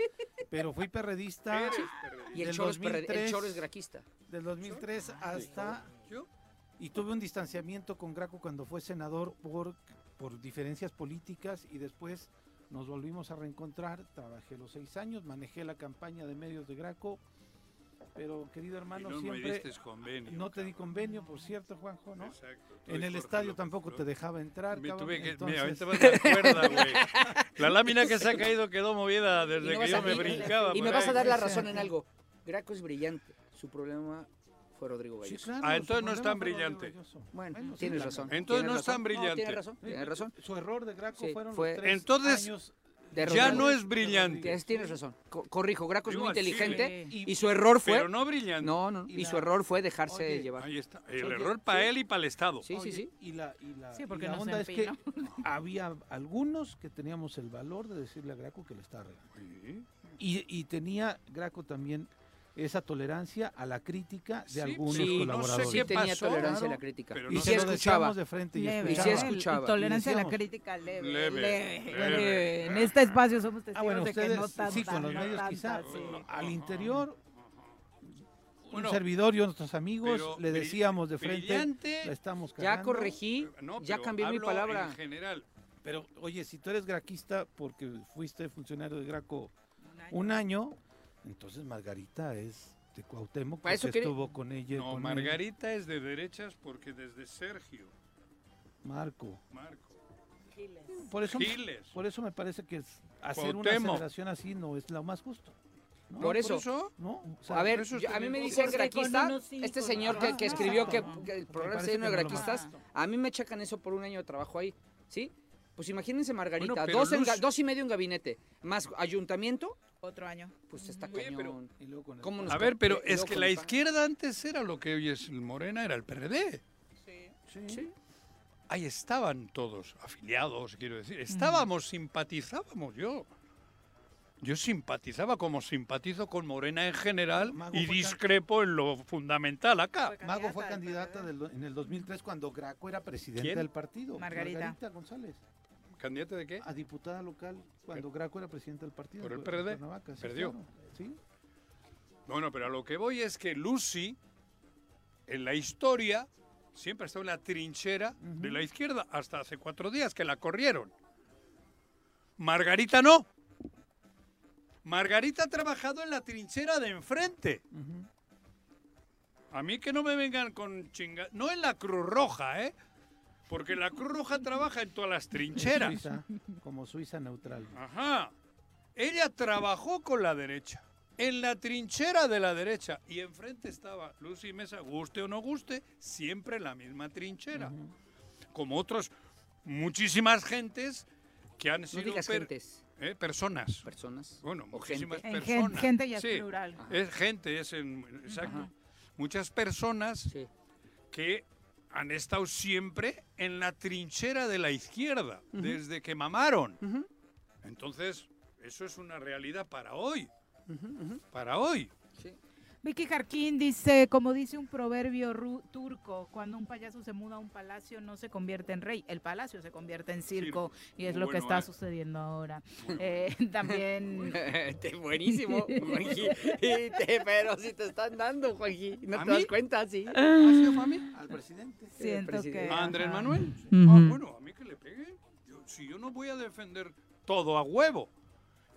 Speaker 4: pero fui perredista.
Speaker 3: Eres perredista.
Speaker 6: Y el
Speaker 4: del
Speaker 6: choro es perre- el
Speaker 4: 2003,
Speaker 6: choro es graquista.
Speaker 4: Del 2003 hasta...
Speaker 3: Yo-
Speaker 4: Y tuve un distanciamiento con Graco cuando fue senador por, por diferencias políticas y después nos volvimos a reencontrar. Trabajé los seis años, manejé la campaña de medios de Graco. Pero, querido hermano,
Speaker 3: no me
Speaker 4: siempre...
Speaker 3: diste convenio,
Speaker 4: No te di convenio, por cierto, Juanjo, ¿no?
Speaker 3: Exacto, tú
Speaker 4: En
Speaker 3: y
Speaker 4: el
Speaker 3: Jorge
Speaker 4: estadio
Speaker 3: López
Speaker 4: tampoco te dejaba entrar.
Speaker 3: Me
Speaker 4: cabrón,
Speaker 3: tuve que,
Speaker 4: entonces-
Speaker 3: Mira, ahorita vas a dar cuerda, güey. La lámina que se ha caído quedó movida
Speaker 6: Y
Speaker 3: desde
Speaker 6: no
Speaker 3: que
Speaker 6: vas
Speaker 3: yo
Speaker 6: a-
Speaker 3: me
Speaker 6: y-
Speaker 3: brincaba.
Speaker 6: Y me
Speaker 3: por
Speaker 6: vas
Speaker 3: ahí.
Speaker 6: a dar la razón en algo. Graco es brillante. Su problema fue Rodrigo Galloso.
Speaker 4: claro,
Speaker 3: Ah, entonces
Speaker 4: su
Speaker 3: no es
Speaker 4: problema
Speaker 3: tan
Speaker 4: fue Rodrigo
Speaker 3: brillante.
Speaker 4: Galloso.
Speaker 6: Bueno,
Speaker 4: Bueno, sí,
Speaker 6: tienes
Speaker 4: la-
Speaker 6: razón.
Speaker 3: Entonces
Speaker 6: tienes
Speaker 3: no es
Speaker 6: razón.
Speaker 3: tan brillante.
Speaker 6: tienes razón, tienes razón.
Speaker 4: Su error de Graco
Speaker 6: Sí,
Speaker 4: fueron
Speaker 6: fue-
Speaker 4: los tres
Speaker 3: Entonces,
Speaker 4: años
Speaker 6: De
Speaker 3: ya
Speaker 6: Rodrigo.
Speaker 3: no es brillante.
Speaker 6: Tienes, tienes razón. Co- corrijo, Graco es
Speaker 3: Digo
Speaker 6: muy
Speaker 3: así,
Speaker 6: inteligente
Speaker 4: ¿eh?
Speaker 6: y su error fue.
Speaker 3: Pero no brillante.
Speaker 6: No, no, Y su error fue dejarse
Speaker 4: Oye,
Speaker 6: llevar.
Speaker 3: Ahí está. El
Speaker 4: Oye,
Speaker 3: error para
Speaker 4: sí.
Speaker 3: él y para el Estado.
Speaker 6: Sí, sí,
Speaker 4: Oye,
Speaker 6: sí.
Speaker 4: Y la, y la,
Speaker 10: Sí,
Speaker 4: y
Speaker 10: porque
Speaker 4: la
Speaker 10: no se
Speaker 4: onda es que
Speaker 10: empinó.
Speaker 4: había algunos que teníamos el valor de decirle a Graco que le estaba regando. Y, y tenía Graco también esa tolerancia a la crítica de
Speaker 3: Sí,
Speaker 4: algunos
Speaker 3: sí, no sé
Speaker 4: colaboradores.
Speaker 6: Sí
Speaker 3: ¿Qué
Speaker 6: tenía
Speaker 3: pasó?
Speaker 6: tolerancia a la
Speaker 4: Claro.
Speaker 6: crítica.
Speaker 3: Pero
Speaker 4: y
Speaker 3: no
Speaker 6: sí
Speaker 4: se lo
Speaker 6: escuchaba.
Speaker 4: decíamos de frente y
Speaker 2: Leve.
Speaker 6: Y
Speaker 4: escuchaba.
Speaker 6: sí escuchaba.
Speaker 2: Tolerancia a la
Speaker 4: Y decíamos,
Speaker 2: crítica leve.
Speaker 3: Leve,
Speaker 2: Leve.
Speaker 3: leve.
Speaker 2: leve. En este espacio somos testigos
Speaker 4: Ah, bueno,
Speaker 2: de que
Speaker 4: ustedes
Speaker 2: no tanta,
Speaker 4: sí, con los
Speaker 2: no
Speaker 4: medios
Speaker 2: tanta,
Speaker 4: quizá.
Speaker 2: sí.
Speaker 4: pero Al interior,
Speaker 3: Bueno,
Speaker 4: un servidor y nuestros amigos
Speaker 3: pero
Speaker 4: le
Speaker 3: brill-
Speaker 4: decíamos de frente,
Speaker 3: brillante-
Speaker 4: la estamos
Speaker 6: Ya
Speaker 4: cagando.
Speaker 6: corregí,
Speaker 3: No,
Speaker 6: ya
Speaker 3: pero
Speaker 6: cambié mi
Speaker 3: hablo
Speaker 6: palabra.
Speaker 3: En general.
Speaker 4: Pero, oye, si tú eres graquista porque fuiste funcionario de Graco un año, entonces Margarita es de Cuauhtémoc
Speaker 6: Para
Speaker 4: porque
Speaker 6: Pues eso quería-
Speaker 4: Pues estuvo con ella. y
Speaker 3: No,
Speaker 4: con él.
Speaker 3: Margarita es de derechas porque desde Sergio,
Speaker 4: Marco.
Speaker 3: Marco,
Speaker 4: Por eso,
Speaker 3: Giles.
Speaker 4: por eso me parece que es- hacer una
Speaker 3: Cuauhtémoc.
Speaker 4: aseveración así no es lo más justo. ¿no?
Speaker 6: Por eso.
Speaker 4: ¿No? o sea,
Speaker 6: A ver,
Speaker 3: eso
Speaker 6: yo- a mí
Speaker 3: tenemos-
Speaker 6: me dicen
Speaker 3: Pues
Speaker 10: Porque con
Speaker 6: graquista,
Speaker 10: unos cinco,
Speaker 6: este señor que, que
Speaker 4: Ajá,
Speaker 6: escribió que,
Speaker 4: exacto.
Speaker 6: que el
Speaker 4: Me
Speaker 6: programa
Speaker 4: parece
Speaker 6: se lleno de
Speaker 4: que no lo
Speaker 6: graquistas,
Speaker 4: más.
Speaker 6: a mí me checan eso por un año de trabajo ahí, ¿sí? Pues imagínense Margarita,
Speaker 3: Bueno, pero
Speaker 6: dos, en
Speaker 3: Luz-
Speaker 6: ga- dos y medio en gabinete, más ayuntamiento,
Speaker 2: Otro año.
Speaker 6: pues está
Speaker 3: Oye, pero-
Speaker 6: cañón.
Speaker 4: y luego con el-
Speaker 6: ¿Cómo nos
Speaker 3: A ver, pero
Speaker 6: y
Speaker 3: es
Speaker 6: luego
Speaker 3: que
Speaker 6: con
Speaker 3: la
Speaker 6: el pan.
Speaker 3: izquierda antes era lo que hoy es el Morena, era el PRD.
Speaker 4: Sí.
Speaker 3: Ahí estaban todos afiliados, quiero
Speaker 4: Mm.
Speaker 3: decir. Estábamos, simpatizábamos yo. Yo simpatizaba como simpatizo con Morena en general
Speaker 4: Mago
Speaker 3: y
Speaker 4: fue
Speaker 3: discrepo en lo fundamental acá.
Speaker 4: Mago fue
Speaker 2: candidata
Speaker 4: candidata
Speaker 2: del
Speaker 4: del do- en el 2003 cuando Graco era presidente
Speaker 3: ¿Quién?
Speaker 4: del partido.
Speaker 2: Margarita.
Speaker 4: González.
Speaker 3: ¿Candidato de qué?
Speaker 4: A diputada local cuando Graco era presidente del partido.
Speaker 3: ¿Por el
Speaker 4: en
Speaker 3: PRD?
Speaker 4: Cuernavaca, sí,
Speaker 3: Perdió.
Speaker 4: claro, sí.
Speaker 3: Bueno, pero a lo que voy es que Lucy, en la historia, siempre ha estado en la trinchera de la izquierda, hasta hace cuatro días que la corrieron. Margarita no. Margarita ha trabajado en la trinchera de enfrente. A mí que no me vengan con chinga... No en la Cruz Roja, ¿eh? Porque la Cruz Roja trabaja en todas las trincheras.
Speaker 4: Suiza, como Suiza neutral.
Speaker 3: Ajá. Ella trabajó con la derecha, en la trinchera de la derecha, y enfrente estaba Lucy Mesa, guste o no guste, siempre la misma trinchera. Como otros, muchísimas gentes que han
Speaker 6: No
Speaker 3: sido
Speaker 6: digas
Speaker 3: per-
Speaker 6: gentes,
Speaker 3: eh, personas.
Speaker 6: personas.
Speaker 3: Bueno,
Speaker 6: o
Speaker 3: muchísimas
Speaker 6: gente.
Speaker 2: En gen-
Speaker 3: personas.
Speaker 2: gente ya es
Speaker 3: Sí,
Speaker 2: plural.
Speaker 3: Es gente, es en- exacto.
Speaker 6: Ajá.
Speaker 3: Muchas personas
Speaker 6: Sí.
Speaker 3: que han estado siempre en la trinchera de la izquierda, desde que mamaron. Entonces, eso es una realidad para hoy. Para hoy.
Speaker 2: Vicky Jarquín dice, como dice un proverbio ru- turco, cuando un payaso se muda a un palacio no se convierte en rey, el palacio se convierte en circo,
Speaker 3: Circo.
Speaker 2: y es
Speaker 3: Muy
Speaker 2: lo que
Speaker 3: bueno,
Speaker 2: está
Speaker 3: ¿eh?
Speaker 2: sucediendo ahora. Eh, también
Speaker 6: Te- Este Buenísimo, Juanji. Y te- Pero si te están dando, Juanji, no
Speaker 3: ¿A
Speaker 6: te das
Speaker 3: mí?
Speaker 6: cuenta, sí.
Speaker 4: Al presidente.
Speaker 2: siento que...
Speaker 6: presidente.
Speaker 3: ¿A Andrés
Speaker 2: ajá.
Speaker 3: Manuel.
Speaker 2: Ujú.
Speaker 3: Ah, bueno, a mí que le peguen. Yo- si yo no voy a defender todo a huevo.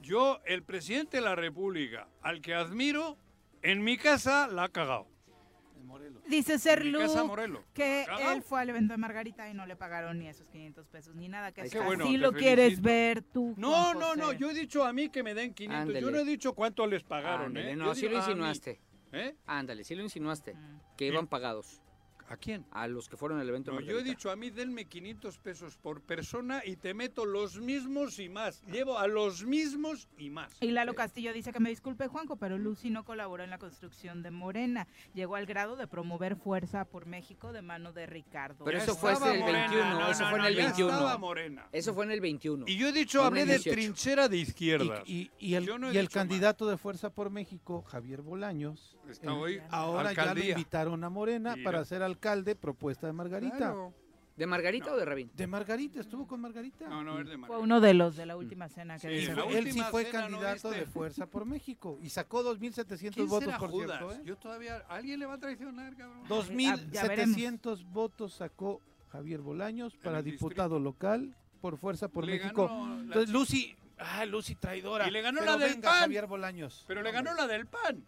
Speaker 3: Yo, el presidente de la República, al que admiro, en mi casa la ha cagado.
Speaker 4: de Morelos.
Speaker 2: Dice ser
Speaker 4: En mi
Speaker 2: Lu
Speaker 4: casa, Morelos.
Speaker 2: que
Speaker 4: Ajá.
Speaker 2: él fue al evento de Margarita y no le pagaron ni esos 500 pesos ni nada. Que
Speaker 3: Ay,
Speaker 2: si
Speaker 3: qué bueno, te
Speaker 2: lo quieres
Speaker 3: felicito.
Speaker 2: ver tú.
Speaker 3: No, no, no, yo he dicho a mí que me den 500. Yo
Speaker 6: Ándele.
Speaker 3: no he dicho cuánto les pagaron,
Speaker 6: Ándale,
Speaker 3: ¿eh?
Speaker 6: No,
Speaker 3: Yo
Speaker 6: sí
Speaker 3: digo,
Speaker 6: lo
Speaker 3: a mí.
Speaker 6: insinuaste.
Speaker 3: ¿Eh? Mm.
Speaker 6: Ándale, sí lo insinuaste. Que iban pagados.
Speaker 3: ¿A quién?
Speaker 6: A los que fueron al evento.
Speaker 3: No,
Speaker 6: de
Speaker 3: yo he
Speaker 6: Margarita.
Speaker 3: dicho a mí denme 500 pesos por persona y te meto los mismos y más. Llevo a los mismos y más.
Speaker 2: Y Lalo Castillo dice que me disculpe, Juanco, pero Lucy no colaboró en la construcción de Morena. Llegó al grado de promover fuerza por México de mano de Ricardo.
Speaker 6: Pero eso fue
Speaker 3: estaba
Speaker 6: el
Speaker 3: morena,
Speaker 6: 21,
Speaker 3: no,
Speaker 6: eso
Speaker 3: no,
Speaker 6: fue
Speaker 3: no,
Speaker 6: en el
Speaker 3: ya
Speaker 6: 21.
Speaker 3: estaba morena.
Speaker 6: Eso fue en el 21.
Speaker 3: Y yo he dicho, hablé de trinchera de izquierda.
Speaker 4: Y, y- y el,
Speaker 3: Yo no he
Speaker 4: y el
Speaker 3: dicho
Speaker 4: candidato de Fuerza por México, Javier Bolaños,
Speaker 3: Está
Speaker 4: eh,
Speaker 3: hoy
Speaker 4: ahora ya lo
Speaker 3: alcaldía.
Speaker 4: invitaron a Morena
Speaker 6: Mira.
Speaker 4: para ser alcalde, propuesta de Margarita.
Speaker 6: Claro. ¿De Margarita o de Rabín?
Speaker 4: De Margarita, estuvo con Margarita. Mm.
Speaker 3: No, no, es de
Speaker 2: Fue uno de los de la
Speaker 3: Mm.
Speaker 2: última cena que
Speaker 4: Sí,
Speaker 2: dice.
Speaker 4: fue- él sí fue candidato de Fuerza por México y sacó 2.700
Speaker 3: ¿Quién
Speaker 4: votos,
Speaker 3: será
Speaker 4: por
Speaker 3: Judas?
Speaker 4: cierto. ¿eh?
Speaker 3: Yo todavía... ¿Alguien le va a traicionar, cabrón? Eh,
Speaker 2: Ya veremos.
Speaker 4: 2.700 votos sacó Javier Bolaños para diputado local por Fuerza por
Speaker 3: Le
Speaker 4: México.
Speaker 3: ganó la
Speaker 4: Entonces,
Speaker 3: chica.
Speaker 4: Lucy, ah, Lucy traidora.
Speaker 3: Y le ganó
Speaker 4: Pero
Speaker 3: la del
Speaker 4: venga,
Speaker 3: PAN.
Speaker 4: Javier Bolaños.
Speaker 3: Pero le ganó la del PAN.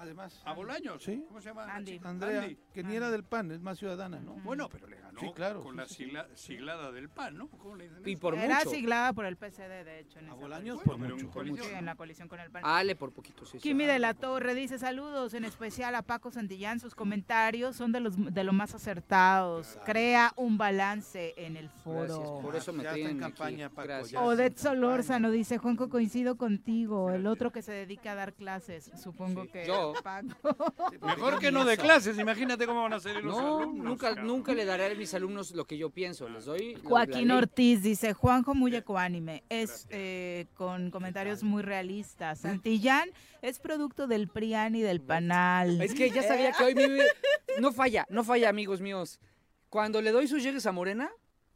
Speaker 4: Además.
Speaker 3: A Bolaños.
Speaker 4: Sí.
Speaker 3: ¿Cómo se llama? la
Speaker 2: Andy.
Speaker 3: chica?
Speaker 4: Andrea,
Speaker 3: Andy.
Speaker 4: que ni era del PAN, es más ciudadana, ¿no?
Speaker 3: Bueno, pero le ganó
Speaker 4: Sí, claro,
Speaker 3: con
Speaker 4: sí,
Speaker 3: la
Speaker 4: sí, sí.
Speaker 3: sigla- siglada del PAN, ¿no? ¿Cómo le dicen
Speaker 6: Y
Speaker 3: eso?
Speaker 6: por
Speaker 2: Era
Speaker 6: mucho. Ah,
Speaker 2: siglada por el PCD, de hecho. En esa
Speaker 4: Bolaños
Speaker 2: coalición.
Speaker 4: por mucho.
Speaker 6: por mucho.
Speaker 2: Sí, en la coalición con el PAN.
Speaker 6: Ale, por poquito, sí. sí.
Speaker 2: Kimi de la Torre dice saludos, en especial a Paco Santillán. Sus comentarios son de los de lo más acertados. Crea un balance en el
Speaker 6: Gracias,
Speaker 2: foro.
Speaker 6: por eso me
Speaker 4: Ya está en
Speaker 6: tienen aquí.
Speaker 4: campaña, Paco,
Speaker 6: Gracias.
Speaker 4: ya.
Speaker 2: Odette Solórzano dice, Juanco, coincido contigo, el otro que se dedica a dar clases, supongo que
Speaker 6: Yo.
Speaker 2: Paco.
Speaker 3: Mejor que no de clases, imagínate cómo van a ser los
Speaker 6: No,
Speaker 3: alumnos.
Speaker 6: nunca,
Speaker 3: cabrón.
Speaker 6: nunca le daré a mis alumnos lo que yo pienso. Les doy. lo-
Speaker 2: Joaquín
Speaker 6: la ley.
Speaker 2: Ortiz dice, Juanjo muy ecuánime, es eh, con comentarios muy realistas. Santillán es producto del PRIAN y del PANAL.
Speaker 6: Es que ya sabía que hoy me iba- No falla, no falla, amigos míos. Cuando le doy sus llegues a Morena,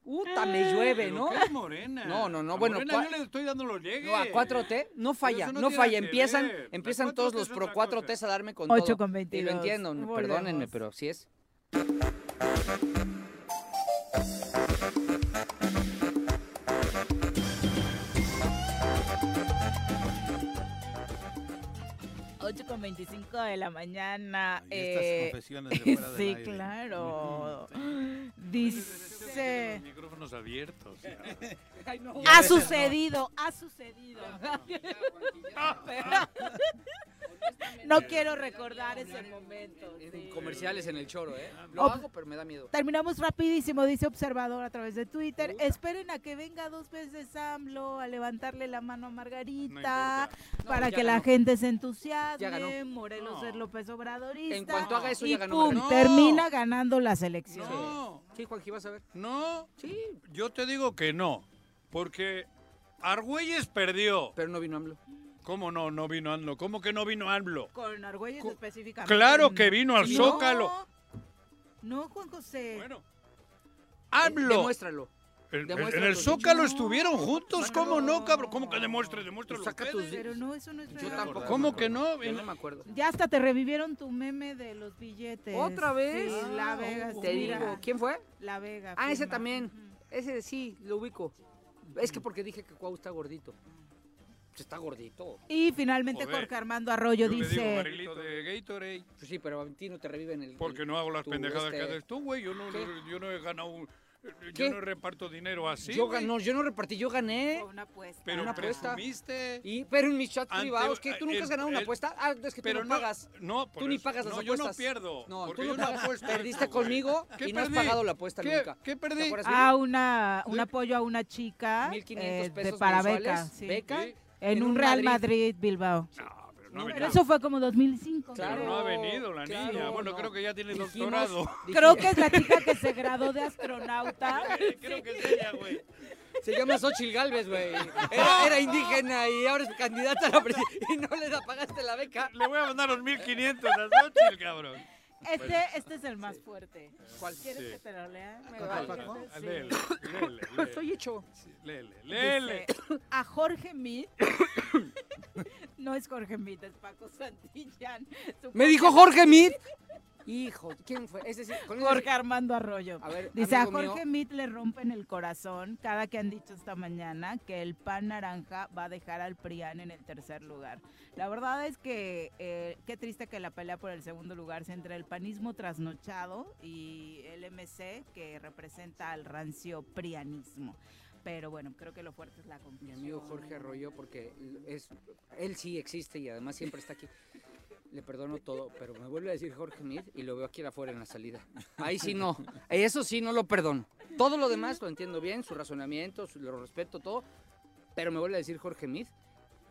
Speaker 6: puta, me llueve,
Speaker 3: Pero
Speaker 6: ¿no?
Speaker 3: ¿qué es morena?
Speaker 6: No, no, no,
Speaker 3: A
Speaker 6: bueno,
Speaker 3: Morena
Speaker 6: cua-
Speaker 3: yo le estoy dando los llegues.
Speaker 6: No, a 4T no falla,
Speaker 3: eso no
Speaker 6: no,
Speaker 3: tiene
Speaker 6: falla.
Speaker 3: que
Speaker 6: Empiezan,
Speaker 3: ver. La
Speaker 6: empiezan todos
Speaker 3: 4T
Speaker 6: los
Speaker 3: es
Speaker 6: pro
Speaker 3: otra
Speaker 6: 4Ts a darme con
Speaker 2: Ocho
Speaker 6: todo.
Speaker 2: con
Speaker 6: Y
Speaker 2: 22.
Speaker 6: lo entiendo, no,
Speaker 2: Volvemos.
Speaker 6: perdónenme, pero sí es.
Speaker 2: Ocho con 25 de la mañana.
Speaker 4: Y estas
Speaker 2: eh,
Speaker 4: confesiones de fuera del
Speaker 2: sí,
Speaker 4: aire.
Speaker 2: claro.
Speaker 3: Los
Speaker 2: Dice...
Speaker 3: micrófonos abiertos.
Speaker 2: Ha sucedido, ha sucedido. No quiero recordar ese momento. sí.
Speaker 6: Comerciales en el choro, ¿eh? Lo hago, pero me da miedo.
Speaker 2: Terminamos rapidísimo, dice Observador a través de Twitter. Esperen a que venga dos veces AMLO a levantarle la mano a Margarita
Speaker 6: No,
Speaker 2: para
Speaker 6: ya
Speaker 2: que la
Speaker 6: ganó.
Speaker 2: gente se
Speaker 6: Ya
Speaker 2: entusiasme.
Speaker 6: ganó.
Speaker 2: Morelos es López Obradorista.
Speaker 6: En cuanto haga eso,
Speaker 2: y
Speaker 6: ya ganó
Speaker 2: pum,
Speaker 6: Morena.
Speaker 2: termina ganando las elecciones.
Speaker 3: No,
Speaker 6: Sí, Juanji, vas a ver.
Speaker 3: no,
Speaker 6: Sí,
Speaker 3: yo te digo que no, porque Argüelles perdió.
Speaker 6: pero no vino AMLO. Eh,
Speaker 3: ¿Cómo no, no vino AMLO? ¿Cómo que no vino AMLO?
Speaker 2: Con Argüelles específicamente.
Speaker 3: Claro que vino al
Speaker 2: No,
Speaker 3: Zócalo.
Speaker 2: No, Juan José.
Speaker 3: Bueno,
Speaker 6: Eh,
Speaker 3: AMLO.
Speaker 6: Demuéstralo.
Speaker 3: En,
Speaker 6: demuestra
Speaker 3: en el
Speaker 6: tus-
Speaker 3: Zócalo
Speaker 6: No,
Speaker 3: estuvieron juntos, ¿cómo no, cabrón? ¿Cómo que demuestre, demuestre
Speaker 6: Pues saca tus-
Speaker 2: pero no, eso no es
Speaker 6: Yo
Speaker 2: real.
Speaker 6: tampoco.
Speaker 3: ¿Cómo que no?
Speaker 6: Yo no me acuerdo.
Speaker 2: Ya hasta te revivieron tu meme de los billetes.
Speaker 6: ¿Otra vez? Ah,
Speaker 2: Sí, La Vega.
Speaker 6: Te
Speaker 2: mira.
Speaker 6: digo, ¿quién fue?
Speaker 2: La Vega. pues,
Speaker 6: Ah, ese
Speaker 2: firma.
Speaker 6: también.
Speaker 2: Ujú.
Speaker 6: Ese sí, lo ubico. Es que porque dije que Cuau está gordito. Pues Mm. Está gordito.
Speaker 2: Y finalmente
Speaker 3: Joder.
Speaker 2: Jorge Armando Arroyo
Speaker 3: Yo le digo,
Speaker 2: dice,
Speaker 3: Marilito de Gatorade.
Speaker 6: Pues sí, pero a ti no te reviven el.
Speaker 3: Porque
Speaker 6: el-
Speaker 3: no hago las
Speaker 6: tu,
Speaker 3: pendejadas que
Speaker 6: este,
Speaker 3: haces tú, güey. Yo no,
Speaker 6: ¿Qué?
Speaker 3: yo no he ganado. un- Yo
Speaker 6: ¿Qué?
Speaker 3: no reparto dinero así.
Speaker 6: yo,
Speaker 3: güey.
Speaker 6: ganó, yo no repartí, yo gané.
Speaker 2: "Fue una apuesta.
Speaker 3: Pero
Speaker 6: una apuesta.
Speaker 3: presumiste.
Speaker 6: Y, pero en mis chats
Speaker 3: Ante-
Speaker 6: privados, que tú nunca
Speaker 3: el-
Speaker 6: has ganado una
Speaker 3: el-
Speaker 6: apuesta. Ah, es que tú
Speaker 3: pero
Speaker 6: no pagas.
Speaker 3: No, por
Speaker 6: Tú ni
Speaker 3: eso.
Speaker 6: pagas las
Speaker 3: no,
Speaker 6: apuestas.
Speaker 3: Yo no pierdo.
Speaker 6: No,
Speaker 3: porque
Speaker 6: tú no
Speaker 3: yo no
Speaker 6: pagas.
Speaker 3: apuesto
Speaker 6: Perdiste
Speaker 3: esto, güey.
Speaker 6: conmigo
Speaker 3: ¿Qué
Speaker 6: y no has
Speaker 3: perdí?
Speaker 6: pagado la apuesta
Speaker 3: ¿Qué-
Speaker 6: nunca.
Speaker 3: ¿Qué
Speaker 6: ¿Te
Speaker 3: perdí?
Speaker 6: acuerdas?
Speaker 2: Ah, una, un
Speaker 3: Sí.
Speaker 2: apoyo a una chica
Speaker 6: 1500
Speaker 2: eh, de
Speaker 6: pesos
Speaker 2: para beca,
Speaker 6: mensuales,
Speaker 2: sí.
Speaker 6: beca,
Speaker 3: Sí.
Speaker 2: En, un Real Madrid, Bilbao.
Speaker 3: No, pero
Speaker 6: No,
Speaker 3: no, ha
Speaker 2: Pero
Speaker 3: venido.
Speaker 2: eso fue como 2005.
Speaker 6: Claro.
Speaker 3: Pero no ha venido la
Speaker 6: Claro,
Speaker 3: niña. Bueno,
Speaker 6: no.
Speaker 3: creo que ya tiene
Speaker 6: Dijimos-
Speaker 3: doctorado.
Speaker 2: Creo
Speaker 6: dijimos-
Speaker 2: que es la chica que se graduó de astronauta.
Speaker 3: creo que es ella, güey.
Speaker 6: Se llama Xochitl Galvez, güey. Era, era indígena y ahora es candidata a la presidencia. Y no le apagaste la beca.
Speaker 3: Le voy a mandar los 1500 a Xochitl, cabrón.
Speaker 2: Este, este es el más fuerte.
Speaker 6: ¿Cuál?
Speaker 2: ¿Quieres
Speaker 3: Sí.
Speaker 2: que te lo lea? Me
Speaker 6: vale.
Speaker 2: vale.
Speaker 3: Ah, Léele, léele, léele.
Speaker 6: Estoy hecho.
Speaker 3: Sí, Léele,
Speaker 2: Dice,
Speaker 3: léele.
Speaker 2: a Jorge Mit. no es Jorge Mit, es Paco Santillán. Supongo-
Speaker 6: Me dijo Jorge Mit. Hijo, ¿quién fue? Es decir, con
Speaker 2: Jorge
Speaker 6: ese-
Speaker 2: Armando Arroyo.
Speaker 6: A ver,
Speaker 2: Dice, a
Speaker 6: amigo mío,
Speaker 2: Jorge Mit le rompen el corazón cada que han dicho esta mañana que el pan naranja va a dejar al PRIAN en el tercer lugar. La verdad es que eh, qué triste que la pelea por el segundo lugar sea entre el panismo trasnochado y el MC que representa al rancio prianismo. Pero bueno, creo que lo fuerte es la
Speaker 6: mi
Speaker 2: conclusión.
Speaker 6: amigo Jorge Arroyo, porque es, él sí existe y además siempre está aquí. Le perdono todo, pero me vuelve a decir Jorge Mid y lo veo aquí afuera en la salida. Ahí sí no, eso sí no lo perdono. Todo lo demás lo entiendo bien, su razonamiento, su- lo respeto, todo, pero me vuelve a decir Jorge Mid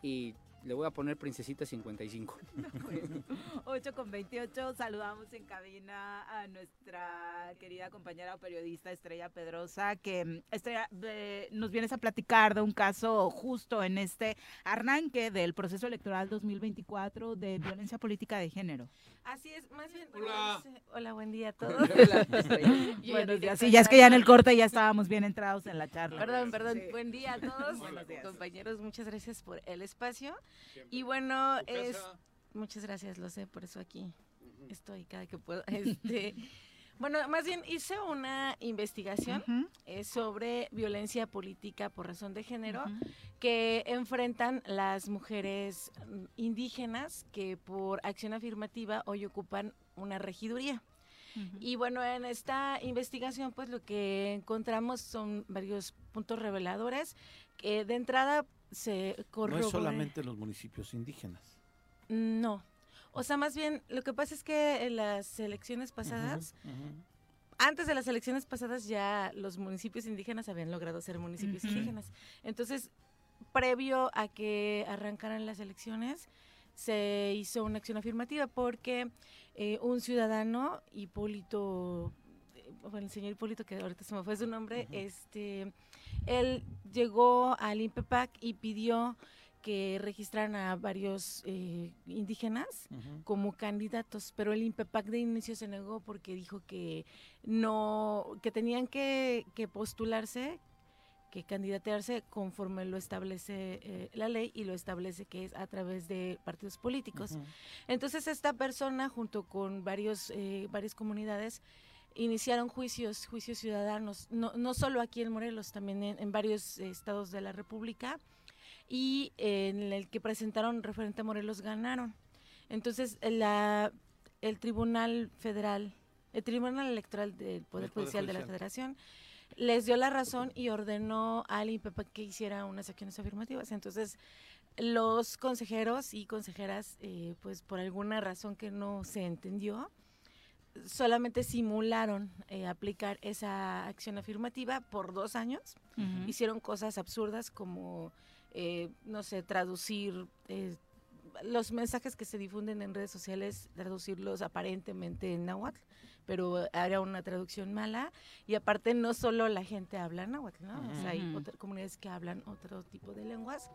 Speaker 6: y le voy a poner Princesita 55.
Speaker 2: 8 con 28, saludamos en cabina a nuestra Ah, querida compañera periodista Estrella Pedrosa, que mm, Estrella, eh, nos vienes a platicar de un caso justo en este arranque del proceso electoral 2024 de violencia política de género.
Speaker 11: Así es, más bien. Hola. Hola, buen día a todos. Yo ya
Speaker 2: Buenos
Speaker 11: ni
Speaker 2: días.
Speaker 11: te
Speaker 2: Sí, ya es que ya en el
Speaker 11: extrañaba.
Speaker 2: corte ya estábamos bien entrados en la charla.
Speaker 11: Perdón, perdón.
Speaker 2: Sí.
Speaker 11: Buen día a todos,
Speaker 2: Buenos días.
Speaker 11: compañeros. Muchas gracias por el espacio. Y bueno,
Speaker 2: Tu
Speaker 11: es,
Speaker 2: casa.
Speaker 11: muchas gracias, lo sé, por eso aquí estoy cada que puedo. Este, bueno, más bien hice una investigación eh, sobre violencia política por razón de género que enfrentan las mujeres mm, indígenas que por acción afirmativa hoy ocupan una regiduría. Y bueno, en esta investigación, pues lo que encontramos son varios puntos reveladores. Que de entrada se
Speaker 4: No
Speaker 11: corrobora.
Speaker 4: es solamente los municipios indígenas.
Speaker 11: No. O sea, más bien, lo que pasa es que en las elecciones pasadas, antes de las elecciones pasadas, ya los municipios indígenas habían logrado ser municipios
Speaker 12: Ujú.
Speaker 11: indígenas. Entonces, previo a que arrancaran las elecciones, se hizo una acción afirmativa porque eh, un ciudadano, Hipólito, eh, bueno, el señor Hipólito, que ahorita se me fue su nombre, este, él llegó al INPEPAC y pidió que registraran a varios eh, indígenas
Speaker 12: Ujú.
Speaker 11: como candidatos, pero el INPEPAC de inicio se negó porque dijo que no, que tenían que, que postularse, que candidatearse conforme lo establece eh, la ley y lo establece que es a través de partidos políticos.
Speaker 12: Ujú.
Speaker 11: Entonces esta persona junto con varios, eh, varias comunidades iniciaron juicios, juicios ciudadanos, no, no solo aquí en Morelos, también en, en varios eh, estados de la República, y eh, en el que presentaron referente a Morelos ganaron. Entonces la, el Tribunal Federal, el Tribunal Electoral del
Speaker 12: Poder
Speaker 11: Poder, Judicial de la
Speaker 12: Judicial.
Speaker 11: Federación, les dio la razón y ordenó al INPEPAC que hiciera unas acciones afirmativas. Entonces, los consejeros y consejeras, eh, pues por alguna razón que no se entendió, solamente simularon eh, aplicar esa acción afirmativa por dos años.
Speaker 12: Ujú.
Speaker 11: Hicieron cosas absurdas como, eh, no sé, traducir eh, los mensajes que se difunden en redes sociales, traducirlos aparentemente en náhuatl, pero era una traducción mala. Y aparte no solo la gente habla náhuatl, ¿no? O sea, hay
Speaker 12: Ujú.
Speaker 11: otras comunidades que hablan otro tipo de lenguas.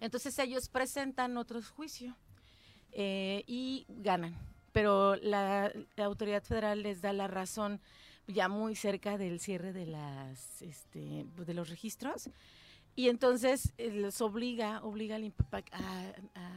Speaker 11: Entonces ellos presentan otro juicio eh, y ganan. Pero la, la autoridad federal les da la razón ya muy cerca del cierre de las este, de los registros y entonces eh, los obliga obliga al INPEPAC a,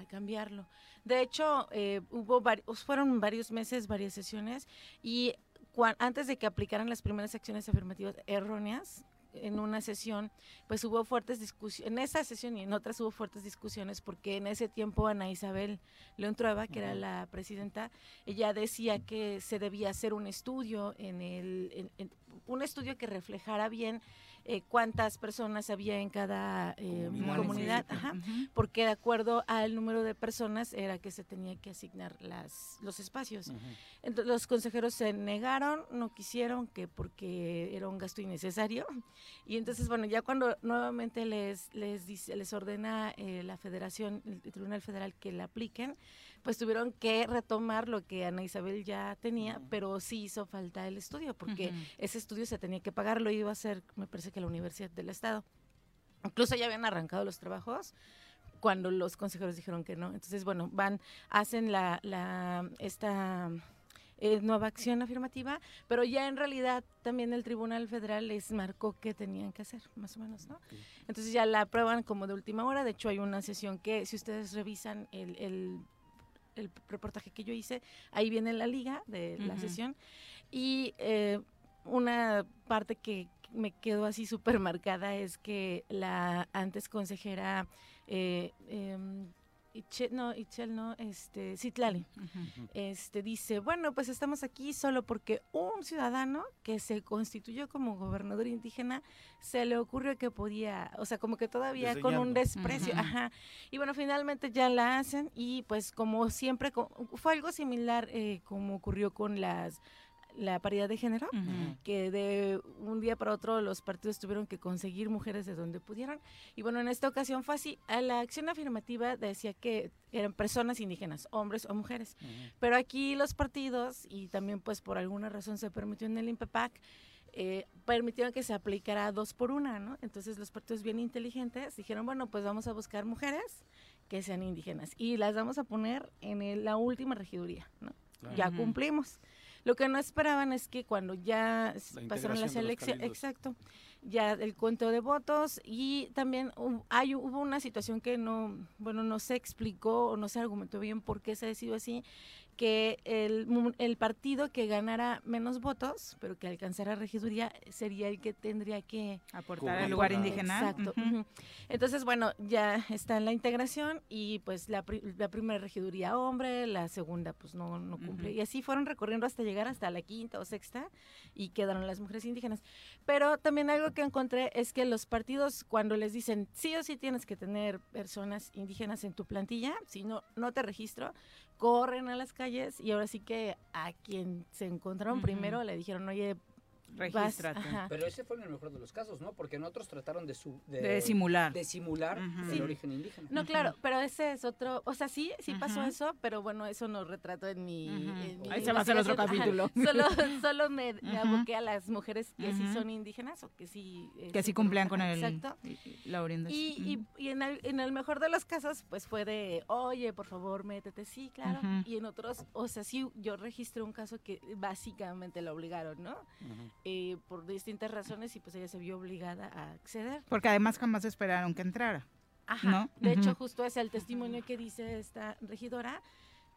Speaker 11: a cambiarlo. De hecho eh, hubo varios fueron varios meses varias sesiones y cuan- antes de que aplicaran las primeras acciones afirmativas erróneas en una sesión, pues hubo fuertes discusiones, en esa sesión y en otras hubo fuertes discusiones porque en ese tiempo Ana Isabel León Trueba, que era
Speaker 12: Ujú.
Speaker 11: la presidenta, ella decía que se debía hacer un estudio en el, en- en- un estudio que reflejara bien eh, cuántas personas había en cada eh,
Speaker 12: Comunidad.
Speaker 11: comunidad, ajá, porque de acuerdo al número de personas era que se tenía que asignar las, los espacios. Ento- los consejeros se negaron, no quisieron que porque era un gasto innecesario. Y entonces, bueno, ya cuando nuevamente les les dice- les ordena eh, la Federación, el Tribunal Federal que la apliquen, pues tuvieron que retomar lo que Ana Isabel ya tenía, pero sí hizo falta el estudio porque
Speaker 12: Ujú.
Speaker 11: ese estudio se tenía que pagar, lo iba a hacer, me parece que la Universidad del Estado. Incluso ya habían arrancado los trabajos cuando los consejeros dijeron que no. Entonces, bueno, van, hacen la, la esta eh, nueva acción afirmativa, pero ya en realidad también el Tribunal Federal les marcó qué tenían que hacer, más o menos, ¿no? Entonces ya la aprueban como de última hora. De hecho, hay una sesión que, si ustedes revisan el, el el reportaje que yo hice, ahí viene la liga de la
Speaker 10: Ujú.
Speaker 11: sesión. Y eh, una parte que me quedó así súper marcada es que la antes consejera, eh, em, Itche- no, Itchel no, este, Citlali, este, dice, bueno, pues estamos aquí solo porque un ciudadano que se constituyó como gobernador indígena se le ocurrió que podía, o sea, como que todavía con un
Speaker 10: Desdeñando.
Speaker 11: desprecio,
Speaker 10: Ujú.
Speaker 11: ajá. Y bueno, finalmente ya la hacen y pues como siempre, co- fue algo similar eh, como ocurrió con las la paridad de género,
Speaker 10: Ujú.
Speaker 11: que de un día para otro los partidos tuvieron que conseguir mujeres de donde pudieran. Y bueno, en esta ocasión fue así. A la acción afirmativa decía que eran personas indígenas, hombres o mujeres. Pero aquí los partidos, y también pues por alguna razón se permitió en el INPEPAC, eh, permitieron que se aplicara dos por una, ¿no? Entonces los partidos bien inteligentes dijeron, bueno, pues vamos a buscar mujeres que sean indígenas y las vamos a poner en el- la última regiduría, ¿no?
Speaker 10: Claro.
Speaker 11: Ya
Speaker 10: Ujú.
Speaker 11: cumplimos. Lo que no esperaban es que cuando ya s-
Speaker 10: La
Speaker 11: pasaron
Speaker 10: integración
Speaker 11: las
Speaker 10: de los
Speaker 11: elecciones,
Speaker 10: cabildos.
Speaker 11: exacto, ya el cuento de votos y también hu- hay, hubo una situación que no, bueno, no se explicó o no se argumentó bien por qué se decidió así, que el, mu- el partido que ganara menos votos, pero que alcanzara regiduría, sería el que tendría que
Speaker 2: Aportar al lugar indígena.
Speaker 11: Exacto.
Speaker 2: Ujú.
Speaker 11: ujú. Entonces, bueno, ya está en la integración y pues la, pri- la primera regiduría hombre, la segunda pues no, no cumple.
Speaker 10: Ujú.
Speaker 11: Y así fueron recorriendo hasta llegar hasta la quinta o sexta y quedaron las mujeres indígenas. Pero también algo que encontré es que los partidos cuando les dicen sí o sí tienes que tener personas indígenas en tu plantilla, si no, no te registro, corren a las calles y ahora sí que a quien se encontraron
Speaker 10: Ujú.
Speaker 11: primero le dijeron, oye, vas- ajá.
Speaker 12: Pero ese fue en el mejor de los casos, ¿no? Porque en otros trataron de, su-
Speaker 11: De simular.
Speaker 12: De simular
Speaker 11: Ujú.
Speaker 12: el
Speaker 11: Sí.
Speaker 12: origen indígena.
Speaker 11: No, claro, pero ese es otro, o sea, sí, sí pasó
Speaker 12: Ujú.
Speaker 11: eso, pero bueno, eso no retrato en mi... en mi
Speaker 10: Ahí se va a hacer otro
Speaker 11: investigación. Ajá,
Speaker 10: capítulo.
Speaker 11: Solo, solo me, me
Speaker 10: Ujú.
Speaker 11: aboqué a las mujeres que sí
Speaker 10: Ujú.
Speaker 11: son indígenas o que sí... eh,
Speaker 10: Que sí
Speaker 11: se
Speaker 10: cumplían
Speaker 11: ajá,
Speaker 10: con el,
Speaker 11: Exacto.
Speaker 10: la orientación.
Speaker 11: Y, y- y en, el, en el mejor de los casos, pues fue de, oye, por favor, métete, sí, claro.
Speaker 10: Ujú.
Speaker 11: Y en otros, o sea, sí, yo registré un caso que básicamente la obligaron, ¿no? Eh, por distintas razones y pues ella se vio obligada a acceder.
Speaker 2: Porque además jamás esperaron que entrara.
Speaker 11: Ajá.
Speaker 2: ¿no?
Speaker 11: De hecho,
Speaker 2: Ujú.
Speaker 11: justo es el testimonio que dice esta regidora,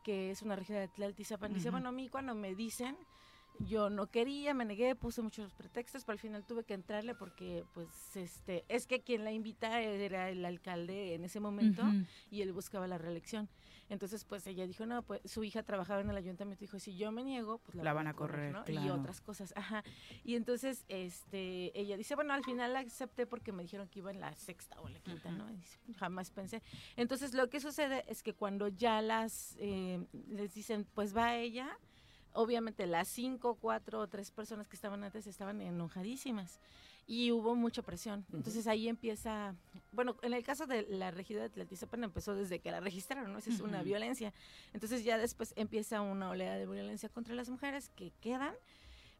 Speaker 11: que es una regidora de Tlaltizapan. Dice,
Speaker 10: Ujú.
Speaker 11: bueno, a mí cuando me dicen, yo no quería, me negué, puse muchos pretextos, pero al final tuve que entrarle porque, pues, este, es que quien la invita era el alcalde en ese momento
Speaker 10: Ujú.
Speaker 11: y él buscaba la reelección. Entonces, pues, ella dijo, no, pues, su hija trabajaba en el ayuntamiento, dijo, si yo me niego, pues
Speaker 2: La
Speaker 11: voy
Speaker 2: van a correr,
Speaker 11: ¿no? Y
Speaker 2: claro.
Speaker 11: otras cosas, ajá. Y entonces, este, ella dice, bueno, al final la acepté porque me dijeron que iba en la sexta o la quinta, ¿no? Y dice, jamás pensé. Entonces, lo que sucede es que cuando ya las, eh, les dicen, pues va ella, obviamente las cinco, cuatro o tres personas que estaban antes estaban enojadísimas y hubo mucha presión. Entonces ahí empieza, bueno, en el caso de la regidora de Tlaltizapan empezó desde que la registraron, ¿no? Esa es una
Speaker 10: Ujú.
Speaker 11: violencia. Entonces ya después empieza una oleada de violencia contra las mujeres que quedan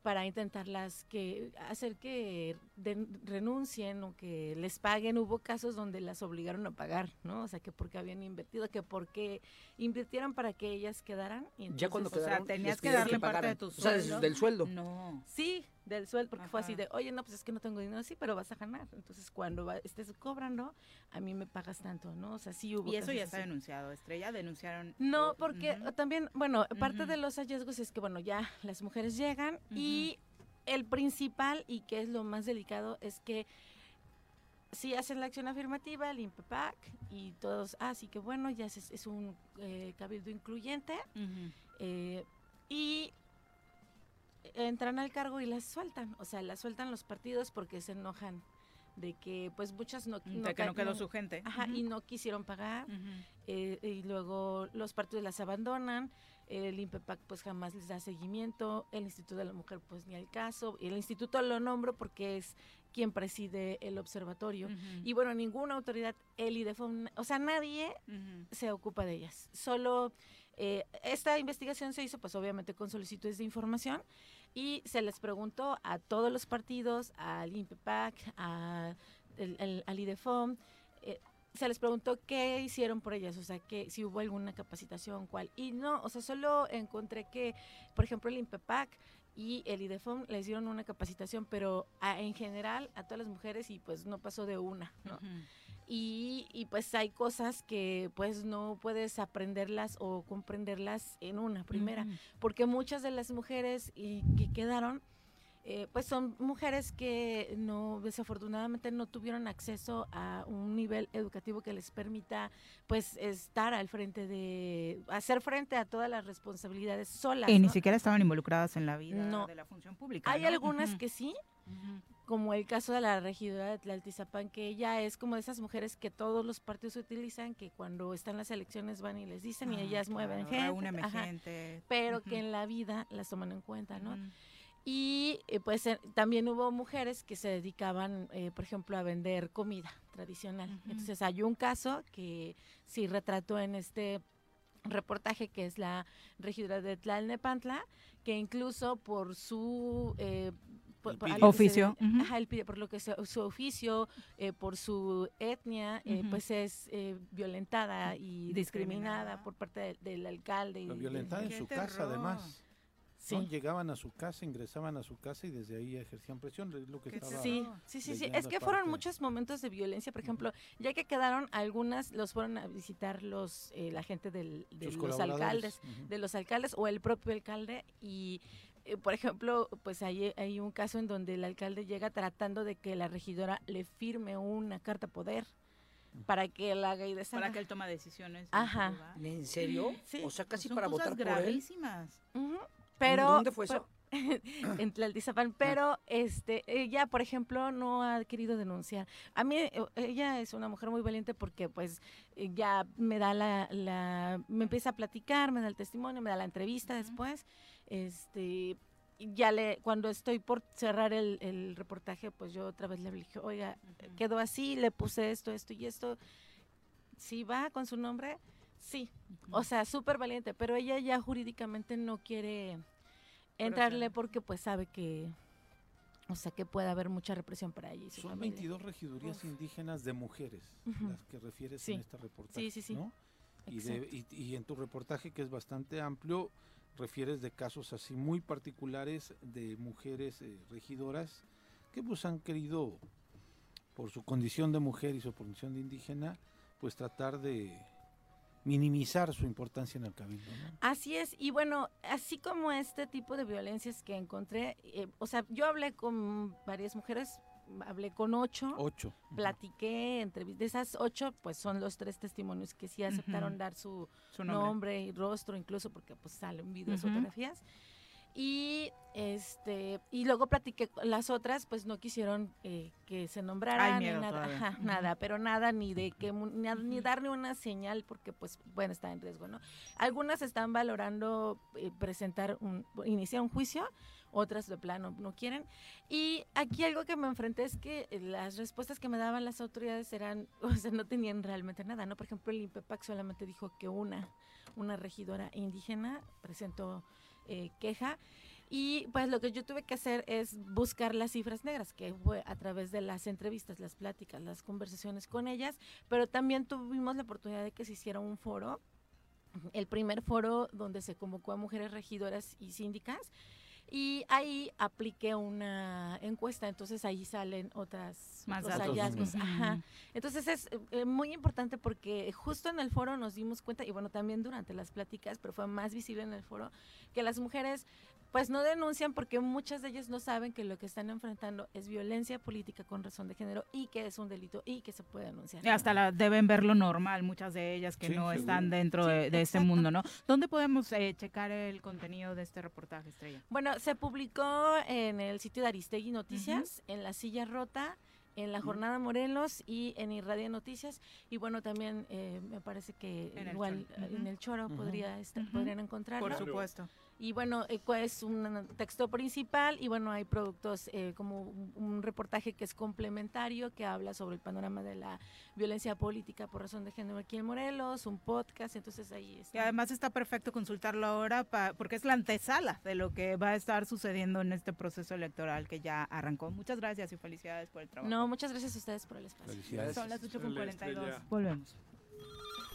Speaker 11: para intentarlas que hacer que den- renuncien o que les paguen. Hubo casos donde las obligaron a pagar, ¿no? O sea, que porque habían invertido, que porque invirtieron para que ellas quedaran. y
Speaker 12: Ya cuando
Speaker 11: entonces,
Speaker 12: quedaron, les
Speaker 11: que
Speaker 12: pidieron
Speaker 11: darle
Speaker 12: que pagaran. O sea, de su- del sueldo. No.
Speaker 11: Sí, del sueldo, porque fue así de, oye, no, pues es que no tengo dinero, sí, pero vas a ganar. Entonces, cuando va- estés cobrando, a mí me pagas tanto, ¿no? O sea, sí hubo.
Speaker 2: Y eso
Speaker 11: casos
Speaker 2: ya está
Speaker 11: así.
Speaker 2: denunciado, Estrella. Denunciaron.
Speaker 11: No, porque
Speaker 2: Ujú.
Speaker 11: también, bueno, parte
Speaker 2: Ujú.
Speaker 11: de los hallazgos es que, bueno, ya las mujeres llegan y el principal y que es lo más delicado es que sí hacen la acción afirmativa, el INPEPAC y todos, ah, sí que bueno, ya es, es un eh, cabildo incluyente eh, y entran al cargo y las sueltan, o sea, las sueltan los partidos porque se enojan de que pues muchas no,
Speaker 2: De que
Speaker 11: ca-
Speaker 2: no quedó su gente.
Speaker 11: Ajá,
Speaker 2: Ujú.
Speaker 11: y no quisieron pagar eh, y luego los partidos las abandonan, el INPEPAC pues jamás les da seguimiento, el Instituto de la Mujer pues ni al caso, el instituto lo nombro porque es quien preside el observatorio
Speaker 10: Ujú.
Speaker 11: y bueno, ninguna autoridad, el IDEFON, o sea, nadie se ocupa de ellas, solo eh, esta investigación se hizo pues obviamente con solicitudes de información y se les preguntó a todos los partidos, al INPEPAC, a el- el- al IDEFOM, eh, se les preguntó qué hicieron por ellas, o sea, que si hubo alguna capacitación, cuál. Y no, o sea, solo encontré que, por ejemplo, el INPEPAC y el IDEFOM les dieron una capacitación, pero a- en general a todas las mujeres y pues no pasó de una, ¿no? y, y, pues hay cosas que pues no puedes aprenderlas o comprenderlas en una primera,
Speaker 10: Ujú.
Speaker 11: porque muchas de las mujeres y, que quedaron, eh, pues son mujeres que no, desafortunadamente no tuvieron acceso a un nivel educativo que les permita pues estar al frente de, hacer frente a todas las responsabilidades solas.
Speaker 2: Y ni
Speaker 11: ¿no?
Speaker 2: siquiera estaban involucradas en la vida
Speaker 11: No.
Speaker 2: de la función pública.
Speaker 11: Hay
Speaker 2: ¿no?
Speaker 11: algunas
Speaker 2: Ujú.
Speaker 11: que sí, como el caso de la regidora de Tlaltizapán, que ella es como de esas mujeres que todos los partidos utilizan, que cuando están las elecciones van y les dicen y
Speaker 2: Ah,
Speaker 11: ellas mueven
Speaker 2: claro,
Speaker 11: gente.
Speaker 2: reúneme
Speaker 11: ajá,
Speaker 2: gente,
Speaker 11: Pero
Speaker 2: ujú.
Speaker 11: que en la vida las toman en cuenta, ¿no? Y eh, pues eh, también hubo mujeres que se dedicaban, eh, por ejemplo, a vender comida tradicional. Entonces hay un caso que sí retrató en este reportaje que es la regidora de Tlalnepantla, que incluso por su... eh, por, por a lo que se
Speaker 2: Oficio,
Speaker 11: dedica-
Speaker 2: ujú.
Speaker 11: ajá, el pide- por lo que se- su oficio, eh, por su etnia, eh,
Speaker 2: Ujú.
Speaker 11: pues es eh, violentada y discriminada por parte del- del alcalde. y
Speaker 4: La
Speaker 11: del-
Speaker 4: violentaban en
Speaker 11: Qué
Speaker 4: su casa,
Speaker 11: terror.
Speaker 4: además.
Speaker 11: Sí.
Speaker 4: ¿no? Llegaban a su casa, ingresaban a su casa y desde ahí ejercían presión. es lo que estaba
Speaker 11: Sí, sí, sí, sí. Es
Speaker 4: leyendo
Speaker 11: que fueron
Speaker 4: aparte.
Speaker 11: muchos momentos de violencia, por ejemplo, ya que quedaron algunas, los fueron a visitar los eh, la gente del, de
Speaker 10: Sus
Speaker 11: los
Speaker 10: colaboradores,
Speaker 11: alcaldes,
Speaker 10: ujú.
Speaker 11: de los alcaldes o el propio alcalde y eh, por ejemplo, pues hay, hay un caso en donde el alcalde llega tratando de que la regidora le firme una carta poder para que la haga y deshaga.
Speaker 2: Para que él toma decisiones. en
Speaker 11: Ajá.
Speaker 2: su lugar.
Speaker 6: ¿En serio?
Speaker 11: Sí.
Speaker 6: O sea, casi
Speaker 2: Son
Speaker 6: para
Speaker 2: cosas
Speaker 6: votar por él.
Speaker 2: gravísimas.
Speaker 11: Ujú, Pero,
Speaker 6: dónde fue
Speaker 11: pe-
Speaker 6: eso? Ah.
Speaker 11: en Tlaltizapán, pero este, ella, por ejemplo, no ha querido denunciar. A mí, eh, ella es una mujer muy valiente porque, pues, eh, ya me da la, la- me empieza a platicar, me da el testimonio, me da la entrevista después, este, y ya le, cuando estoy por cerrar el, el reportaje, pues yo otra vez le dije, oiga, quedó así, le puse esto, esto y esto, ¿Sí va con su nombre? Sí. O sea, súper valiente, pero ella ya jurídicamente no quiere entrarle porque pues sabe que, o sea, que puede haber mucha represión para ella. y su
Speaker 4: Son
Speaker 11: familia.
Speaker 4: 22 regidurías
Speaker 11: Uf.
Speaker 4: indígenas de mujeres,
Speaker 11: Ujú.
Speaker 4: las que refieres
Speaker 11: Sí.
Speaker 4: en este reportaje.
Speaker 11: Sí, sí, sí.
Speaker 4: ¿no? Y, de- y- y en tu reportaje, que es bastante amplio, refieres de casos así muy particulares de mujeres eh, regidoras que pues han querido, por su condición de mujer y su condición de indígena, pues tratar de minimizar su importancia en el cabildo. ¿no?
Speaker 11: Así es, y bueno, así como este tipo de violencias que encontré, eh, o sea, yo hablé con varias mujeres, hablé con ocho.
Speaker 1: Oh.
Speaker 4: Ocho.
Speaker 11: Platiqué, entrevisté, de esas ocho, pues son los tres testimonios que sí aceptaron
Speaker 2: Ujú.
Speaker 11: dar su,
Speaker 2: Su nombre.
Speaker 11: nombre. y rostro, incluso porque pues salen videos,
Speaker 2: Ujú.
Speaker 11: fotografías. Y este y luego platiqué con las otras, pues no quisieron eh, que se nombraran ni
Speaker 2: miedo
Speaker 11: nada,
Speaker 2: todavía.
Speaker 11: ajá,
Speaker 2: Ujú.
Speaker 11: nada, pero nada ni de que mu- ni, a- ni darle una señal porque pues bueno, está en riesgo, ¿no? Algunas están valorando eh, presentar un iniciar un juicio, otras de plano no quieren. Y aquí algo que me enfrenté es que eh, las respuestas que me daban las autoridades eran, o sea, no tenían realmente nada, ¿no? Por ejemplo, el INPEPAC solamente dijo que una, una regidora indígena presentó eh, queja. Y pues lo que yo tuve que hacer es buscar las cifras negras, que fue a través de las entrevistas, las pláticas, las conversaciones con ellas, pero también tuvimos la oportunidad de que se hiciera un foro el primer foro donde se convocó a mujeres regidoras y síndicas y ahí apliqué una encuesta, entonces ahí salen otras
Speaker 2: Más
Speaker 11: otros
Speaker 2: datos.
Speaker 11: hallazgos.
Speaker 2: Ujú.
Speaker 11: Ajá. Entonces es eh, muy importante porque justo en el foro nos dimos cuenta, y bueno, también durante las pláticas, pero fue más visible en el foro, que las mujeres pues no denuncian porque muchas de ellas no saben que lo que están enfrentando es violencia política con razón de género y que es un delito y que se puede denunciar.
Speaker 2: Y Hasta la, deben verlo normal, muchas de ellas que
Speaker 11: Sí,
Speaker 2: no
Speaker 11: seguro.
Speaker 2: están dentro
Speaker 11: Sí,
Speaker 2: de, de este mundo, ¿no? ¿Dónde podemos eh, checar el contenido de este reportaje, Estrella?
Speaker 11: Bueno, se publicó en el sitio de Aristegui Noticias, en La Silla Rota, en La Jornada Morelos y en Irradia Noticias. Y bueno, también eh, me parece que
Speaker 2: En el
Speaker 11: igual
Speaker 2: Choro.
Speaker 11: eh, en
Speaker 2: Ujú.
Speaker 11: el Choro
Speaker 2: Ujú.
Speaker 11: podría estar-
Speaker 2: Ujú.
Speaker 11: podrían encontrarlo.
Speaker 2: Por supuesto.
Speaker 11: Y bueno, eh, cu- es un texto principal y bueno, hay productos eh, como un, un reportaje que es complementario, que habla sobre el panorama de la violencia política por razón de género aquí en Morelos, un podcast, entonces ahí
Speaker 2: Y
Speaker 11: está.
Speaker 2: además está perfecto consultarlo ahora pa- porque es la antesala de lo que va a estar sucediendo en este proceso electoral que ya arrancó. Muchas gracias y felicidades por el trabajo.
Speaker 11: No, muchas gracias a ustedes por el espacio.
Speaker 2: Felicidades. Son las ocho con cuarenta y dos.
Speaker 11: Estrella.
Speaker 2: Volvemos.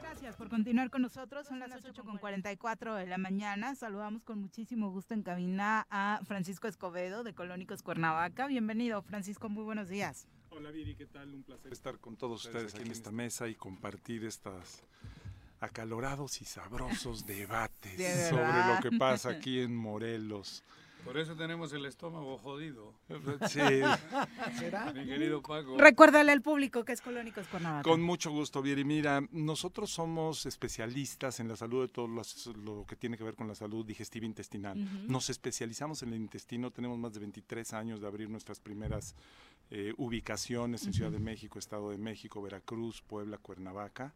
Speaker 2: Gracias por continuar con nosotros. Son las 8.44 de la mañana. Saludamos con muchísimo gusto en cabina a Francisco Escobedo de Colónicos Cuernavaca. Bienvenido, Francisco. Muy buenos días.
Speaker 13: Hola Viri, ¿qué tal? Un placer estar con todos ustedes aquí en esta mesa y compartir estas acalorados y sabrosos debates
Speaker 3: De
Speaker 13: sobre
Speaker 3: verdad.
Speaker 13: lo que pasa aquí en Morelos.
Speaker 3: Por eso tenemos el estómago jodido.
Speaker 13: Sí.
Speaker 3: ¿Será? Mi querido Paco.
Speaker 2: Recuérdale al público que es Colónicos Cuernavaca.
Speaker 13: Con mucho gusto, Viri. Mira, nosotros somos especialistas en la salud de todo los- lo que tiene que ver con la salud digestiva intestinal.
Speaker 14: Ujú.
Speaker 13: Nos especializamos en el intestino, tenemos más de 23 años de abrir nuestras primeras eh, ubicaciones en Ciudad de México, Estado de México, Veracruz, Puebla, Cuernavaca.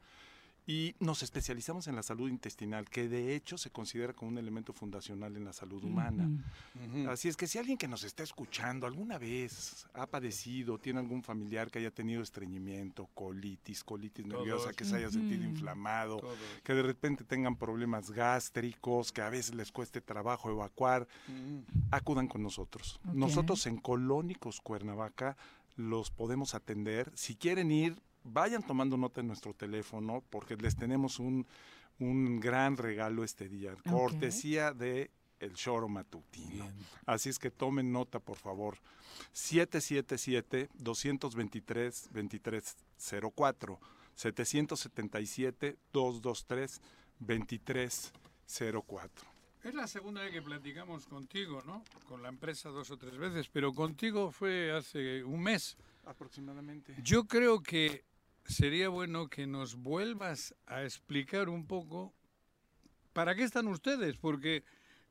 Speaker 13: Y nos especializamos en la salud intestinal, que de hecho se considera como un elemento fundacional en la salud humana. Así es que si alguien que nos está escuchando alguna vez ha padecido, tiene algún familiar que haya tenido estreñimiento, colitis, colitis nerviosa,
Speaker 3: Todos.
Speaker 13: que se haya sentido
Speaker 3: Ujú.
Speaker 13: inflamado,
Speaker 3: Todos.
Speaker 13: que de repente tengan problemas gástricos, que a veces les cueste trabajo evacuar, acudan con nosotros.
Speaker 3: Ok.
Speaker 13: Nosotros en Colónicos Cuernavaca los podemos atender. Si quieren ir, vayan tomando nota en nuestro teléfono porque les tenemos un, un gran regalo este día. Cortesía de El Choro Matutino. Así es que tomen nota, por favor. 777-223-2304. 777-223-2304.
Speaker 3: Es la segunda vez que platicamos contigo, ¿no? Con la empresa dos o tres veces, pero contigo fue hace un mes.
Speaker 13: Aproximadamente.
Speaker 3: Yo creo que sería bueno que nos vuelvas a explicar un poco para qué están ustedes, porque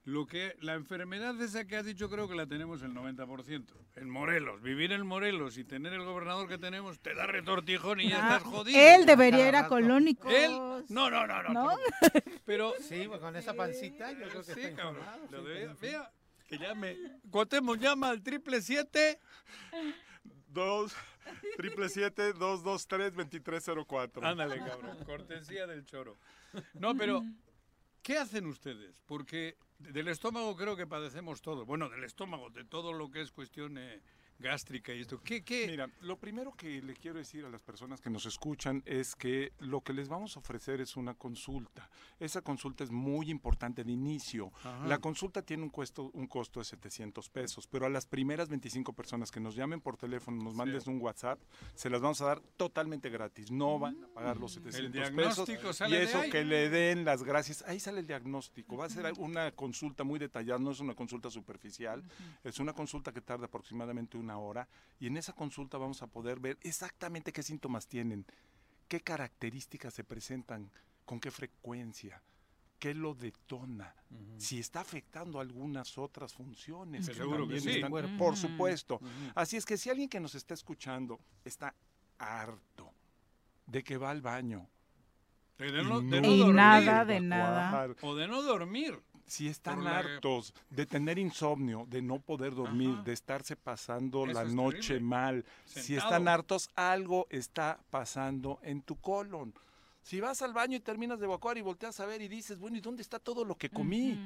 Speaker 3: lo que la enfermedad esa que has dicho creo que la tenemos el 90%. En Morelos, vivir en Morelos y tener el gobernador que tenemos te da retortijón y ya
Speaker 2: Ah,
Speaker 3: estás jodido.
Speaker 2: Él debería ir a Colónicos.
Speaker 3: Él, no, no, no, no.
Speaker 2: ¿No?
Speaker 3: Pero
Speaker 4: Sí, pues, con esa pancita yo creo que
Speaker 3: Sí,
Speaker 4: está
Speaker 3: cabrón.
Speaker 4: informado,
Speaker 3: Lo
Speaker 4: sí,
Speaker 3: debería-
Speaker 4: está
Speaker 3: Mira, que llame. Cuauhtémoc llama al triple siete.
Speaker 13: Dos, triple siete, dos, dos, tres, veintitrés, cero, cuatro.
Speaker 3: Ándale, cabrón. Cortesía del choro. No, pero ¿qué hacen ustedes? Porque del estómago creo que padecemos todo. Bueno, del estómago, de todo lo que es cuestión eh, gástrica y esto. ¿Qué, qué?
Speaker 13: Mira, lo primero que le quiero decir a las personas que nos escuchan es que lo que les vamos a ofrecer es una consulta. Esa consulta es muy importante de inicio.
Speaker 3: Ajá.
Speaker 13: La consulta tiene un, cuesto- un costo de 700 pesos, pero a las primeras 25 personas que nos llamen por teléfono, nos mandes un WhatsApp, se las vamos a dar totalmente gratis. No van a pagar los 700 pesos.
Speaker 3: diagnóstico sale
Speaker 13: y
Speaker 3: de
Speaker 13: eso
Speaker 3: ahí.
Speaker 13: que le den las gracias. Ahí sale el diagnóstico. Va a ser una consulta muy detallada, no es una consulta superficial. Es una consulta que tarda aproximadamente una hora y en esa consulta vamos a poder ver exactamente qué síntomas tienen, qué características se presentan, con qué frecuencia, qué lo detona, si está afectando algunas otras funciones.
Speaker 3: Que Pues seguro que
Speaker 13: también
Speaker 3: sí.
Speaker 13: están-
Speaker 3: Cuerpo.
Speaker 13: Por
Speaker 3: Ujú.
Speaker 13: supuesto.
Speaker 3: Ujú.
Speaker 13: Así es que si alguien que nos está escuchando está harto de que va al baño,
Speaker 3: De no,
Speaker 13: y
Speaker 3: de
Speaker 13: no
Speaker 3: no dormir.
Speaker 2: nada de nada.
Speaker 13: Evacuar.
Speaker 3: O de no dormir.
Speaker 13: Si están
Speaker 3: Por la-
Speaker 13: hartos de tener insomnio, de no poder dormir, de estarse pasando
Speaker 3: Eso
Speaker 13: la
Speaker 3: es
Speaker 13: noche
Speaker 3: terrible.
Speaker 13: mal, si
Speaker 3: Sentado.
Speaker 13: están hartos, algo está pasando en tu colon. Si vas al baño y terminas de evacuar y volteas a ver y dices, bueno, ¿y dónde está todo lo que comí?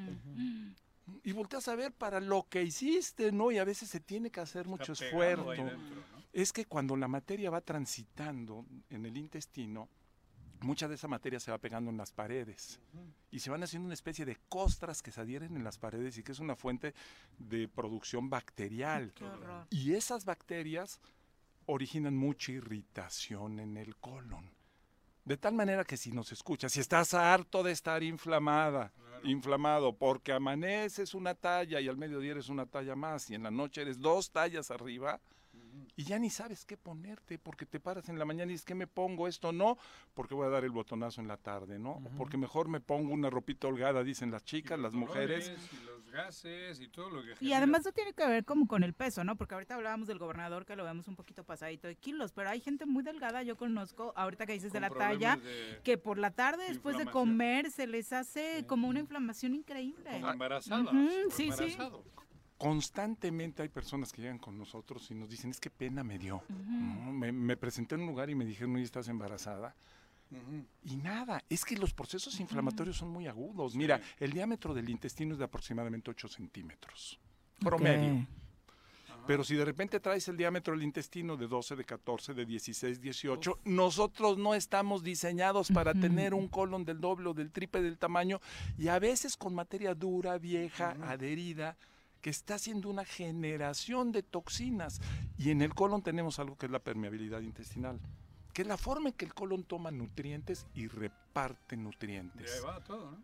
Speaker 13: Y volteas a ver para lo que hiciste, ¿no? Y a veces se tiene que hacer mucho
Speaker 3: pegado
Speaker 13: esfuerzo.
Speaker 3: ahí dentro,
Speaker 13: Es que cuando la materia va transitando en el intestino, mucha de esa materia se va pegando en las paredes y se van haciendo una especie de costras que se adhieren en las paredes y que es una fuente de producción bacterial.
Speaker 2: Qué horror.
Speaker 13: Y esas bacterias originan mucha irritación en el colon. De tal manera que si nos escuchas, si estás harto de estar inflamada, inflamado, porque amaneces una talla y al mediodía eres una talla más y en la noche eres dos tallas arriba, y ya ni sabes qué ponerte, porque te paras en la mañana y dices, ¿qué me pongo? Esto no, porque voy a dar el botonazo en la tarde, ¿no? O Porque mejor me pongo una ropita holgada, dicen las chicas, las mujeres.
Speaker 3: Dolores y los gases y todo lo que
Speaker 2: Y
Speaker 3: genera.
Speaker 2: además no tiene que ver como con el peso, ¿no? Porque ahorita hablábamos del gobernador que lo vemos un poquito pasadito de kilos, pero hay gente muy delgada, yo conozco, ahorita que dices de
Speaker 3: Con
Speaker 2: la
Speaker 3: problemas
Speaker 2: talla,
Speaker 3: de
Speaker 2: que por la tarde después de
Speaker 3: inflamación.
Speaker 2: comer se les hace como una inflamación increíble.
Speaker 3: Como embarazadas,
Speaker 2: Ujú,
Speaker 3: o
Speaker 2: sí, sí.
Speaker 3: embarazado.
Speaker 13: Constantemente hay personas que llegan con nosotros y nos dicen, es que pena me dio. ¿no? me, me presenté en un lugar y me dijeron, oye, estás embarazada. Y nada, es que los procesos inflamatorios son muy agudos. Mira, el diámetro del intestino es de aproximadamente 8 centímetros, promedio. Pero si de repente traes el diámetro del intestino de 12, de 14, de 16, 18, nosotros no estamos diseñados para
Speaker 14: Ujú.
Speaker 13: tener un colon del doble o del triple del tamaño y a veces con materia dura, vieja, adherida, que está haciendo una generación de toxinas. Y en el colon tenemos algo que es la permeabilidad intestinal, que es la forma en que el colon toma nutrientes y reparte nutrientes.
Speaker 3: Ahí va todo, ¿no?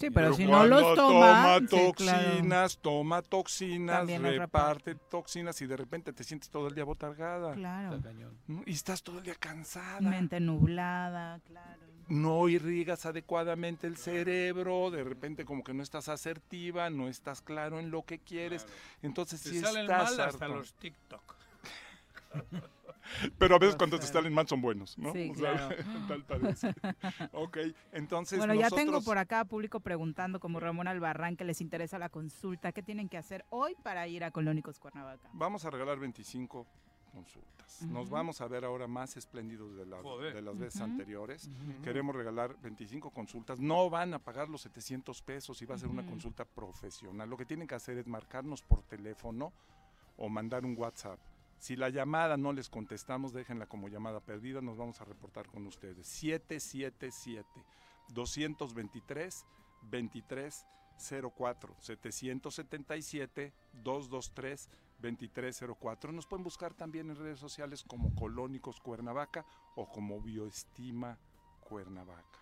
Speaker 2: Sí,
Speaker 13: Pero
Speaker 2: pero si no
Speaker 13: cuando
Speaker 2: los
Speaker 13: toma,
Speaker 2: toma, sí, claro.
Speaker 13: toxinas, toma toxinas,
Speaker 2: También las
Speaker 13: reparte toxinas y de repente te sientes todo el día botargada.
Speaker 2: Claro. Está
Speaker 13: ¿No? Y estás todo el día cansada.
Speaker 2: mente nublada, claro.
Speaker 13: No irrigas adecuadamente el cerebro, de repente como que no estás asertiva, no estás claro en lo que quieres. Entonces
Speaker 3: Te
Speaker 13: sí
Speaker 3: salen
Speaker 13: estás
Speaker 3: mal hasta
Speaker 13: harto.
Speaker 3: los TikTok.
Speaker 13: Pero a veces cuando te salen mal son buenos, ¿no?
Speaker 2: Sí,
Speaker 13: O sea,
Speaker 2: claro.
Speaker 13: tal parece. Ok, entonces
Speaker 2: bueno, ya tengo
Speaker 13: nosotros-
Speaker 2: por acá público preguntando, como Ramón Albarrán, que les interesa la consulta. ¿Qué tienen que hacer hoy para ir a Colónicos Cuernavaca?
Speaker 13: Vamos a regalar 25 consultas. Nos
Speaker 2: Ujú.
Speaker 13: vamos a ver ahora más espléndidos de, la-
Speaker 3: Joder.
Speaker 13: de las veces
Speaker 3: Ujú.
Speaker 13: anteriores.
Speaker 3: Ujú.
Speaker 13: Queremos regalar 25 consultas. No van a pagar los 700 pesos y va a ser una
Speaker 3: Ujú.
Speaker 13: consulta profesional. Lo que tienen que hacer es marcarnos por teléfono o mandar un WhatsApp. Si la llamada no les contestamos, déjenla como llamada perdida, nos vamos a reportar con ustedes. 777 223 23 04 777 223 2304. Nos pueden buscar también en redes sociales como Colónicos Cuernavaca o como Bioestima Cuernavaca.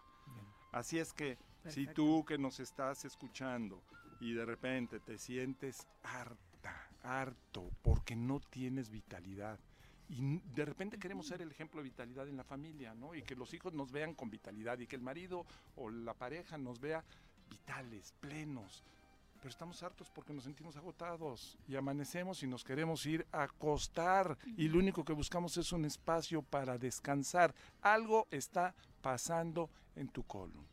Speaker 13: Así es que si
Speaker 3: Perfecto.
Speaker 13: tú que nos estás escuchando y de repente te sientes harta, harto, porque no tienes vitalidad. Y n- de repente queremos ser el ejemplo de vitalidad en la familia, ¿no? Y que los hijos nos vean con vitalidad y que el marido o la pareja nos vea vitales, plenos. Pero estamos hartos porque nos sentimos agotados y amanecemos y nos queremos ir a acostar y lo único que buscamos es un espacio para descansar. Algo está pasando en tu colon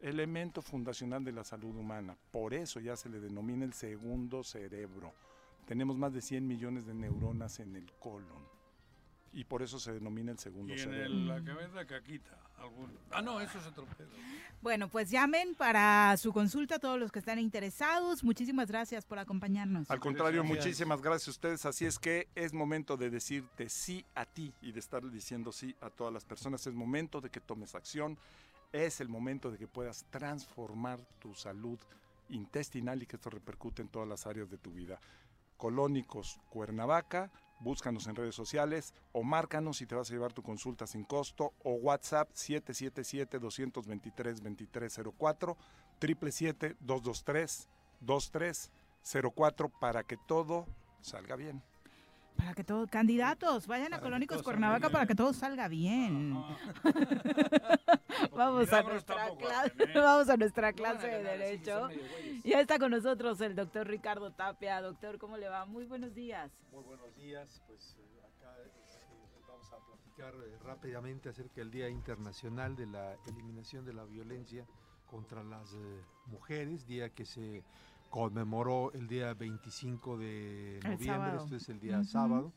Speaker 13: elemento fundacional de la salud humana. Por eso ya se le denomina el segundo cerebro. Tenemos más de 100 millones de neuronas en el colon. Y por eso se denomina el segundo
Speaker 3: Y en
Speaker 13: cerebro.
Speaker 3: el- la cabeza caquita, alguno. Ah, no, eso es otro pedo.
Speaker 2: Bueno, pues llamen para su consulta todos los que están interesados. Muchísimas gracias por acompañarnos.
Speaker 13: Al contrario,
Speaker 3: Gracias.
Speaker 13: muchísimas gracias a ustedes. Así es que es momento de decirte sí a ti y de estarle diciendo sí a todas las personas. Es momento de que tomes acción. Es el momento de que puedas transformar tu salud intestinal y que esto repercute en todas las áreas de tu vida. Colónicos Cuernavaca, búscanos en redes sociales o márcanos si te vas a llevar tu consulta sin costo o WhatsApp 777-223-2304, 777-223-2304 para que todo salga bien.
Speaker 2: Para que todos, candidatos, vayan a Colónicos Cuernavaca para que todo salga bien. vamos, a nuestra clase, vamos a nuestra clase de Derecho. Ya está con nosotros el doctor Ricardo Tapia. Doctor, ¿cómo le va? Muy buenos días.
Speaker 15: Muy buenos días, pues eh, acá eh, vamos a platicar eh, rápidamente acerca del Día Internacional de la Eliminación de la Violencia contra las eh, Mujeres, día que se conmemoró el día 25 de
Speaker 16: El
Speaker 15: noviembre,
Speaker 16: sábado.
Speaker 15: esto es el día
Speaker 16: Ujú.
Speaker 15: sábado.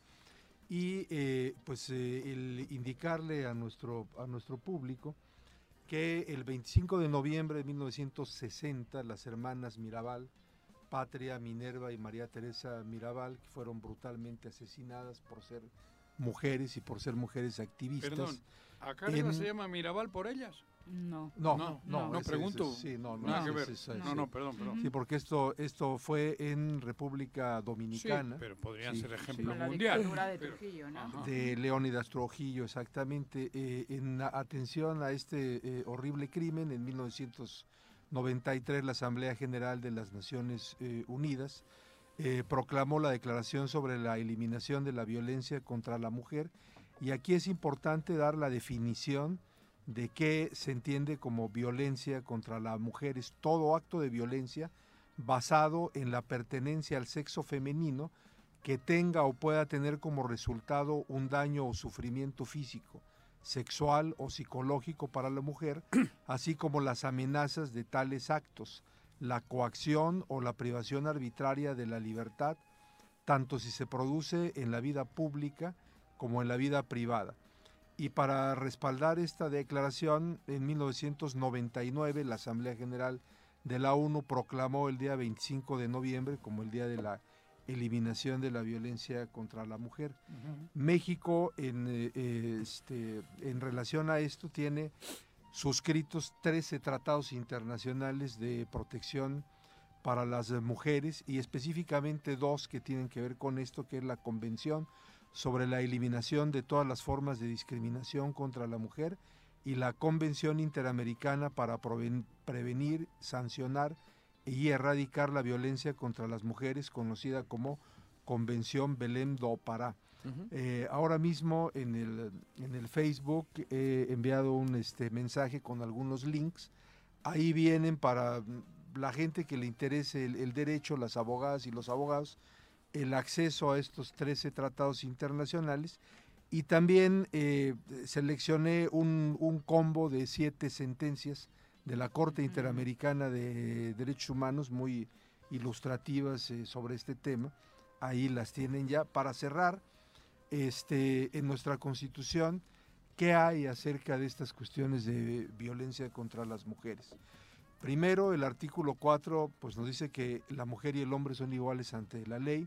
Speaker 15: Y eh, pues eh, el indicarle a nuestro, a nuestro público que el 25 de noviembre de 1960 las hermanas Mirabal, Patria Minerva y María Teresa Mirabal, que fueron brutalmente asesinadas por ser mujeres y por ser mujeres activistas.
Speaker 3: Perdón, ¿acá
Speaker 15: en-
Speaker 3: arriba se llama Mirabal por ellas?
Speaker 2: No.
Speaker 15: No, no, no,
Speaker 3: No,
Speaker 15: ese-
Speaker 3: pregunto.
Speaker 15: ese- sí, no, no,
Speaker 3: Nada que
Speaker 15: ese-
Speaker 3: ver.
Speaker 15: ese-
Speaker 3: no,
Speaker 15: sí.
Speaker 3: no, perdón, perdón.
Speaker 15: Sí, porque esto, esto fue en República Dominicana.
Speaker 3: pero podrían ser ejemplo
Speaker 15: ejemplos
Speaker 3: Con la mundial, dictadura de pero- Trujillo, ¿no? Ajá.
Speaker 15: de Leónidas Trujillo, exactamente, eh, en la atención a este eh, horrible crimen en 1993 la Asamblea General de las Naciones eh, Unidas eh, proclamó la declaración sobre la eliminación de la violencia contra la mujer y aquí es importante dar la definición de qué se entiende como violencia contra la mujer. Es todo acto de violencia basado en la pertenencia al sexo femenino que tenga o pueda tener como resultado un daño o sufrimiento físico, sexual o psicológico para la mujer, así como las amenazas de tales actos, la coacción o la privación arbitraria de la libertad, tanto si se produce en la vida pública como en la vida privada. Y para respaldar esta declaración, en 1999 la Asamblea General de la ONU proclamó el día 25 de noviembre como el Día de la Eliminación de la Violencia contra la Mujer.
Speaker 4: Ujú.
Speaker 15: México, en, eh, este, en relación a esto, tiene suscritos 13 tratados internacionales de protección para las eh, mujeres y específicamente dos que tienen que ver con esto, que es la Convención sobre la Eliminación de todas las formas de discriminación contra la mujer y la Convención Interamericana para proven- prevenir, sancionar y erradicar la violencia contra las mujeres, conocida como Convención Belém do Pará.
Speaker 1: Ujú.
Speaker 15: Eh, ahora mismo en el, en el Facebook he enviado un este, mensaje con algunos links. Ahí vienen para mm, la gente que le interese el, el derecho, las abogadas y los abogados, el acceso a estos 13 tratados internacionales. Y también eh, seleccioné un, un combo de siete sentencias de la Corte Interamericana de Derechos Humanos muy ilustrativas eh, sobre este tema. Ahí las tienen ya. Para cerrar, este, en nuestra constitución qué hay acerca de estas cuestiones de violencia contra las mujeres. Primero, el artículo 4 pues, nos dice que la mujer y el hombre son iguales ante la ley.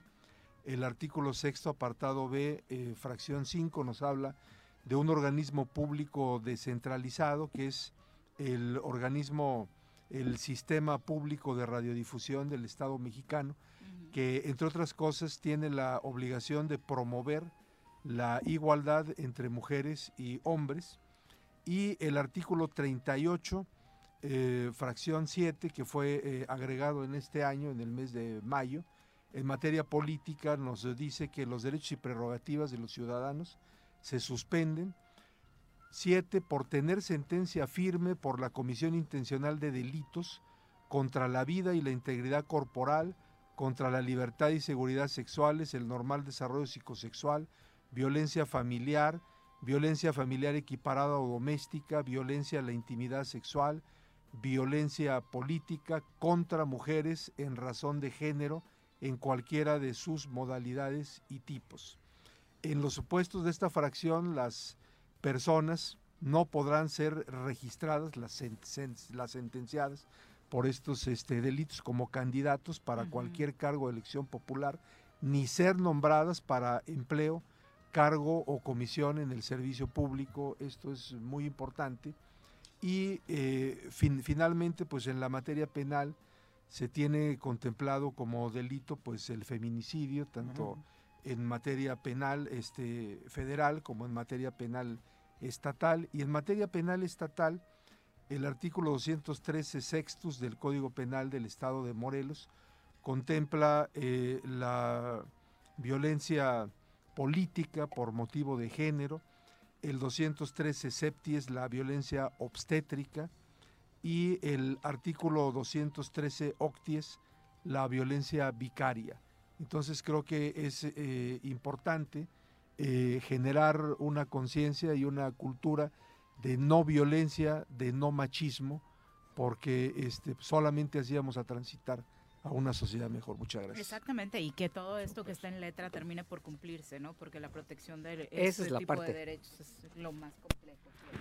Speaker 15: El artículo 6, apartado B, eh, fracción 5, nos habla de un organismo público descentralizado que es el organismo, el sistema público de radiodifusión del Estado mexicano, que entre otras cosas tiene la obligación de promover la igualdad entre mujeres y hombres. Y el artículo 38, eh, fracción 7, que fue eh, agregado en este año, en el mes de mayo, en materia política nos dice que los derechos y prerrogativas de los ciudadanos se suspenden 7. Por tener sentencia firme por la comisión intencional de delitos contra la vida y la integridad corporal, contra la libertad y seguridad sexuales, el normal desarrollo psicosexual, violencia familiar, violencia familiar equiparada o doméstica, violencia a la intimidad sexual, violencia política contra mujeres en razón de género en cualquiera de sus modalidades y tipos. En los supuestos de esta fracción, las personas no podrán ser registradas, las, sen- sen- las sentenciadas por estos este, delitos como candidatos para cualquier cargo de elección popular, ni ser nombradas para empleo, cargo o comisión en el servicio público. Esto es muy importante. Y eh, fin- finalmente, pues en la materia penal se tiene contemplado como delito pues el feminicidio, tanto
Speaker 4: Ujú.
Speaker 15: en materia penal este, federal como en materia penal estatal. Y en materia penal estatal, el artículo 213 sextus del Código Penal del Estado de Morelos contempla eh, la violencia política por motivo de género, el 213 septies la violencia obstétrica y el artículo 213 octies la violencia vicaria. Entonces creo que es eh, importante eh, generar una conciencia y una cultura de no violencia, de no machismo, porque este, solamente así vamos a transitar a una sociedad mejor. Muchas gracias.
Speaker 10: Exactamente, y que todo esto que está en letra termine por cumplirse, ¿no? Porque la protección de este
Speaker 6: Esa es la
Speaker 10: tipo
Speaker 6: parte.
Speaker 10: de derechos es lo más complejo.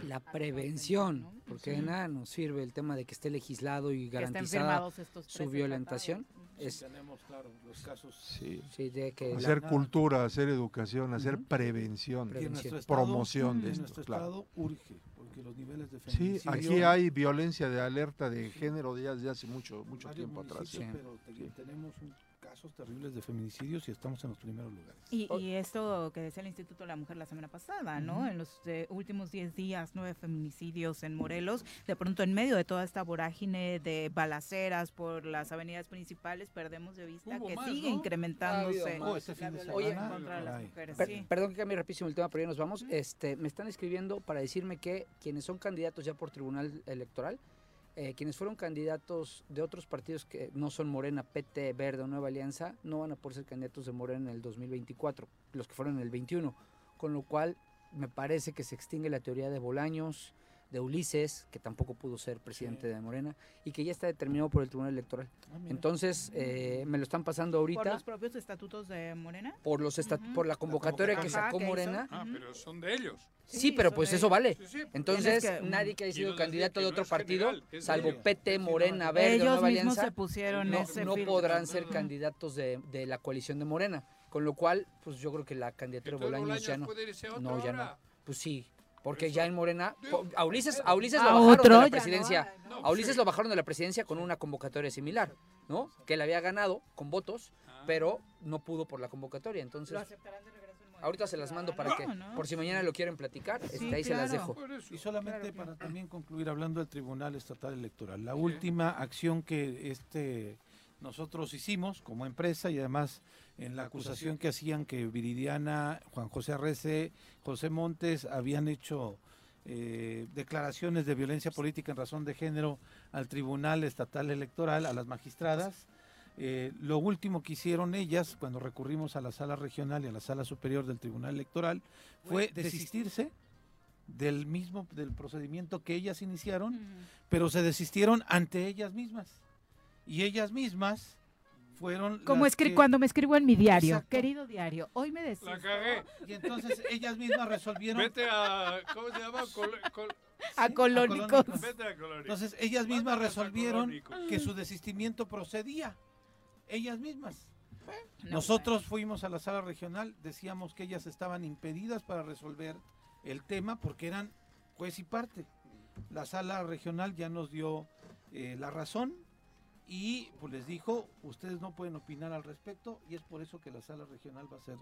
Speaker 6: La prevención, porque de
Speaker 10: Ujú.
Speaker 6: nada nos sirve el tema de que esté legislado y
Speaker 10: estén
Speaker 6: garantizada
Speaker 10: firmados estos
Speaker 6: su
Speaker 10: trece
Speaker 6: violentación.
Speaker 4: Es...
Speaker 6: Es,
Speaker 4: Tenemos claro los casos.
Speaker 15: Sí.
Speaker 6: sí, de que
Speaker 15: Hacer
Speaker 6: la-
Speaker 15: cultura, hacer educación, hacer prevención,
Speaker 4: Que en nuestro estado-
Speaker 15: promoción
Speaker 4: en
Speaker 15: de esto.
Speaker 4: nuestro
Speaker 15: claro.
Speaker 4: estado urge, porque los niveles de
Speaker 15: Sí,
Speaker 4: feminicidio-
Speaker 15: aquí hay violencia de alerta de género ya desde hace mucho, mucho
Speaker 4: varios
Speaker 15: tiempo atrás.
Speaker 4: municipios, Pero te- tenemos un- casos terribles de feminicidios y estamos en los primeros lugares.
Speaker 10: Y, y esto que decía el Instituto de la Mujer la semana pasada, ¿no?
Speaker 4: Ujú.
Speaker 10: En los eh, últimos 10 días, nueve feminicidios en Morelos. De pronto, en medio de toda esta vorágine de balaceras por las avenidas principales, perdemos de vista
Speaker 6: Hubo
Speaker 10: que
Speaker 6: más,
Speaker 10: sigue
Speaker 6: ¿no? Ha
Speaker 10: incrementándose
Speaker 6: habido más. Oh, este
Speaker 10: la
Speaker 6: fin de
Speaker 10: violencia
Speaker 6: semana,
Speaker 10: contra las
Speaker 6: caray.
Speaker 10: mujeres.
Speaker 6: Per-
Speaker 10: sí.
Speaker 6: Perdón que cambie rapidísimo el tema, pero ya nos vamos. Este, me están escribiendo para decirme que quienes son candidatos ya por tribunal electoral eh, quienes fueron candidatos de otros partidos que no son Morena, PT, Verde o Nueva Alianza, no van a poder ser candidatos de Morena en el 2024, los que fueron en el 21. Con lo cual, me parece que se extingue la teoría de Bolaños, de Ulises, que tampoco pudo ser presidente de Morena, y que ya está determinado por el Tribunal Electoral.
Speaker 10: Ah, mira.
Speaker 6: Entonces, eh, me lo están pasando ahorita
Speaker 10: ¿Por los propios estatutos de Morena?
Speaker 6: por, los esta-
Speaker 10: Ujú.
Speaker 6: por la convocatoria que
Speaker 10: Ajá,
Speaker 6: sacó
Speaker 10: que hizo.
Speaker 6: Morena.
Speaker 10: Ah, Ujú.
Speaker 3: pero son de ellos.
Speaker 6: Sí, pero
Speaker 3: son
Speaker 6: pues
Speaker 3: de
Speaker 6: eso
Speaker 3: ellos.
Speaker 6: vale.
Speaker 3: Sí, sí.
Speaker 6: Entonces,
Speaker 10: Tienes que- mm,
Speaker 6: nadie que haya
Speaker 10: Quiero
Speaker 6: sido
Speaker 10: decir
Speaker 6: candidato
Speaker 10: que
Speaker 6: de
Speaker 10: no
Speaker 6: otro
Speaker 10: es
Speaker 6: partido,
Speaker 10: general, es de
Speaker 6: salvo
Speaker 10: ellos.
Speaker 6: PT, Morena,
Speaker 10: no,
Speaker 6: Verde,
Speaker 10: ellos
Speaker 6: Nueva
Speaker 10: mismos
Speaker 6: Alianza,
Speaker 10: se pusieron
Speaker 6: no,
Speaker 10: ese
Speaker 6: no
Speaker 10: filtro.
Speaker 6: podrán ser
Speaker 10: Ujú.
Speaker 6: candidatos de, de la coalición de Morena. Con lo cual, pues yo creo que la candidatura de
Speaker 3: Entonces,
Speaker 6: Bolaños, ya
Speaker 3: Bolaños
Speaker 6: no.
Speaker 3: puede irse a otro
Speaker 6: no, ya
Speaker 3: ahora.
Speaker 6: no. Pues sí, porque ya en Morena, po- a Ulises, a Ulises
Speaker 10: A
Speaker 6: lo bajaron
Speaker 10: otro
Speaker 6: de
Speaker 10: ya
Speaker 6: la
Speaker 10: no
Speaker 6: presidencia.
Speaker 10: hay, ¿no?
Speaker 6: A Ulises
Speaker 10: Sí.
Speaker 6: lo bajaron de la presidencia con una convocatoria similar, ¿no? Que él había ganado con votos,
Speaker 10: Ah.
Speaker 6: pero no pudo por la convocatoria. Entonces,
Speaker 10: ¿Lo aceptarán de regreso?
Speaker 6: Ahorita se las mando para que,
Speaker 10: Vámonos.
Speaker 6: por si mañana lo quieren platicar, este, ahí se las dejo.
Speaker 4: Y solamente para también concluir hablando del Tribunal Estatal Electoral. La última acción que este nosotros hicimos como empresa y además en la acusación que hacían que Viridiana, Juan José Arrece, José Montes habían hecho eh, declaraciones de violencia política en razón de género al Tribunal Estatal Electoral, a las magistradas. Eh, lo último que hicieron ellas cuando recurrimos a la sala regional y a la sala superior del Tribunal Electoral fue desistirse del mismo del procedimiento que ellas iniciaron, pero se desistieron ante ellas mismas. Y ellas mismas fueron
Speaker 10: Como
Speaker 4: las
Speaker 10: escri-
Speaker 4: que-
Speaker 10: cuando me escribo en mi diario,
Speaker 4: Exacto.
Speaker 10: querido diario, hoy me decís.
Speaker 4: Y entonces ellas mismas resolvieron
Speaker 3: Vete a. Ah, ¿Cómo se llama? Col- col-
Speaker 10: A
Speaker 4: Colónicos.
Speaker 10: Colónicos.
Speaker 3: Vete a Colónicos.
Speaker 4: Entonces
Speaker 15: eh,
Speaker 4: ellas mismas
Speaker 3: Mándalas a
Speaker 4: resolvieron
Speaker 3: Colónicos.
Speaker 4: que su desistimiento procedía. Ellas mismas. Nosotros fuimos a la sala regional, decíamos que ellas estaban impedidas para resolver el tema porque eran juez y parte. La sala regional ya nos dio eh, la razón y pues les dijo, ustedes no pueden opinar al respecto y es por eso que la sala regional va a ser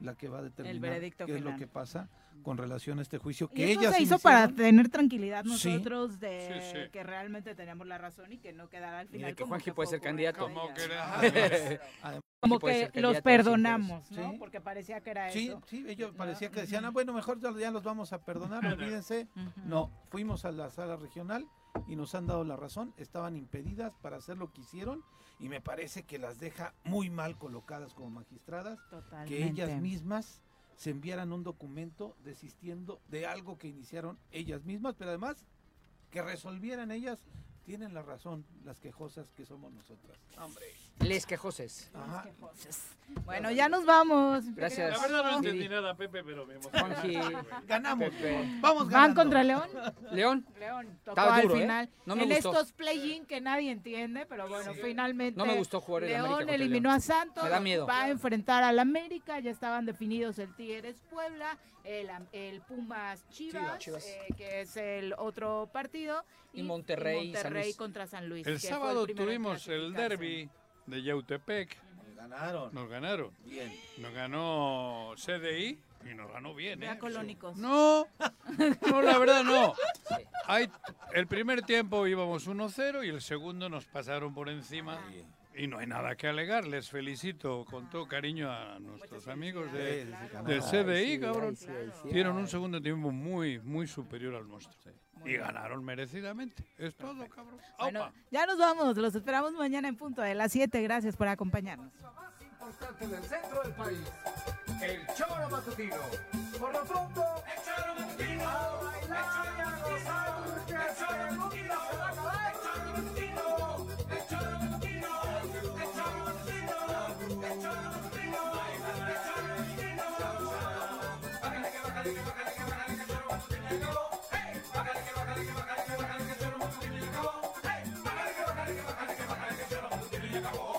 Speaker 4: la que va a determinar qué
Speaker 10: veredicto
Speaker 4: es lo
Speaker 10: final.
Speaker 4: que pasa con relación a este juicio
Speaker 10: Y
Speaker 4: que
Speaker 10: esto
Speaker 4: ellas
Speaker 10: se hizo
Speaker 4: iniciaron.
Speaker 10: para tener tranquilidad
Speaker 4: Sí.
Speaker 10: nosotros de
Speaker 4: Sí, sí.
Speaker 10: que realmente teníamos la razón y que no quedara al
Speaker 6: Y
Speaker 10: final.
Speaker 6: de que
Speaker 10: como
Speaker 6: Juanji
Speaker 10: fue
Speaker 6: puede ser
Speaker 10: ocurriendo
Speaker 6: candidato.
Speaker 10: con ellas.
Speaker 6: Juanji
Speaker 10: Como
Speaker 6: puede ser
Speaker 10: que
Speaker 6: candidato,
Speaker 10: los
Speaker 6: sí,
Speaker 10: perdonamos, ¿no?
Speaker 4: Sí.
Speaker 10: Porque parecía que era
Speaker 4: Sí,
Speaker 10: eso.
Speaker 4: sí, ellos parecía que decían, ah, bueno, mejor ya ya los vamos a perdonar, olvídense.
Speaker 10: Ujú.
Speaker 4: No, fuimos a la sala regional y nos han dado la razón, estaban impedidas para hacer lo que hicieron y me parece que las deja muy mal colocadas como magistradas, que ellas
Speaker 10: Totalmente.
Speaker 4: mismas se enviaran un documento desistiendo de algo que iniciaron ellas mismas, pero además que resolvieran ellas, tienen la razón las quejosas que somos nosotras. Hombre.
Speaker 6: Les quejoses.
Speaker 4: Ajá.
Speaker 10: Bueno, ya nos vamos.
Speaker 6: Gracias.
Speaker 3: La verdad no
Speaker 6: Miri.
Speaker 3: entendí nada, Pepe, pero me emocioné.
Speaker 6: Juanji.
Speaker 4: Ganamos.
Speaker 6: Pepe.
Speaker 4: Vamos
Speaker 10: ¿Van contra León?
Speaker 6: León.
Speaker 10: León. Tocó
Speaker 6: Estaba
Speaker 10: al
Speaker 6: duro, ¿eh?
Speaker 10: final.
Speaker 6: No me
Speaker 10: en
Speaker 6: gustó.
Speaker 10: estos play-in que nadie entiende, pero bueno, finalmente.
Speaker 6: No me gustó jugar el
Speaker 10: León
Speaker 6: América contra el
Speaker 10: eliminó
Speaker 6: León.
Speaker 10: a Santos.
Speaker 6: Me da miedo.
Speaker 10: Va a enfrentar al América. Ya estaban definidos el Tigres Puebla, el, Am- el Pumas Chivas,
Speaker 6: Chivas, Chivas.
Speaker 10: eh, que es el otro partido.
Speaker 6: Y Monterrey,
Speaker 10: y Monterrey
Speaker 6: San Luis.
Speaker 10: contra San Luis.
Speaker 3: El
Speaker 10: que fue
Speaker 3: sábado
Speaker 10: primero en
Speaker 3: tuvimos el
Speaker 10: clasificarse.
Speaker 3: derby de Yautepec.
Speaker 4: Ganaron.
Speaker 3: Nos ganaron.
Speaker 4: Bien.
Speaker 3: Nos ganó CDI y nos ganó bien,
Speaker 10: Ve
Speaker 3: ¿eh?
Speaker 10: a Colónicos.
Speaker 3: No, no, la verdad no. Hay, el primer tiempo íbamos 1-0 y el segundo nos pasaron por encima. Y no hay nada que alegar. Les felicito con todo cariño a nuestros amigos de, Eh, del
Speaker 6: Ay,
Speaker 3: CDI,
Speaker 6: sí,
Speaker 3: cabrón.
Speaker 6: ay, sí, ay, sí,
Speaker 3: Dieron
Speaker 6: ay.
Speaker 3: un segundo tiempo muy, muy superior al nuestro. Y ganaron merecidamente. Es todo, cabrón.
Speaker 10: Bueno, ya nos vamos. Los esperamos mañana en punto de las 7. Gracias por acompañarnos.
Speaker 1: importante del centro del país, el choro matutino. Por lo pronto, el choro matutino. A bailar y a gozar, el choro matutino. se va a acabar. El choro matutino, el choro matutino, el choro matutino, el choro matutino, el choro matutino. Bájale que bájale que bájale que bájale que el choro matutino ya llegó. Hey, bájale que bájale que bájale que bájale que el choro matutino ya acabó. Hey, bájale que bájale que bájale que bájale que el choro matutino ya acabó.